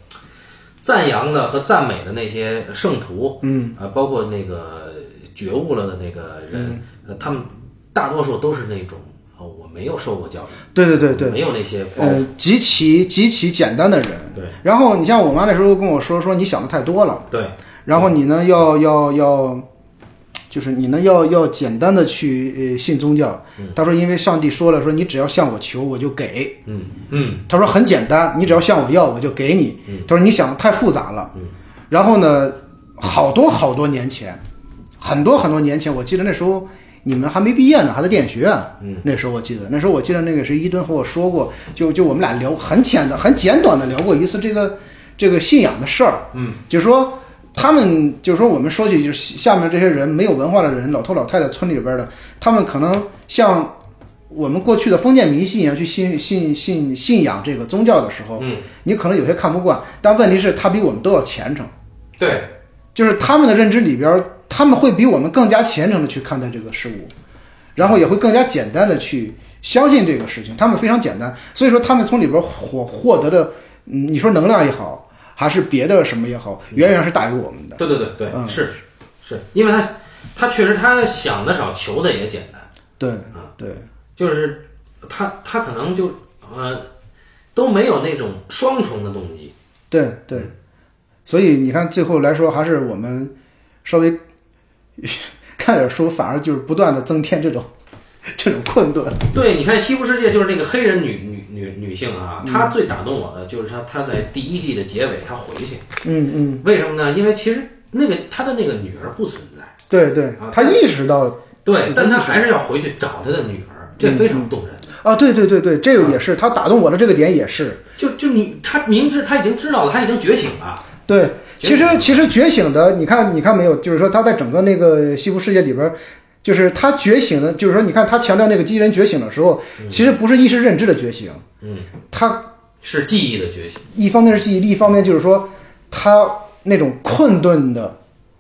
Speaker 2: 赞扬的和赞美的那些圣徒，
Speaker 1: 嗯，
Speaker 2: 啊，包括那个觉悟了的那个
Speaker 1: 嗯
Speaker 2: 人，呃他们大多数都是那种。哦，我没有受过教育，
Speaker 1: 对对对对，
Speaker 2: 没有那些包
Speaker 1: 呃，极其极其简单的人。
Speaker 2: 对。
Speaker 1: 然后你像我妈那时候跟我说，说你想的太多了。
Speaker 2: 对，
Speaker 1: 然后你呢要要要，就是你呢要要简单的去呃信宗教。他说，因为上帝说了，说你只要向我求，我就给。
Speaker 2: 嗯嗯，
Speaker 1: 他说很简单，你只要向我要，我就给你。他说你想的太复杂了。
Speaker 2: 嗯
Speaker 1: 然后呢，好多好多年前，很多很多年前，我记得那时候你们还没毕业呢，还在电影学院。那时候我记得，那时候我记得那个谁伊顿和我说过，就就我们俩聊很简的、很简短的聊过一次这个这个信仰的事儿。嗯，就是说。他们就是说，我们说起就是下面这些人没有文化的人，老头老太太村里边的，他们可能像我们过去的封建迷信一样去信信信信仰这个宗教的时候，
Speaker 2: 嗯，
Speaker 1: 你可能有些看不惯，但问题是，他比我们都要虔诚。
Speaker 2: 对，
Speaker 1: 就是他们的认知里边儿，他们会比我们更加虔诚的去看待这个事物，然后也会更加简单的去相信这个事情。他们非常简单，所以说他们从里边儿获获得的，嗯，你说能量也好，还是别的什么也好，远远是大于我们的。
Speaker 2: 对对对对，
Speaker 1: 嗯
Speaker 2: 是是，因为他他确实他想的少，求的也简单，
Speaker 1: 对，对，
Speaker 2: 就是他他可能就呃都没有那种双重的动机。
Speaker 1: 对，对。所以你看，最后来说，还是我们稍微 看点书，反而就是不断的增添这种这种困顿。
Speaker 2: 对，你看《西部世界》就是那个黑人女女女女性啊，
Speaker 1: 嗯
Speaker 2: 她最打动我的就是她她在第一季的结尾她回去，
Speaker 1: 嗯嗯，
Speaker 2: 为什么呢？因为其实那个她的那个女儿不存在，
Speaker 1: 对对
Speaker 2: 啊，
Speaker 1: 他意识到了。
Speaker 2: 对
Speaker 1: 嗯，
Speaker 2: 但她还是要回去找她的女儿，这非常动人。
Speaker 1: 啊，对对对对，这个也是，他打动我的这个点也是。
Speaker 2: 就就你，她明知她已经知道了，她已经觉醒了，
Speaker 1: 对，其
Speaker 2: 觉
Speaker 1: 实其实觉醒的，你看你看没有，就是说他在整个那个西部世界里边儿，就是他觉醒的，就是说你看他强调那个机器人觉醒的时候，其实不是意识认知的觉醒，
Speaker 2: 嗯，
Speaker 1: 他
Speaker 2: 是记忆的觉醒。
Speaker 1: 一方面是记忆，另一方面就是说他那种困顿的、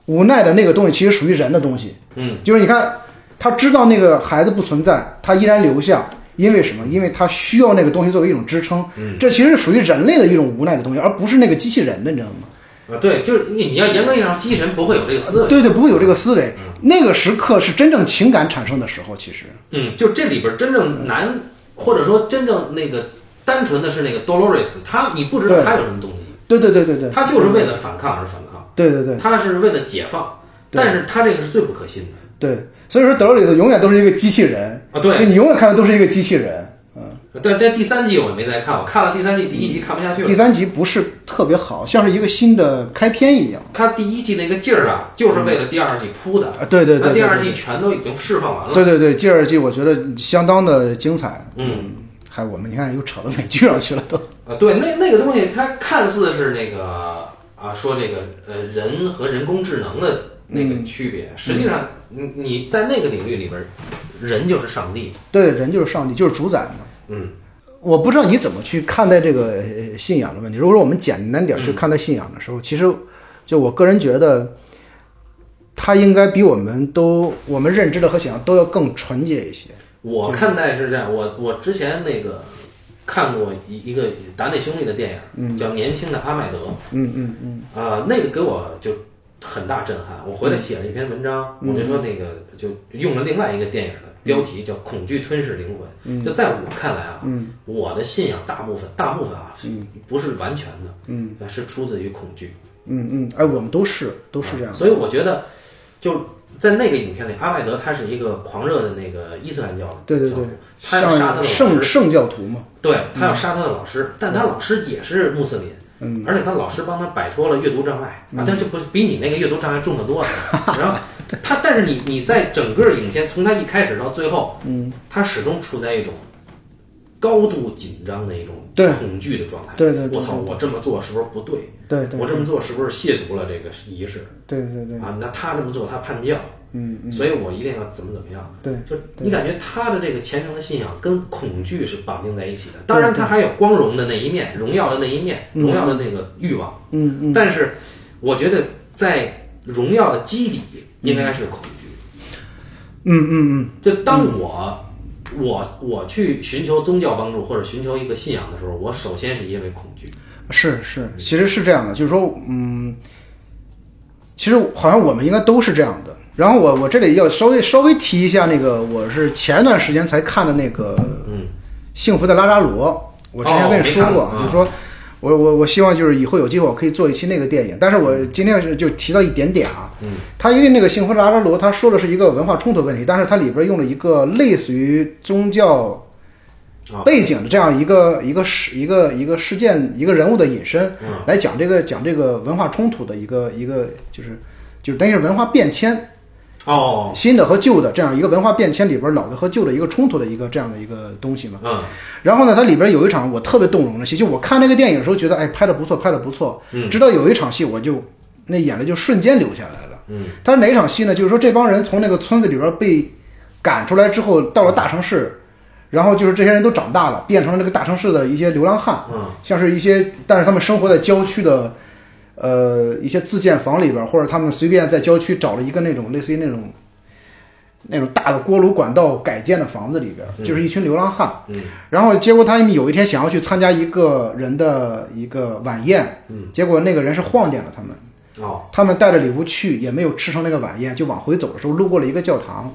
Speaker 1: 无奈的那个东西，其实属于人的东西。
Speaker 2: 嗯，
Speaker 1: 就是你看他知道那个孩子不存在，他依然留下。因为什么？因为他需要那个东西作为一种支撑，
Speaker 2: 嗯
Speaker 1: 这其实是属于人类的一种无奈的东西，而不是那个机器人的，你知道吗？
Speaker 2: 啊，对，就是你你要严格意义上，机器人不会有这个思维。
Speaker 1: 对对，不会有这个思维。那个时刻是真正情感产生的时候，其实
Speaker 2: 嗯，就这里边真正难，或者说真正那个单纯的是那个 Dolores，他你不知道他有什么动机，
Speaker 1: 对对对对对，
Speaker 2: 他就是为了反抗而反抗，
Speaker 1: 对对对
Speaker 2: 他是为了解放，
Speaker 1: 对
Speaker 2: 但是他这个是最不可信的
Speaker 1: 对，所以说德罗里斯永远都是一个机器人，
Speaker 2: 啊。对，
Speaker 1: 就你永远看到都是一个机器人。嗯，
Speaker 2: 但但第三季我也没再看，我看了第三季第一集看不下去了
Speaker 1: 第。三集不是特别好，像是一个新的开篇一样。
Speaker 2: 他第一季那个劲儿啊，就是为了第二季铺的。
Speaker 1: 啊，对对对，
Speaker 2: 那
Speaker 1: 对
Speaker 2: 第二季全都已经释放完了。
Speaker 1: 对对对，第二季我觉得相当的精彩。
Speaker 2: 嗯，
Speaker 1: 还我们你看又扯到美剧上去了都。
Speaker 2: 啊，对，那那个东西它看似是那个啊，说这个呃人和人工智能的那个区别，实际上你你在那个领域里边儿，人就是上帝。
Speaker 1: 对，人就是上帝，就是主宰嘛。
Speaker 2: 嗯，
Speaker 1: 我不知道你怎么去看待这个呃信仰的问题。如果说我们简单点
Speaker 2: 嗯
Speaker 1: 儿去看待信仰的时候，其实就我个人觉得，它应该比我们都我们认知的和想象都要更纯洁一些。
Speaker 2: 我看待是这样，我我之前那个看过一一个达内兄弟的电影，叫《年轻的阿麦德》。
Speaker 1: 嗯嗯嗯，
Speaker 2: 啊、那个给我就很大震撼。我回来写了一篇文章，
Speaker 1: 嗯
Speaker 2: 我就说那个就用了另外一个电影的标题叫《恐惧吞噬灵魂》。
Speaker 1: 嗯
Speaker 2: 就在我看来啊，我的信仰大部分大部分啊，是不是完全的，嗯，是出自于恐惧，
Speaker 1: 嗯嗯，哎，我们都是都是这样。
Speaker 2: 所以我觉得就。在那个影片里，阿麦德他是一个狂热的那个伊斯兰教徒，
Speaker 1: 对对对，
Speaker 2: 他要杀他
Speaker 1: 像
Speaker 2: 的老师
Speaker 1: 圣圣教徒嘛。
Speaker 2: 对他要杀他的老师，但他老师也是穆斯林，
Speaker 1: 嗯
Speaker 2: 而且他老师帮他摆脱了阅读障碍、啊，但这不是比你那个阅读障碍重得 多了。然后他，但是你你在整个影片从他一开始到最后，嗯，他始终处在一种高度紧张的一种
Speaker 1: 对
Speaker 2: 恐惧的状态。
Speaker 1: 对对对
Speaker 2: 我操，我这么做是不是不对？
Speaker 1: 对对
Speaker 2: 我这么做是不是亵渎了这个仪式
Speaker 1: 对对对，
Speaker 2: 啊？那他这么做，他叛教，
Speaker 1: 嗯，
Speaker 2: 所以我一定要怎么怎么样。
Speaker 1: 对
Speaker 2: 就你感觉他的这个虔诚的信仰跟恐惧是绑定在一起的，当然他还有光荣的那一面、荣耀的那一面、荣耀的那个欲望，
Speaker 1: 嗯嗯。
Speaker 2: 但是我觉得在荣耀的基底应该是恐惧。
Speaker 1: 嗯嗯嗯，
Speaker 2: 就当我我我去寻求宗教帮助或者寻求一个信仰的时候，我首先是因为恐惧。
Speaker 1: 是是，其实是这样的，就是说，嗯，其实好像我们应该都是这样的。然后我我这里要稍微稍微提一下那个，我是前一段时间才看的那个
Speaker 2: 嗯，
Speaker 1: 《幸福的拉扎罗》，我之前跟你说过，
Speaker 2: 哦我没看过啊
Speaker 1: 就是说我我我希望就是以后有机会我可以做一期那个电影，但是我今天是就提到一点点啊，
Speaker 2: 嗯，
Speaker 1: 他因为那个《幸福的拉扎罗》，他说的是一个文化冲突问题，但是它里边用了一个类似于宗教
Speaker 2: 哦啊，
Speaker 1: 背景的这样一个一个事一个一个事件一个人物的引申
Speaker 2: 嗯，
Speaker 1: 来讲这个讲这个文化冲突的一个一个就是就是等于是文化变迁，
Speaker 2: 哦，
Speaker 1: 新的和旧的这样一个文化变迁里边老的和旧的一个冲突的一个这样的一个东西嘛。
Speaker 2: 嗯
Speaker 1: 然后呢，它里边有一场我特别动容的戏，就我看那个电影的时候觉得哎拍的不错，拍的不错，
Speaker 2: 嗯
Speaker 1: 直到有一场戏我就那眼泪就瞬间流下来了。
Speaker 2: 嗯
Speaker 1: 它是哪场戏呢？就是说这帮人从那个村子里边被赶出来之后，到了大城
Speaker 2: 嗯
Speaker 1: 市，然后就是这些人都长大了，变成了这个大城市的一些流浪汉，
Speaker 2: 嗯
Speaker 1: 像是一些，但是他们生活在郊区的，呃，一些自建房里边，或者他们随便在郊区找了一个那种类似于那种。那种大的锅炉管道改建的房子里边，就是一群流浪汉。
Speaker 2: 嗯
Speaker 1: 然后结果他们有一天想要去参加一个人的一个晚宴，
Speaker 2: 嗯
Speaker 1: 结果那个人是晃点了他们，
Speaker 2: 哦
Speaker 1: 他们带着礼物去，也没有吃成那个晚宴，就往回走的时候路过了一个教堂，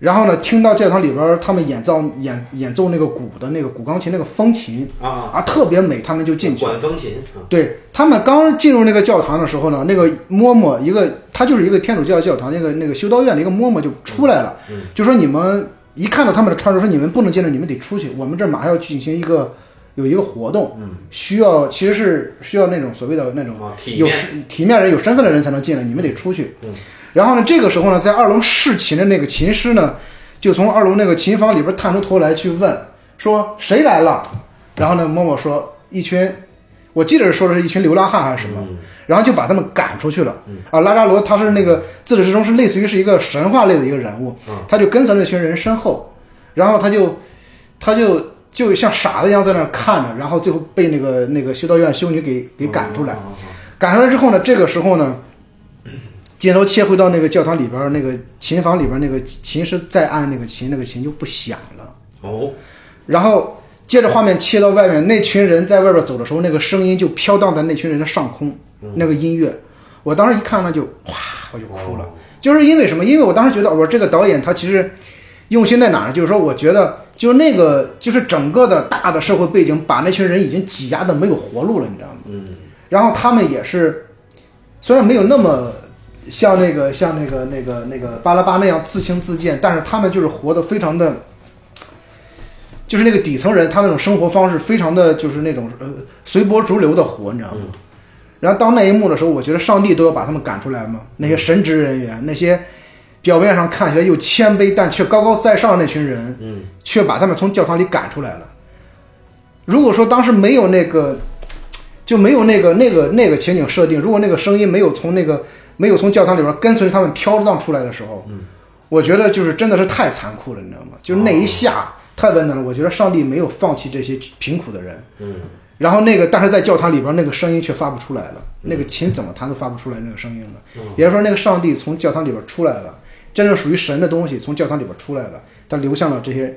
Speaker 1: 然后呢，听到教堂里边儿他们演奏演演奏那个鼓的那个古钢琴那个风琴
Speaker 2: 啊啊，
Speaker 1: 啊，特别美，他们就进去了。
Speaker 2: 管风琴啊，
Speaker 1: 对他们刚进入那个教堂的时候呢，那个嬷嬷一个，他就是一个天主教教堂那个那个修道院的一个嬷嬷就出来了，
Speaker 2: 嗯
Speaker 1: 就说你们一看到他们的穿着，说你们不能进来，你们得出去，我们这儿马上要进行一个有一个活动，
Speaker 2: 嗯
Speaker 1: 需要其实是需要那种所谓的那种
Speaker 2: 啊，体
Speaker 1: 有
Speaker 2: 面
Speaker 1: 身体面人、有身份的人才能进来，你们得出去。
Speaker 2: 嗯
Speaker 1: 然后呢，这个时候呢，在二楼试琴的那个琴师呢，就从二楼那个琴房里边探出头来去问，说谁来了？然后呢，默默说一群，我记得说的是一群流浪汉还是什么。
Speaker 2: 嗯
Speaker 1: 然后就把他们赶出去了
Speaker 2: 嗯。
Speaker 1: 啊，拉扎罗他是那个自始至终是类似于是一个神话类的一个人物
Speaker 2: 嗯，
Speaker 1: 他就跟随那群人身后，然后他就他就就像傻子一样在那儿看着，然后最后被那个那个修道院修女给给赶出来。
Speaker 2: 哦。哦哦
Speaker 1: 赶出来之后呢，这个时候呢，镜头切回到那个教堂里边儿那个琴房里边儿那个琴师再按那个琴，那个琴就不响了。
Speaker 2: 哦，
Speaker 1: 然后接着画面切到外面，那群人在外边走的时候，那个声音就飘荡在那群人的上空，那个音乐，我当时一看呢就哗，我就哭了，就是因为什么？因为我当时觉得，我说这个导演他其实用心在哪儿呢？就是说，我觉得就那个就是整个的大的社会背景把那群人已经挤压的没有活路了，你知道吗？
Speaker 2: 嗯，
Speaker 1: 然后他们也是，虽然没有那么像那个像那个那个那个巴拉巴那样自轻自贱，但是他们就是活得非常的，就是那个底层人，他那种生活方式非常的就是那种呃随波逐流的活，你知道吗？然后到那一幕的时候，我觉得上帝都要把他们赶出来嘛。那些神职人员，那些表面上看起来又谦卑但却高高在上的那群人，
Speaker 2: 嗯，
Speaker 1: 却把他们从教堂里赶出来了。如果说当时没有那个，就没有那个那个那个情景设定，如果那个声音没有从那个没有从教堂里边跟随着他们飘荡出来的时候，我觉得就是真的是太残酷了，你知道吗？就是那一下、太温暖了。我觉得上帝没有放弃这些贫苦的人，
Speaker 2: 嗯，
Speaker 1: 然后那个，但是在教堂里边那个声音却发不出来了，那个琴怎么弹都发不出来那个声音了。也就是说，那个上帝从教堂里边出来了，真正属于神的东西从教堂里边出来了，它流向了这些，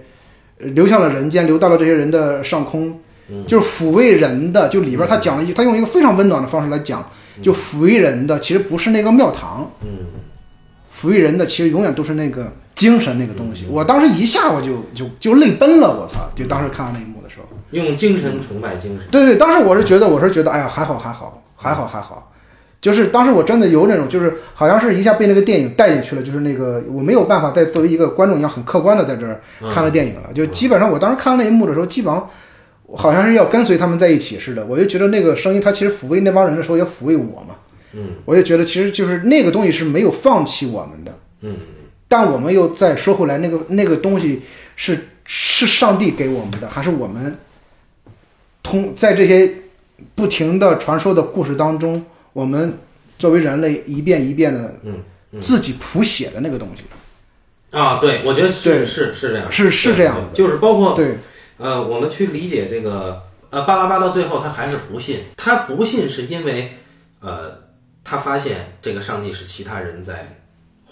Speaker 1: 呃流向了人间，流到了这些人的上空，就是抚慰人的。就里边他讲了一句，他用一个非常温暖的方式来讲，就抚慰人的其实不是那个庙堂，
Speaker 2: 嗯，
Speaker 1: 抚慰人的其实永远都是那个精神那个东西。我当时一下我就就就泪奔了，我操！就当时看到那一幕的时候。
Speaker 2: 用精神崇拜精神，
Speaker 1: 对对，当时我是觉得，我是觉得，哎呀，还好还好还好还好，就是当时我真的有那种，就是好像是一下被那个电影带进去了，就是那个我没有办法再作为一个观众一样很客观的在这儿看了电影了，就基本上我当时看到那一幕的时候，基本上好像是要跟随他们在一起似的，我就觉得那个声音它其实抚慰那帮人的时候也抚慰我嘛，
Speaker 2: 嗯
Speaker 1: 我就觉得其实就是那个东西是没有放弃我们的，
Speaker 2: 嗯
Speaker 1: 但我们又再说回来，那个那个东西是是上帝给我们的，还是我们通在这些不停的传说的故事当中，我们作为人类一遍一遍的
Speaker 2: 嗯
Speaker 1: 自己谱写的那个东西？
Speaker 2: 啊，对，我觉得是
Speaker 1: 对
Speaker 2: 是是这样，
Speaker 1: 是是
Speaker 2: 对
Speaker 1: 这样的
Speaker 2: 对就是包括
Speaker 1: 对，
Speaker 2: 呃，我们去理解这个呃，巴拉巴到最后他还是不信，他不信是因为呃，他发现这个上帝是其他人在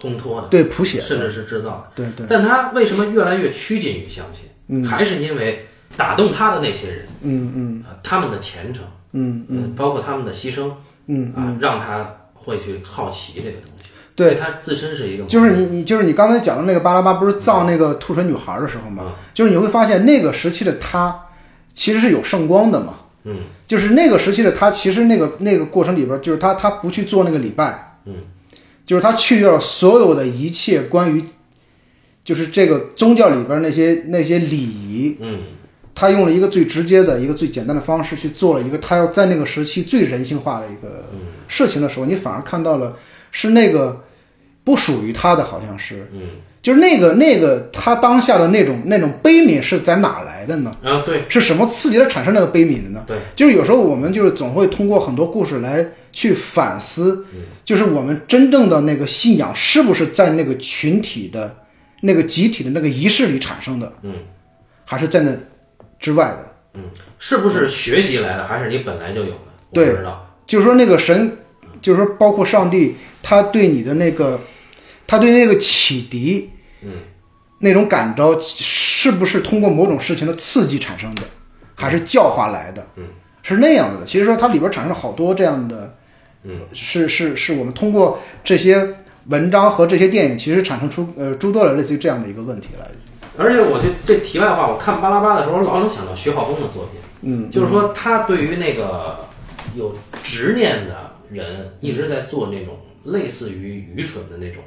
Speaker 2: 烘托的，
Speaker 1: 对，谱写
Speaker 2: 甚
Speaker 1: 的，
Speaker 2: 至是制造的。
Speaker 1: 对对
Speaker 2: 但他为什么越来越趋近于相信？还是因为打动他的那些人，
Speaker 1: 嗯嗯
Speaker 2: 啊，他们的虔诚，
Speaker 1: 嗯，
Speaker 2: 嗯，包括他们的牺牲，
Speaker 1: 嗯
Speaker 2: 啊，让他会去好奇这个东西。
Speaker 1: 对
Speaker 2: 所以他自身是一个
Speaker 1: 就是你你就是你刚才讲的那个巴拉巴，不是造那个兔唇女孩的时候嘛，就是你会发现那个时期的她其实是有圣光的嘛。
Speaker 2: 嗯
Speaker 1: 就是那个时期的他，其实那个那个过程里边，就是他他不去做那个礼拜，
Speaker 2: 嗯，
Speaker 1: 就是他去掉了所有的一切关于，就是这个宗教里边那些那些礼仪，
Speaker 2: 嗯
Speaker 1: 他用了一个最直接的一个最简单的方式去做了一个他要在那个时期最人性化的一个事情的时候，你反而看到了是那个不属于他的，好像是，
Speaker 2: 嗯
Speaker 1: 就是那个那个他当下的那种那种悲悯是在哪来的呢？
Speaker 2: 啊，对，
Speaker 1: 是什么刺激它产生那个悲悯的呢？
Speaker 2: 对，
Speaker 1: 就是有时候我们就是总会通过很多故事来去反思，
Speaker 2: 嗯
Speaker 1: 就是我们真正的那个信仰是不是在那个群体的、那个集体的那个仪式里产生的，
Speaker 2: 嗯，
Speaker 1: 还是在那之外的？
Speaker 2: 嗯，是不是学习来的，还是你本来就有的？我不
Speaker 1: 对
Speaker 2: 知道。
Speaker 1: 就是说那个神，就是说包括上帝，他对你的那个，他对那个启迪，
Speaker 2: 嗯，
Speaker 1: 那种感召，是不是通过某种事情的刺激产生的，还是教化来的？
Speaker 2: 嗯，
Speaker 1: 是那样子的。其实说它里边产生了好多这样的，
Speaker 2: 嗯，
Speaker 1: 是是是我们通过这些文章和这些电影，其实产生出呃诸多的类似于这样的一个问题来。
Speaker 2: 而且我就这题外话，我看巴拉巴的时候，老能想到徐浩峰的作品。
Speaker 1: 嗯，
Speaker 2: 就是说他对于那个有执念的人，一直在做那种类似于愚蠢的那种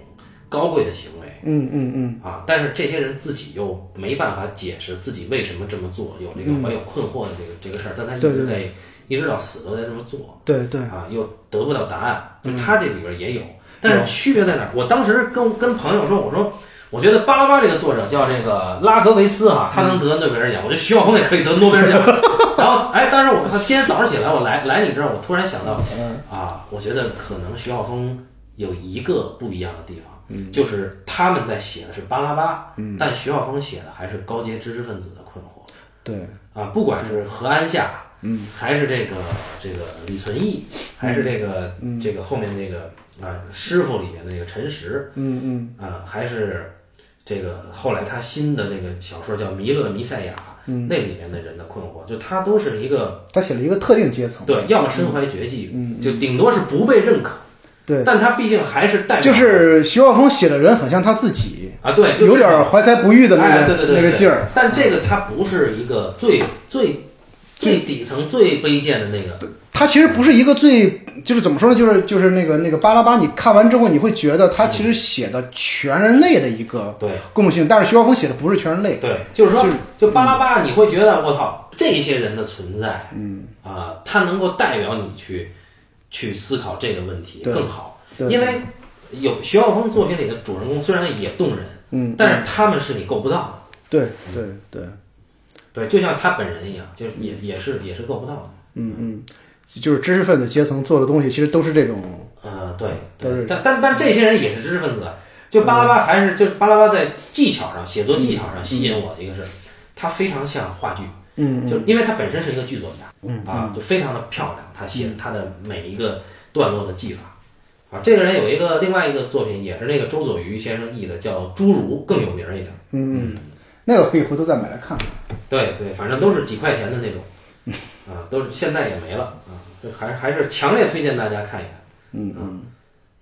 Speaker 2: 高贵的行为
Speaker 1: 嗯嗯嗯，
Speaker 2: 啊，但是这些人自己又没办法解释自己为什么这么做，有这个怀有困惑的这个这个事儿，但他一
Speaker 1: 嗯对
Speaker 2: 直在一直到死都在这么做
Speaker 1: 对对，
Speaker 2: 啊，又得不到答案，就他这里边也有，但是区别在哪儿？我当时跟跟朋友说，我说。我觉得巴拉巴这个作者叫这个拉格维斯啊，他能得诺贝尔奖，我觉得徐晓峰也可以得诺贝尔奖。然后，哎，当时我今天早上起来，我来来你这儿，我突然想到，啊，我觉得可能徐浩峰有一个不一样的地方，就是他们在写的是巴拉巴，但徐浩峰写的还是高阶知识分子的困惑。
Speaker 1: 对
Speaker 2: 啊，不管是何安夏，嗯，还是这个这个李存义，还是这个、这个后面这个啊师傅里面的这个陈实，嗯嗯，啊，还是这个后来他新的那个小说叫《弥勒弥赛亚》，嗯，那里面的人的困惑，就他都是一个
Speaker 1: 他写了一个特定阶层，
Speaker 2: 对，要么身怀绝技，嗯，就顶多是不被认可，
Speaker 1: 对，
Speaker 2: 但他毕竟还是代表
Speaker 1: 就是徐浩峰写的人很像他自己。
Speaker 2: 啊，对，就
Speaker 1: 有点怀才不遇的那个、
Speaker 2: 哎对对对对
Speaker 1: 那个劲儿。
Speaker 2: 但这个它不是一个最最最底层最卑贱的那个，
Speaker 1: 它其实不是一个最，就是怎么说呢，就是就是那个那个巴拉巴，你看完之后你会觉得它其实写的全人类的一个
Speaker 2: 对
Speaker 1: 共性，但是徐浩峰写的不是全人类，
Speaker 2: 对，就是说
Speaker 1: 就是，嗯
Speaker 2: 就巴拉巴拉，你会觉得我操，这些人的存在，嗯啊，它能够代表你去去思考这个问题
Speaker 1: 对
Speaker 2: 更好，
Speaker 1: 对
Speaker 2: 因为有徐浩峰作品里的主人公虽然也动人，
Speaker 1: 嗯，
Speaker 2: 但是他们是你够不到的。
Speaker 1: 对对对，
Speaker 2: 对，就像他本人一样，就是也也是也是够不到的。
Speaker 1: 嗯嗯，就是知识分子阶层做的东西，其实都是这种，
Speaker 2: 呃，对，
Speaker 1: 都是嗯
Speaker 2: 对，但但但这些人也是知识分子啊，就巴拉巴还是就是巴拉巴在技巧上写作技巧上吸引我的一个是，他非常像话剧，
Speaker 1: 嗯
Speaker 2: 就因为他本身是一个剧作家，
Speaker 1: 嗯
Speaker 2: 啊，就非常的漂亮，他写他的每一个段落的技法。啊，这个人有一个另外一个作品，也是那个周佐瑜先生译的，叫《侏儒》，更有名一点。
Speaker 1: 嗯嗯，那个可以回头再买来看看。
Speaker 2: 对对，反正都是几块钱的 那种，啊，都是现在也没了啊，这还还是强烈推荐大家看一看。
Speaker 1: 嗯嗯，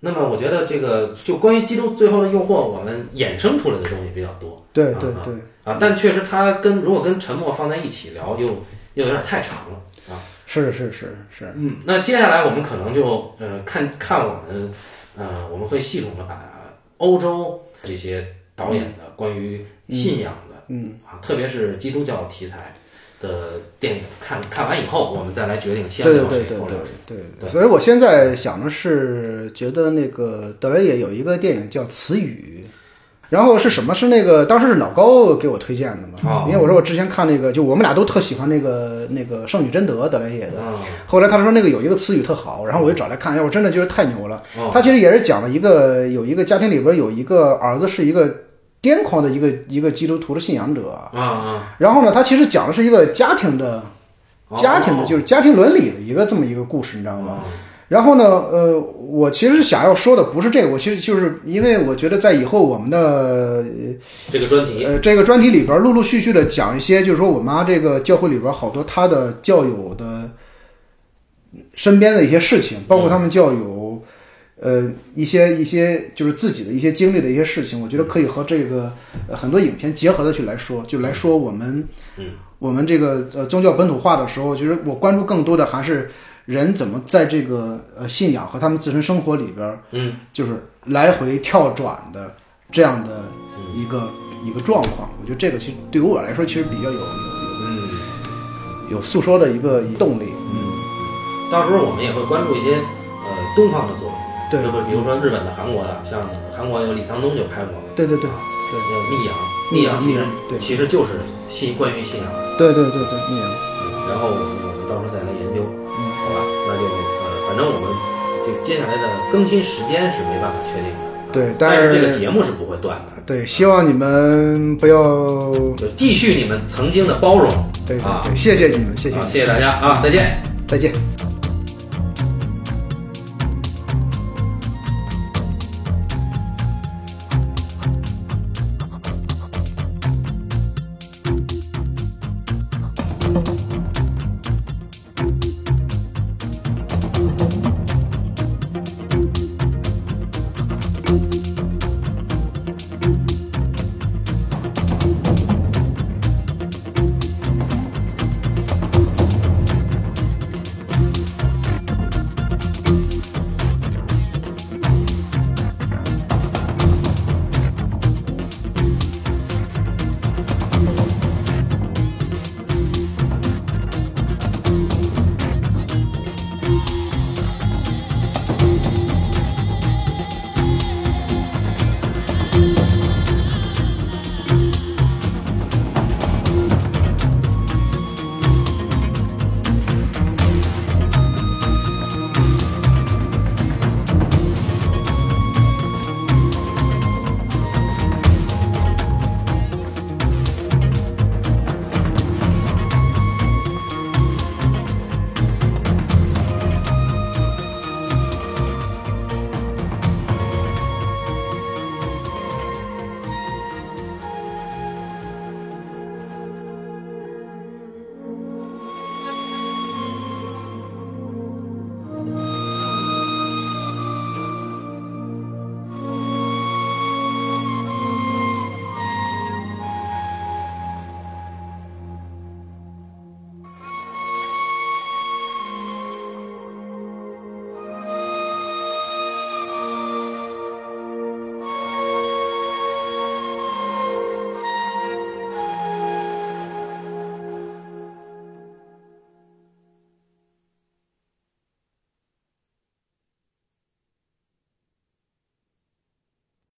Speaker 2: 那么我觉得这个就关于《基督最后的诱惑》，我们衍生出来的东西比较多
Speaker 1: 对对对，
Speaker 2: 啊，但确实它跟如果跟沉默放在一起聊，又又有点太长了啊。
Speaker 1: 是是是是，
Speaker 2: 嗯，那接下来我们可能就呃看看我们呃我们会系统的把欧洲这些导演
Speaker 1: 嗯
Speaker 2: 的关于信仰的，嗯啊，特别是基督教题材的电影看看完以后，我们再来决定
Speaker 1: 对
Speaker 2: 先
Speaker 1: 对
Speaker 2: 聊
Speaker 1: 对
Speaker 2: 谁
Speaker 1: 对
Speaker 2: 后
Speaker 1: 对
Speaker 2: 聊谁。
Speaker 1: 对对。
Speaker 2: 对
Speaker 1: 所以我现在想的是，觉得那个德雷也有一个电影叫《词语》。然后是什么？是那个当时是老高给我推荐的嘛
Speaker 2: 哦？
Speaker 1: 因为我说我之前看那个，就我们俩都特喜欢那个那个《圣女贞德》德雷也的。
Speaker 2: 嗯
Speaker 1: 后来他说那个有一个词语特好，然后我就找来看，哎，我真的觉得太牛了。
Speaker 2: 哦
Speaker 1: 他其实也是讲了一个有一个家庭里边有一个儿子是一个癫狂的一个一个基督徒的信仰者，
Speaker 2: 啊啊，
Speaker 1: 然后呢，他其实讲的是一个家庭的
Speaker 2: 哦
Speaker 1: 家庭的，就是家庭伦理的一个这么一个故事，你知道吗？然后呢，呃，我其实想要说的不是这个，我其实就是因为我觉得在以后我们的
Speaker 2: 这个专题，
Speaker 1: 呃这个专题里边陆陆续续的讲一些，就是说我妈这个教会里边好多她的教友的身边的一些事情，包
Speaker 2: 嗯
Speaker 1: 括他们教友，呃一些一些就是自己的一些经历的一些事情，我觉得可以和这个、呃、很多影片结合的去来说，就来说我们
Speaker 2: 嗯
Speaker 1: 我们这个呃宗教本土化的时候，其实我关注更多的还是人怎么在这个呃信仰和他们自身生活里边，
Speaker 2: 嗯，
Speaker 1: 就是来回跳转的这样的
Speaker 2: 嗯
Speaker 1: 一个、一个状况。我觉得这个其实对于我来说，其实比较有有
Speaker 2: 嗯。
Speaker 1: 有诉说的一个动力。
Speaker 2: 到时候我们也会关注一些呃东方的作品，
Speaker 1: 对
Speaker 2: 就比如说日本的、韩国的，像韩国有李沧东就拍过，
Speaker 1: 对对对
Speaker 2: 还有密阳，
Speaker 1: 密阳
Speaker 2: 阳其实
Speaker 1: 密阳对
Speaker 2: 其实就是信关于信仰，
Speaker 1: 对对对对对，你也
Speaker 2: 嗯然后我们我们到时候再来研究，
Speaker 1: 嗯
Speaker 2: 好吧？那就呃，反正我们就接下来的更新时间是没办法确定的，
Speaker 1: 对但
Speaker 2: 但
Speaker 1: 是
Speaker 2: 这个节目是不会断的。
Speaker 1: 对，希望你们不要
Speaker 2: 就继续你们曾经的包容，
Speaker 1: 对对
Speaker 2: 啊，
Speaker 1: 对，谢谢你们，谢谢你
Speaker 2: 啊
Speaker 1: 们，
Speaker 2: 谢谢大家啊，再见。
Speaker 1: 再见。
Speaker 2: 嗯